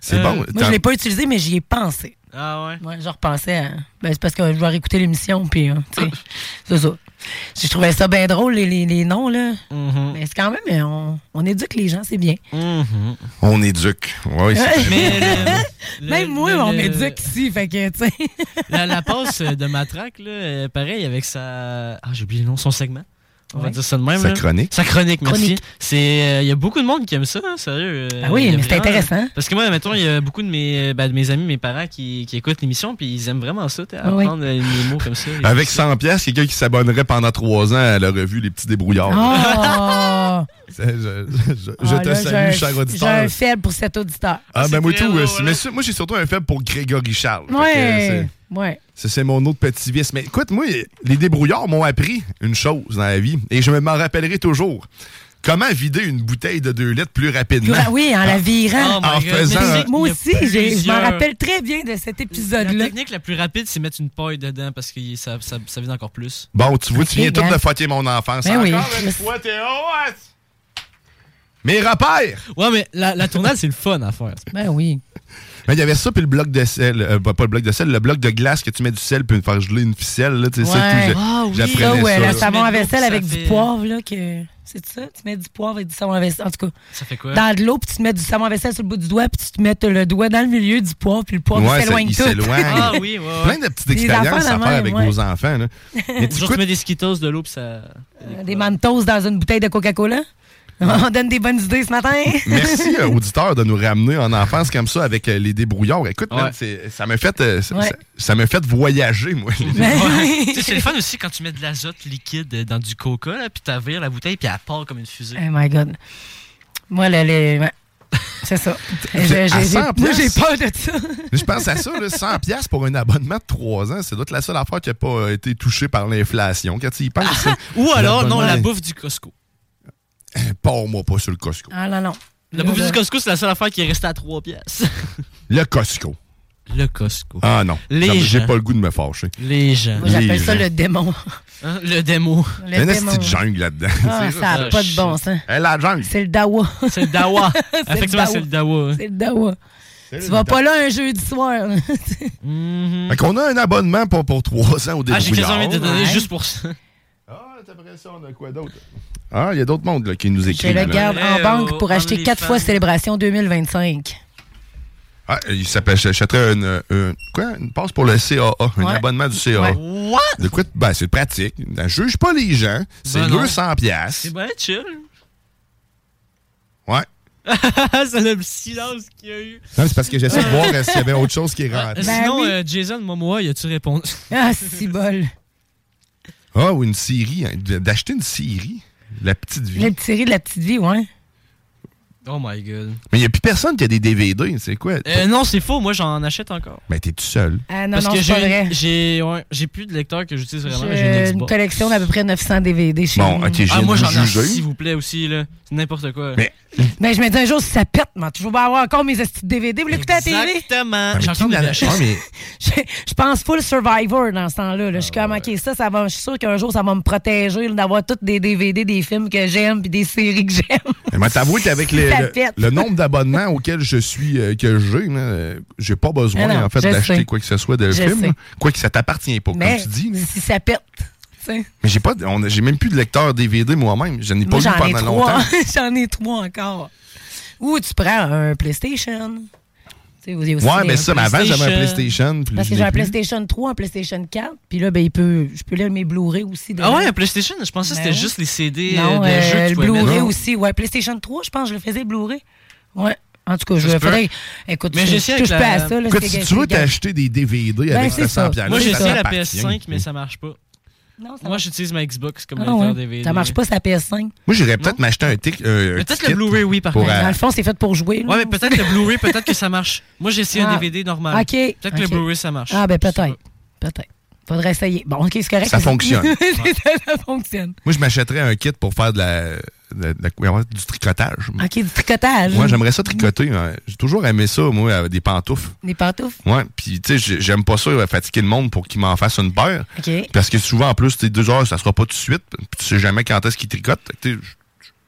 C'est
Euh,
bon.
Moi, je l'ai pas utilisé, mais j'y ai pensé.
Ah ouais?
Ouais, je repensais à. Ben, c'est parce que je vais réécouter l'émission, puis, hein, tu sais, c'est ça. Je trouvais ça bien drôle, les, les, les noms, là.
Mm-hmm.
Mais c'est quand même, euh, on, on éduque les gens, c'est bien.
On éduque. Oui, c'est
Mm-hmm. Mais
même moi,
le-
on
le-
m'éduque ici, fait que, tu sais.
La, la passe de Matraque, là, euh, pareil, avec sa. Ah, j'ai oublié le nom, son segment. On va
Ouais.
dire ça de même.
Sa
là.
chronique.
Sa chronique, merci.
Chronique.
C'est, euh, Il y a beaucoup de monde qui aime ça, hein, sérieux. euh,
Ah oui,
il y a
mais c'est
vraiment- euh,
intéressant.
Parce que moi, mettons, il y a beaucoup de mes, ben, de mes amis, mes parents qui, qui écoutent l'émission, puis ils aiment vraiment ça, t'sais,
Ah oui.
apprendre euh, les mots comme ça.
Avec 100 pièces, quelqu'un qui s'abonnerait pendant trois ans à la revue Les Petits Débrouillards.
Oh!
C'est- Je, je- je
Ah,
te
là, j'ai un-
salue, cher
J'ai un
auditeur.
faible pour cet auditeur.
Ah, ben moi tout. euh, c'est- mais ça, moi, j'ai surtout un faible pour Grégory Charles. Fait
hein.
que,
Ouais.
c'est- Ben,
Ouais.
Ça, c'est mon autre petit vice. Mais écoute, moi, les débrouillards m'ont appris une chose dans la vie, et je m'en rappellerai toujours. Comment vider une bouteille de 2 litres plus rapidement? Ah.
Puis, oui, en la virant.
Oh
en faisant... un-
Moi aussi, j'ai- je m'en
plusieurs-
rappelle très bien de cet
La
épisode-là.
technique la plus rapide, c'est mettre une paille dedans parce que y- ça, ça, ça vide encore plus.
Bon, tu vois, tu
Ok,
viens tout
gars.
de fucker mon enfance.
Ben oui.
Encore une
Mais-
fois, Théo! hein? Mes repères!
Ouais, mais la, la tournade, c'est le fun à faire.
Ben oui.
Mais il y avait ça, puis le bloc de sel. euh, pas pas le bloc de sel, le bloc de glace que tu mets du sel, puis faire geler une ficelle. Là, tu sais, ça,
Ouais.
tout, j'ai-
Ah oui,
j'apprenais
là, ouais,
ça.
le
là.
savon à vaisselle
ça
avec
fait-
du poivre, là, que... C'est ça? Tu mets du poivre avec du savon à vaisselle, en tout cas.
Ça fait quoi?
Dans de l'eau, puis tu te mets du savon à vaisselle sur le bout du doigt, puis tu te mets le doigt dans le milieu du poivre, puis le poivre
Ouais,
il
ça-
s'éloigne
il
tout.
s'éloigne.
Ah oui, ouais, ouais.
Plein de petites
Des
expériences
affaires
à
de
faire
même,
avec
ouais.
nos enfants. Là. Mais tu
Genre,
coûtes-
tu mets des skittles de l'eau, puis ça.
Des mentos dans une bouteille de Coca-Cola. On donne des bonnes idées ce matin.
Merci, euh, auditeur, de nous ramener en enfance comme ça avec euh, les débrouillards. Écoute, man,
Ouais.
c'est- ça m'a fait, euh, ça-
Ouais.
ça- ça m'a fait voyager, moi.
Ouais. Tu sais, c'est le fun aussi quand tu mets de l'azote liquide euh, dans du coca, là, puis t'avires la bouteille, puis elle part comme une fusée.
Oh my God. Moi, le... le- ouais. C'est ça. J'ai- j'ai-
À
j'ai-
100
Moi, j'ai
piastres.
peur de ça.
Je pense à ça, là, 100 pièces pour un abonnement de 3 ans, c'est doit être la seule affaire qui n'a pas euh, été touchée par l'inflation. Quand tu y penses.
Ah, Ou alors, non, la
l'abonnement-
bouffe du Costco.
Pas moi, pas sur le Costco.
Ah non, non.
La bouffe du Costco, c'est la seule affaire qui est restée à 3 pièces.
Le Costco.
Le Costco.
Ah non.
Les
J'ai- J'ai
gens.
pas le goût de me fâcher.
Les gens.
Moi, j'appelle ça
gens.
le démon.
Hein, Le démo.
Le
Il y a une
démon.
petite jungle là-dedans.
Ah, ça n'a pas de bon sens.
Hey, la jungle.
C'est le dawa.
C'est le dawa.
C'est le
Effectivement, c'est le dawa. hein.
C'est le dawa.
C'est
Tu
le
vas
dawa.
pas là un jeudi soir.
Fait qu'on a un abonnement pour, pour 3 ans au
Mhm. Ah, j'ai
débrouillard. hein.
quasiment envie de donner juste pour ça. Ah,
Quoi d'autre? Ah, il y a d'autres mondes là, qui nous
Je
écrivent.
le
ben là.
garde en
Eh,
banque
oh,
pour acheter
only
quatre
fans.
fois Célébration 2025.
Ah, il s'appelle, j'achèterais une, une- quoi? Une passe pour le CAA, un
Ouais.
abonnement du CAA.
What?
De quoi? t- Ben, c'est pratique. Ne juge pas les gens. C'est
Ben non.
200 pièces.
C'est bien chill.
Ouais.
c'est le silence qu'il y a eu.
Non, c'est parce que j'essaie de voir euh, s'il y avait autre chose qui
Ben
rentre.
Sinon, euh, Jason Momoa, y a-tu répondu?
Ah, si bol.
Ah, ou une série. hein, d- D'acheter une série. La petite vie.
Les petits riz de la petite vie, ouais.
Oh my god.
Mais il n'y a plus personne qui a des DVD. C'est quoi?
Euh, non, c'est faux. Moi, j'en achète encore.
Ben, t'es tout seul.
Ah non,
Parce
non,
que
c'est pas vrai.
j'ai- j'ai ouais, j'ai plus de lecteurs que j'utilise vraiment. J'ai
J'ai une
Xbox.
collection d'à peu près 900 DVD chez
Bon,
nous.
ok, j'ai
Ah, moi,
vous
j'en ai,
juger.
s'il vous plaît, aussi, là. C'est n'importe quoi.
Mais-
Mais Ben, je me dis un jour, si ça pète, man, tu vas pas avoir encore mes astuces DVD. Vous l'écoutez à la télé?
Exactement. Ah, J'ai
qui
encore des
n'a-
VHS.
Ouais, mais-
Je je pense full survivor dans ce temps-là. là. Je suis
Ah
comme, ok, ça, ça va, je suis sûr qu'un jour, ça va me protéger là, d'avoir tous des DVD des films que j'aime puis des séries que j'aime.
Mais moi, t'avoues qu'avec
Si
le,
ça
le-
pète.
le nombre d'abonnements auxquels je suis, euh, que j'ai, là, euh, j'ai pas besoin,
Ah non,
en fait,
je
d'acheter
sais.
quoi que ce soit de
Je
film.
sais.
là. Quoi que ça t'appartient pas,
Mais
comme tu dis. là.
si ça pète, tu sais.
Mais j'ai pas, on a- j'ai même plus de lecteur DVD moi-même. Je n'ai
Moi,
pas lu
j'en ai
pendant
trois.
longtemps.
j'en ai trois encore. Ou tu prends un PlayStation. Tu sais, il y a aussi
Ouais,
des-
mais ça, mais avant, j'avais un PlayStation. puis
Parce
je
que
l'ai
j'ai un
plus.
PlayStation 3, un PlayStation 4, puis là, ben, il peut, je peux lire mes Blu-ray aussi.
Ah ouais,
dedans.
un PlayStation, je pensais que
Ben
c'était
oui.
juste les CD euh,
Non,
de
euh,
jeux que tu
le
pouvais mettre.
Blu-ray aussi. Ouais, PlayStation 3, je pense que je le faisais Blu-ray. Ouais. En tout cas, je
Ça
le
se peut.
ferais. Écoute,
Mais
je
j'ai
ne
essayé
touche
avec
pas
la-
à ça. là,
Écoute,
c'est
si
gars-
tu veux
c'est gars-
t'acheter des DVD
Ben,
avec
c'est
ce 100
ça.
piastres,
euh, Moi, j'ai
Ah, ça
essayé la
t'appartient.
PS5, mais ça marche pas. Moi, j'utilise ma Xbox comme
Ah
lecteur
ouais.
DVD.
Ça marche pas, ça PS5.
Moi, j'irais peut-être m'acheter un tic. euh, un
Mais Peut-être
ticket
le Blu-ray, oui, par
pour,
contre.
euh,
Dans le fond, c'est fait pour jouer. là.
Ouais, mais peut-être le Blu-ray, peut-être que ça marche. Moi, j'ai essayé
Ah.
un DVD normal.
OK.
Peut-être que le
OK.
Blu-ray, ça marche.
Ah, ben peut-être. Peut-être. Faudrait essayer. Bon, OK, c'est correct.
Ça fonctionne.
ça fonctionne.
Moi, je m'achèterais un kit pour faire de la, de- de la- du tricotage.
OK, du tricotage.
Moi, j'aimerais ça tricoter. hein. J'ai toujours aimé ça, moi, euh, des pantoufles.
Des pantoufles.
Ouais, puis tu sais, j'ai- j'aime pas ça euh, fatiguer le monde pour qu'il m'en fasse une paire.
OK.
Parce que souvent, en plus, tes deux heures, ça sera pas tout de suite. Puis tu sais jamais quand est-ce qu'il tricote. Fait que, tu sais, j-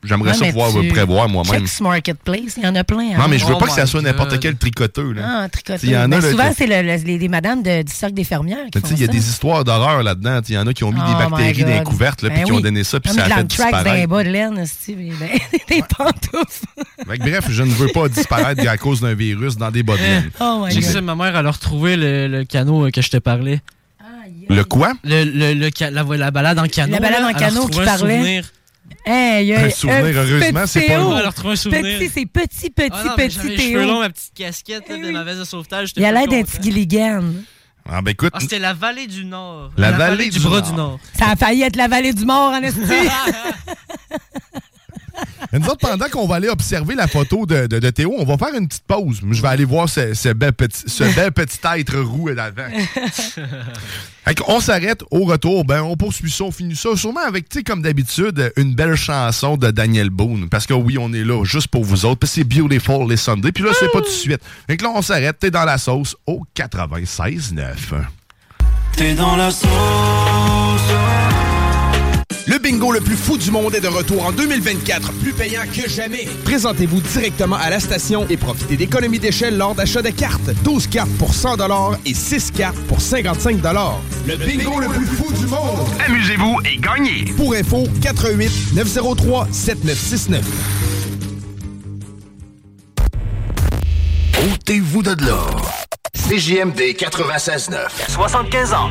J'aimerais
Ouais,
ça
mais
pouvoir
tu
euh, prévoir moi-même.
Check sur Marketplace, il y en a plein. hein.
Non, mais je veux
Oh
pas que ça
my
soit n'importe
God.
quel tricoteux. Là.
Ah, tricotage.
Il y en a,
Ben,
là,
souvent,
que-
c'est le- le- les, les madames de- du cercle des fermières qui
Mais tu sais,
font
il y a
ça.
des histoires d'horreur là-dedans. Il y en a qui ont mis
Oh
des
my
bactéries dans les
God.
couvertes, là,
Ben
puis qui ont
oui.
donné ça, puis
Comme
ça a
de
fait
l'anthrax dans les
disparaître.
bas de laine, aussi, mais ben, des pantoufles.
Fait que bref, je ne veux pas disparaître à cause d'un virus dans des bottines.
Oh my
J'ai
God.
essayé ma mère à leur trouver le, le canot euh, que je te parlais.
Le quoi?
Le, le, le ca- la, la balade en canot.
La balade
là.
en
Elle
canot
leur
qui
trouvait un
parlait.
souvenir.
Hey, il y a
Un souvenir,
petit
heureusement, c'est pas
Théo.
le-
Elle leur trouvait un souvenir.
Petit, c'est petit, petit,
Ah non, mais
petit
j'avais les
Théo. Eh
cheveux longs, ma petite casquette, là, de ma veste de sauvetage. j'étais
Il a
plus
l'air d'un
content.
petit Gilligan.
Ah, ben écoute,
Ah, c'était la vallée du Nord.
La vallée
du,
du
bras
Nord.
du Nord.
Ça a failli être la vallée du mort, en esti. Hein?
Et Nous autres, pendant qu'on va aller observer la photo de, de- de Théo, on va faire une petite pause. Je vais aller voir ce, ce bel, petit, ce bel petit être roux d'avant. Fait qu'on s'arrête au retour. Ben, on poursuit ça, on finit ça. Sûrement avec, tu sais, comme d'habitude, une belle chanson de Daniel Boone. Parce que oui, on est là juste pour vous autres. Puis c'est Beautiful les Sundays. Puis là, c'est pas tout de suite. Fait que là, on s'arrête. T'es dans la sauce au 96.9.
T'es dans la sauce.
Le bingo le plus fou du monde est de retour en 2024, plus payant que jamais. Présentez-vous directement à la station et profitez d'économies d'échelle lors d'achat de cartes. 12 cartes pour 100 et 6 cartes pour 55 Le bingo le plus fou du monde.
Amusez-vous et gagnez.
Pour info, 88 903 7969.
Ôtez-vous de l'or. CJMD 96.9.
75 ans.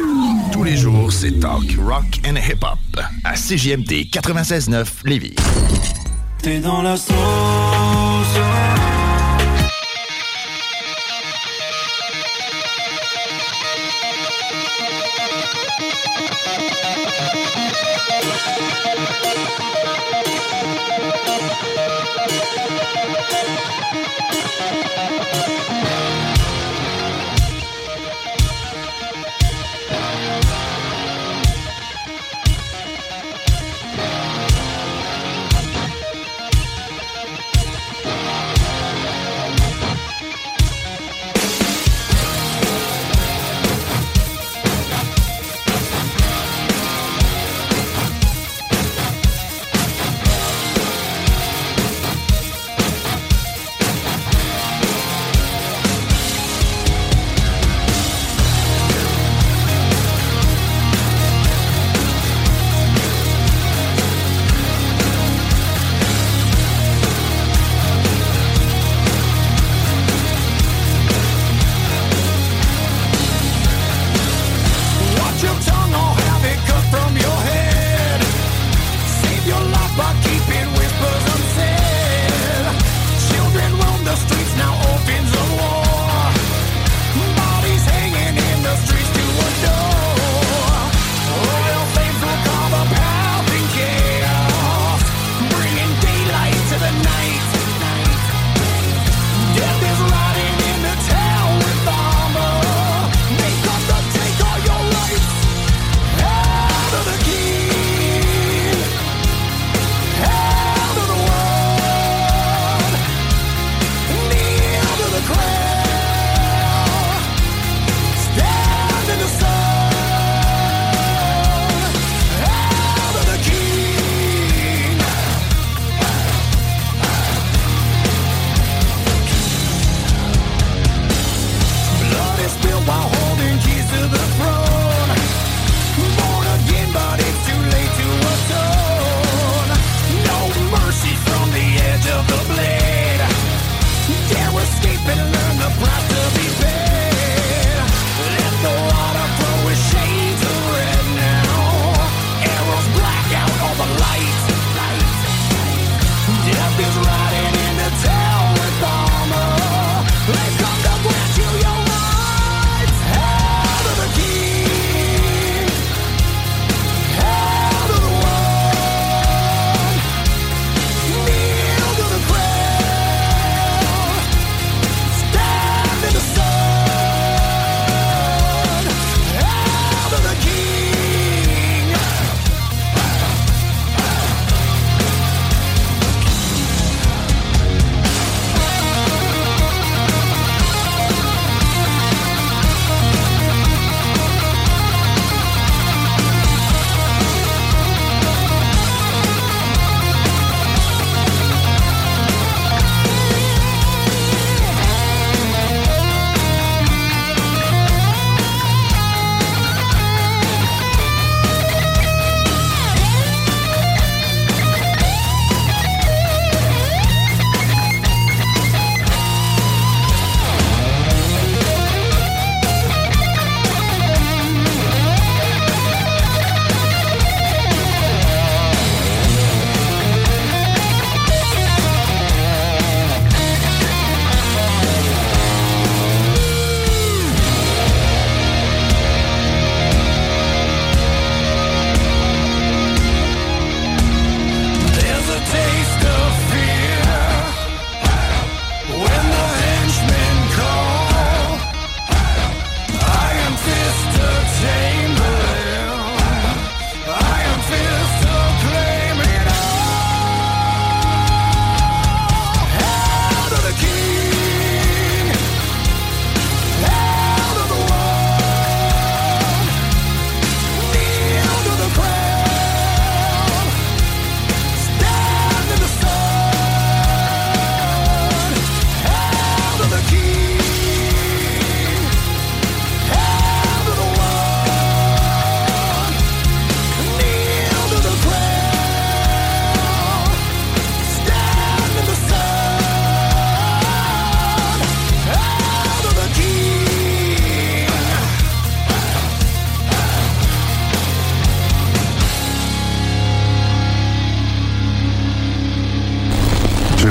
Tous les jours, c'est talk rock and hip hop à CGMD 96.9 Lévis.
T'es dans la sauce.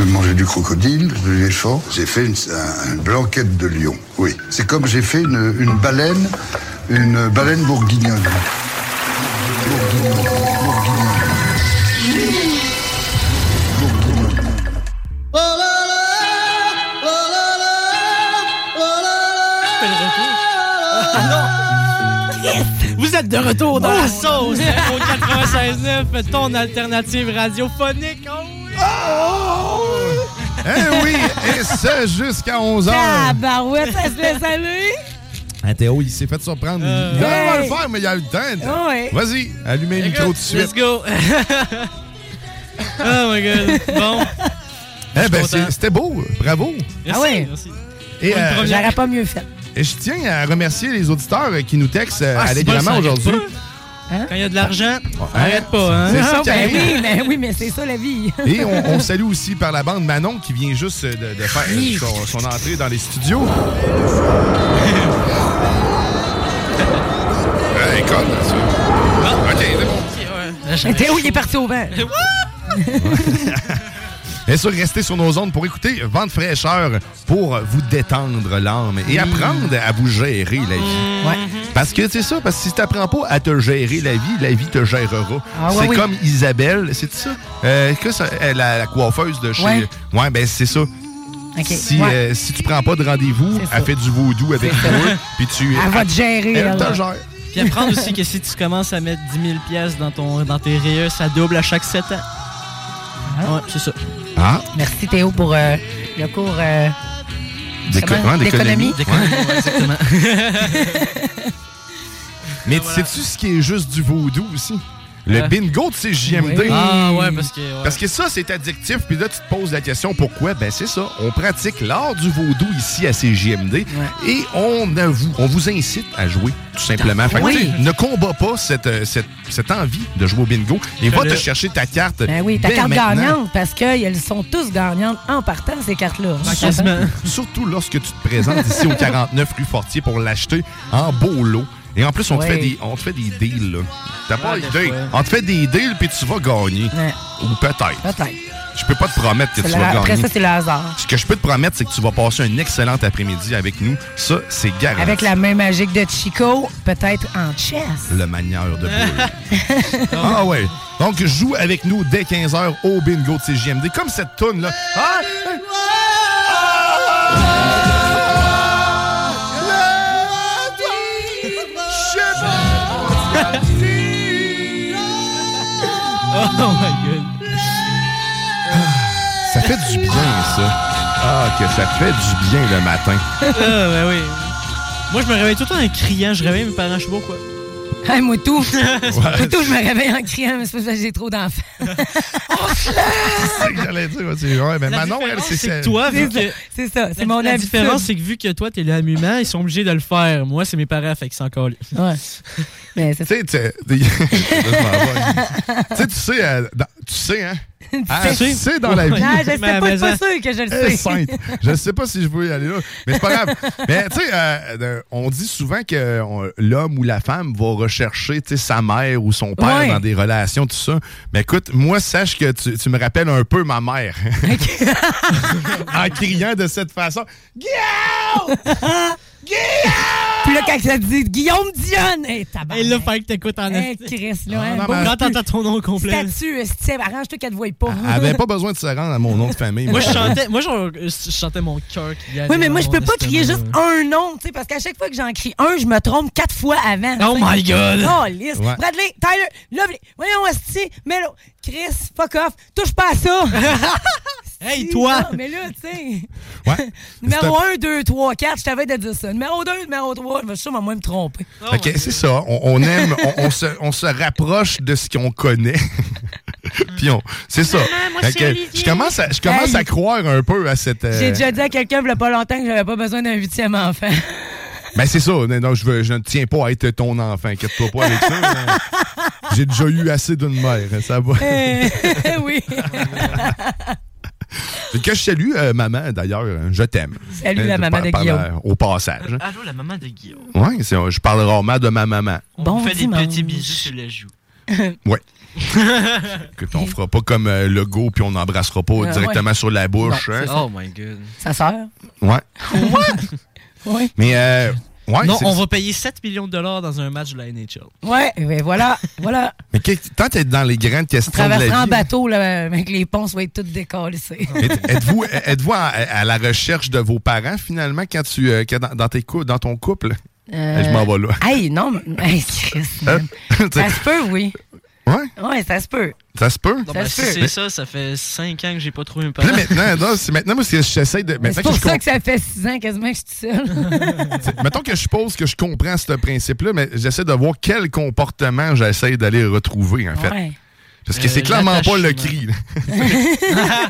mangé du crocodile, de l'éléphant. J'ai fait une, un- une blanquette de lion. Oui. C'est comme j'ai fait une, une baleine, une baleine bourguignonne.
Ah,
Vous êtes de retour dans la sauce
au 96.9, ton alternative radiophonique.
Oh, Eh oui, et ce jusqu'à 11h.
Ah, barouette, ça se laisse aller.
Ah, Théo, il s'est fait surprendre.
Euh,
il devait
Hey.
le faire, mais il a eu le temps.
Ouais.
Vas-y, allumez le micro tout de suite.
Oh, Let's go. oh my god. Bon.
Ah, Eh ben, c'est- c'était beau. Bravo.
ah ouais.
Et, euh,
J'aurais pas mieux fait.
Et je tiens à remercier les auditeurs euh, qui nous textent euh,
Ah, c'est bon,
allègrement
ça arrête
aujourd'hui.
Quand il y a de l'argent,
arrête pas, hein? C'est ça
Ah,
qui
ben
arrive.
oui, mais oui, mais c'est ça la vie.
Et on, on salue aussi par la bande Manon qui vient juste de, de faire
Oui.
son, son entrée dans les studios. hey, con, Euh, là, ça. Ok, c'est bon.
Mais Théo, il est parti au vent.
Bien sûr, restez sur nos ondes pour écouter Vent de fraîcheur pour vous détendre l'âme et apprendre à vous gérer la vie. Parce que c'est ça, parce que si tu n'apprends pas à te gérer la vie, la vie te gérera.
Ah ouais,
c'est
oui.
comme Isabelle, c'est ça? Euh, que ça- euh, la, la coiffeuse de chez...
Ouais.
Ouais, ben c'est ça. Si,
ouais.
euh, si tu prends pas de rendez-vous, elle fait du vaudou avec
C'est
toi,
ça.
puis tu... Elle te gère.
Puis apprendre aussi que si tu commences à mettre 10 000 pièces dans, ton, dans tes REA, ça double à chaque 7 ans. Ouais, c'est ça.
Ah.
Merci Théo pour euh, le cours euh,
D'éco-
comment?
ouais, d'économie.
D'économie,
Ouais.
ouais, exactement.
Mais sais-tu ce qui est juste du vaudou aussi? Le Hein?
Ouais.
bingo de CJMD.
Oui. Ah ouais, parce que, ouais.
Parce que ça, c'est addictif. Puis là, tu te poses la question pourquoi? Ben, c'est ça. On pratique l'art du vaudou ici à CJMD. Et on, avoue- on vous incite à jouer, tout simplement. Fait que,
Oui.
tu sais, ne combat pas cette, euh, cette, cette envie de jouer au bingo. Et va
Fais-le.
te chercher ta carte.
Ben oui, ta
dès
carte
maintenant.
gagnante, parce qu'elles sont tous gagnantes en partant, ces cartes-là.
Surtout, surtout lorsque tu te présentes ici au 49 rue Fortier pour l'acheter en beau lot. Et en plus, on,
Ouais.
te, fait des, on te fait des deals. là. T'as pas
des
idée.
fois.
On te fait des deals puis tu vas gagner. Ou peut-être.
Peut-être.
Je peux pas te promettre que
C'est
tu
le-
vas
Après
gagner.
ça, c'est le hasard.
Ce que je peux te promettre, c'est que tu vas passer un excellent après-midi avec nous. Ça, c'est garanti.
Avec la main magique de Chico, peut-être en chess.
Le manieur de boule. ah ouais. Donc, joue avec nous dès 15h au bingo de CJMD. Comme cette toune là Ah!
Oh my god.
Ah. Ça fait du bien, ça. Ah, que ça fait du bien le matin.
Ah, ben oui. Moi, je me réveille tout le temps en criant. Je réveille mes parents, je sais pas quoi.
Hey, moi tout. Moi tout, je me réveille en criant, mais c'est parce que j'ai trop d'enfants.
C'est que j'allais dire. vas-y. Ouais, mais
La
Manon, elle,
différence,
c'est
c'est que toi, vu que-
C'est ça, c'est
La-
mon
La
habitude.
différence, c'est que vu que toi, t'es le hamuement, ils sont obligés de le faire. Moi, c'est mes parents, fait que c'est encore lui.
Ouais. Mais Ben, c'est
Tu sais, t'es- t'es- Là, je m'en vais. Tu sais, tu sais, euh, dans- tu sais, hein?
Tu
Ah,
sais.
tu sais dans la vie.
Non, je sais pas, je suis pas sûre que je le
Eh,
sais.
sainte. Je sais pas si je veux y aller là, mais c'est pas grave. Mais tu sais, euh, euh, on dit souvent que on- l'homme ou la femme va rechercher tu sais, sa mère ou son père
Ouais.
dans des relations, tout ça. Mais écoute, moi, sache que tu, tu me rappelles un peu ma mère. en criant de cette façon.
Guillaume! Puis là, quand ça dit Guillaume Dionne, hé, tabarnak.
Et là, fait que t'écoutes en
Hé,
esti. Ah,
Chris, là, hein,
non,
beau
mais-
Quand t'entends ton nom au complet.
Statut, esti, arrange-toi qu'elle te voit pas.
Ah,
Elle avait pas besoin de se rendre à mon nom de famille.
Moi, je
madame.
chantais, moi, genre, euh, je chantais mon cœur qui
Oui, mais moi, je peux pas crier juste
hein.
un nom, tu sais, parce qu'à chaque fois que j'en crie un, je me trompe quatre fois avant.
Oh
tu sais.
my God.
Oh, lisse.
Ouais.
Bradley, Tyler, Lovely, voyons, Esti, Melo, Chris, fuck off, touche pas à ça.
hey,
toi.
mais là, tu sais.
Ouais.
Numéro
C'est
1, 2, 3, 4, je t'avais de dire ça. Numéro 2, numéro 3, je vais sûrement moins me tromper.
Ok, c'est ça. On, on aime, on, on se, on se rapproche de ce qu'on connaît. Puis on, c'est ça.
Maman, moi,
Fait
c'est
que
Olivier.
je commence, à, je commence à
Hey.
croire un peu à cette. euh,
J'ai déjà dit à quelqu'un il y a pas longtemps que j'avais pas besoin d'un huitième enfant.
Ben c'est ça. Non, non, je, veux, je ne tiens pas à être ton enfant. Inquiète-toi pas avec ça. hein. J'ai déjà eu assez d'une mère. hein, Ça va.
Eh, oui.
Que je salue euh, maman d'ailleurs. hein, Je t'aime.
Salut la
Euh,
maman de Guillaume.
euh, au passage.
Allô, la maman de Guillaume.
Ouais, c'est- je parle rarement de ma maman.
On vous fait des petits bisous sur le joue.
Ouais. Écoute, on fera pas comme euh, le go, puis on n'embrassera pas
Euh,
directement
ouais.
sur la bouche.
Non,
hein.
c'est ça.
Oh my god.
Sa sœur?
Ouais.
Oui.
Mais, euh, ouais,
non,
c'est-
on va payer 7 millions de dollars dans un match de la NHL.
Ouais, ben voilà, voilà.
mais que- tant d'être dans les grandes
On
questions de la vie, Eh,
traversera en bateau, là, avec les ponts, soient toutes décalissés.
êtes- êtes-vous euh, êtes-vous à, à la recherche de vos parents, finalement, quand tu euh, quand dans, dans tes cou- dans ton couple?
Euh,
Je m'en vais là.
Hey, non, mais- hey, Chris, man.
Hein?
ça se peut, oui.
Ouais?
Ouais, ça se peut.
Ça se peut?
Non,
Ça
ben,
se
si
peut.
c'est ça, ça fait 5 ans que j'ai pas trouvé un
Puis là,
parent.
maintenant, non, c'est maintenant, moi, c'est- j'essaie de.
Mais
maintenant
C'est
que
pour
je
ça
com-
que ça fait six ans quasiment que je suis seule.
T'sais, Mettons que je suppose que je comprends ce principe-là, mais j'essaie de voir quel comportement j'essaie d'aller retrouver, en fait.
Ouais.
Parce que
Euh,
c'est clairement pas le cri. là.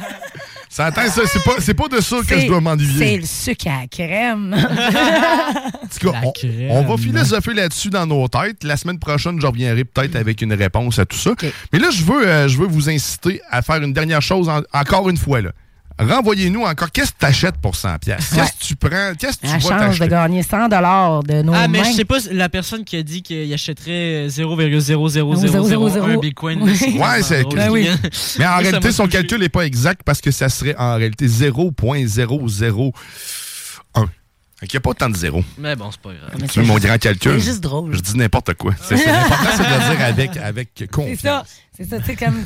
Ça entend ça, c'est pas, c'est pas de ça que
C'est-
je dois
C'est
m'ennuyer.
le sucre à la crème.
En tout cas, on, on va philosopher là-dessus dans nos têtes. La semaine prochaine, je reviendrai peut-être avec une réponse à tout ça. Mais là, je veux, euh, je veux vous inciter à faire une dernière chose, en- encore une fois. là. Renvoyez-nous encore. Qu'est-ce que tu achètes pour 100$? piastres? Qu'est-ce que tu prends? Qu'est-ce que tu
La
vas
chance de
t'acheter?
gagner 100 de nos
Ah, mais
mains.
je sais pas, la personne qui a dit qu'il achèterait 0,00001 bitcoin. là, c'est
Ouais, c'est
vraiment drôle. Ben
Mais en
Ça
réalité,
m'a
son
touché.
calcul n'est pas exact parce que ça serait en réalité 0.001. Il n'y a pas tant de zéros.
Mais bon, c'est pas grave.
Tu veux mon grand calcul?
c'est juste drôle.
Je dis n'importe quoi. C'est c'est l'important, c'est de le dire avec, avec
C'est
confiance.
ça. C'est ça, tu sais, comme.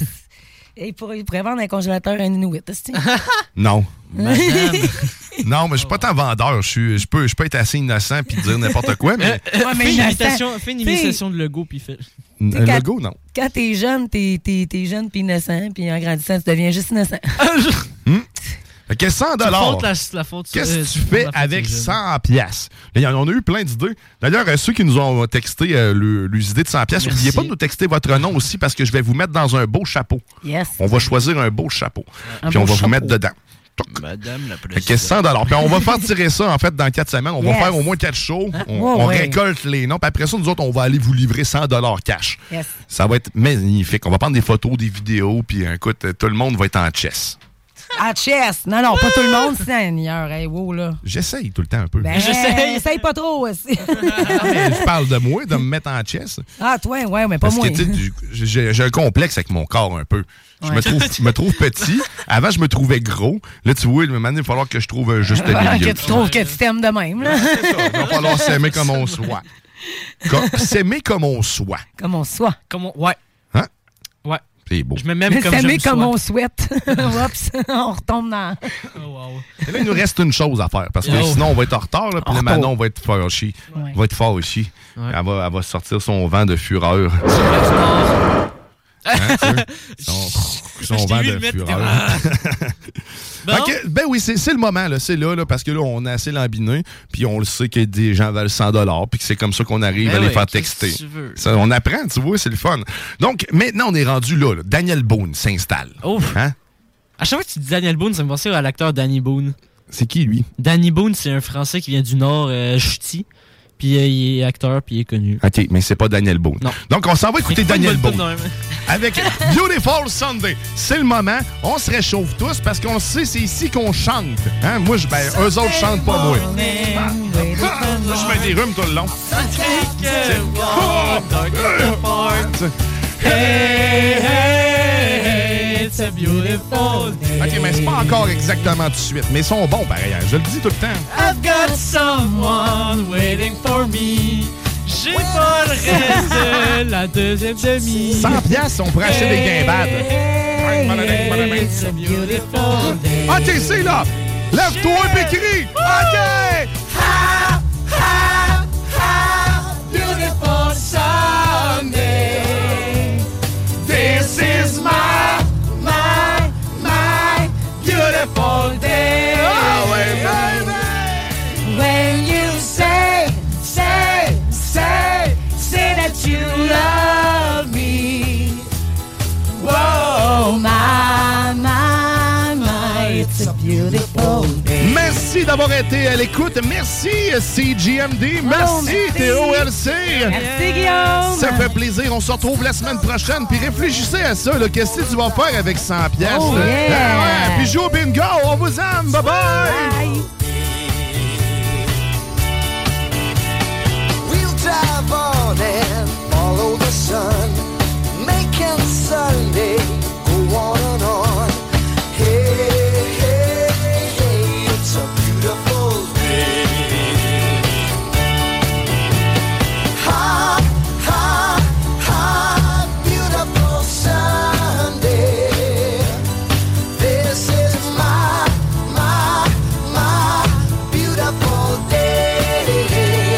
Et pour, il pourrait vendre un congélateur à un Inuit, tu sais.
Non. non, mais je suis pas tant vendeur. Je, suis- je peux, je peux être assez innocent puis dire n'importe quoi, mais
Fais
mais
une
innocent.
imitation- Fais une
Tu sais,
imitation de Lego, puis fais.
tu
le
sais, quand-
go, non.
Quand t'es jeune, t'es es, jeune puis innocent, puis en grandissant, tu deviens juste innocent.
Fait que 100
Tu
dollars.
fondes la- la faute sur-
Qu'est-ce
euh,
que tu
tu fondes
fais
la faute
avec
sur les
100 pièces On a eu plein d'idées. D'ailleurs, euh, ceux qui nous ont texté euh, le- les idées de 100 pièces, n'oubliez pas de nous texter votre nom aussi parce que je vais vous mettre dans un beau chapeau.
Yes.
On va choisir un beau chapeau.
Un
puis
beau
on va vous
chapeau.
mettre dedans.
Madame la
Fait que 100 Puis on va faire tirer ça, en fait, dans 4 semaines. On
Yes.
va faire au moins 4 shows. On,
Ouais,
on
ouais.
récolte les noms. Puis après ça, nous autres, on va aller vous livrer 100 cash.
Yes.
Ça va être magnifique. On va prendre des photos, des vidéos. Puis euh, écoute, euh, tout le monde va être en chess.
À Ah, chess. Non, non, pas tout le monde, Seigneur. Hey, wow, là.
J'essaye tout le temps un peu.
Ben,
J'essaye.
Essaye pas trop aussi.
Je parle de moi, de me mettre en chess.
ah, toi, ouais, mais pas
Parce
moi.
que tu sais, du- j'ai j'ai un complexe avec mon corps un peu. Je
Ouais.
me trouve, je me trouve petit. Avant, je me trouvais gros. Là, tu vois, il va falloir que je trouve un juste
Voilà,
milieu.
que tu trouves que tu t'aimes de même, là.
Il va falloir s'aimer comme on soit. Com- S'aimer comme on soit.
Comme on soit.
Comme on... Ouais.
Hein?
Ouais.
C'est beau.
Je me mets comme je
S'aimer
me
comme
sois.
on souhaite. Oups, on retombe dans.
Et Là, Eh ben, il nous reste une chose à faire parce que
Yo.
sinon, on va être en retard. Là,
En
puis là,
retard.
Manon va être fort chier.
Ouais.
Va être fort chier. Elle, va, elle va sortir son vent de fureur. Hein, tu sais? son son
Je t'ai
vent
vu
de
le mettre Ah.
fureur.
comme- Bon.
Ok, ben oui, c'est c'est le moment, là, c'est là, là, parce que là, on a assez lambiné, puis on le sait que des gens valent 100 puis que c'est comme ça qu'on arrive
Ben
à les
oui,
faire
qu'est-ce
texter.
que tu veux?
Ça, on apprend, tu vois, c'est le fun. Donc, maintenant, on est rendu là. là. Daniel Boone s'installe.
Oh.
Hein?
À chaque fois que tu dis Daniel Boone, ça me pensait à l'acteur Danny Boone.
C'est qui, lui?
Danny Boone, c'est un Français qui vient du Nord, euh, ch'ti. Puis euh, il est acteur, puis il est connu.
OK, mais c'est pas Daniel Boone. Donc, on s'en va écouter
pas une
Daniel
bonne
Boone.
bonne
Avec Beautiful Sunday. C'est le moment. On se réchauffe tous parce qu'on sait, c'est ici qu'on chante. Hein? Moi, je, ben, eux autres chantent pas, moi. Ah, Je mets des rhumes tout le long.
Hey, hey, hey, it's a beautiful day.
OK, mais c'est pas encore exactement tout de suite, mais ils sont bons, pareil. hein. Je le dis tout le temps.
I've got someone waiting for me. J'ai pas le reste de la deuxième demi.
100 piastres, on pourrait acheter des guimbades.
Hey, it's a beautiful day.
OK, c'est là. Lève-toi et crie. OK.
Ha, ha, ha, beautiful Sunday. This is my, my, my beautiful day.
Ah
When you say, say, say, say that you love me. Whoa, my, my, my, it's a beautiful day.
Merci d'avoir été à l'écoute. Merci CGMD. Merci
Oh, merci.
TOLC.
Merci, Guillaume.
Ça fait plaisir. On se retrouve la semaine prochaine. Puis réfléchissez à ça. là. Qu'est-ce que tu vas faire avec 100 pièces?
Oh,
là?
yeah.
Ah ouais. Puis joue au bingo. On vous aime. Bye-bye.
We'll drive on and follow the sun, making sun.
Sunday go on and on. Hey, hey, hey, it's a beautiful day. Hot, hot, hot, beautiful Sunday. This is my, my, my beautiful day.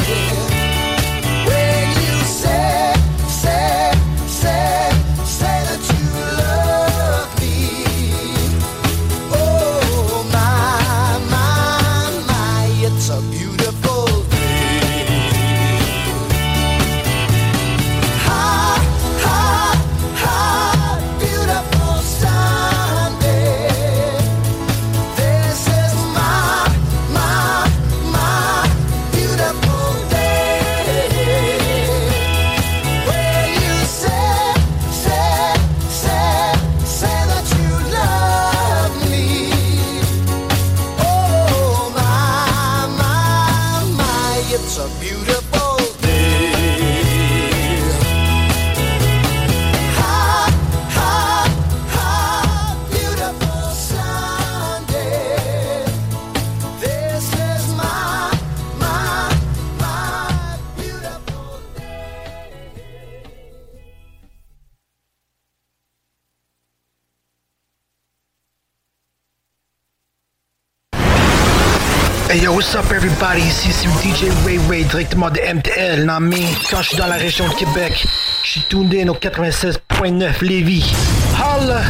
When you say, say, say, say that you love me, oh my, my, my, it's a beautiful day. Hot, hot, hot, beautiful Sunday. This is my, my, my beautiful day. When you say, say, say, say that you love me, oh my, my, my, it's a beautiful day. Hot, hot, hot, beautiful Sunday. This is my, my, my beautiful
Hey yo, what's up everybody? Ici c'est DJ Ray Ray directement de MTL, non mais quand je suis dans la région de Québec, je suis tuné au 96.9 Lévis. Holla!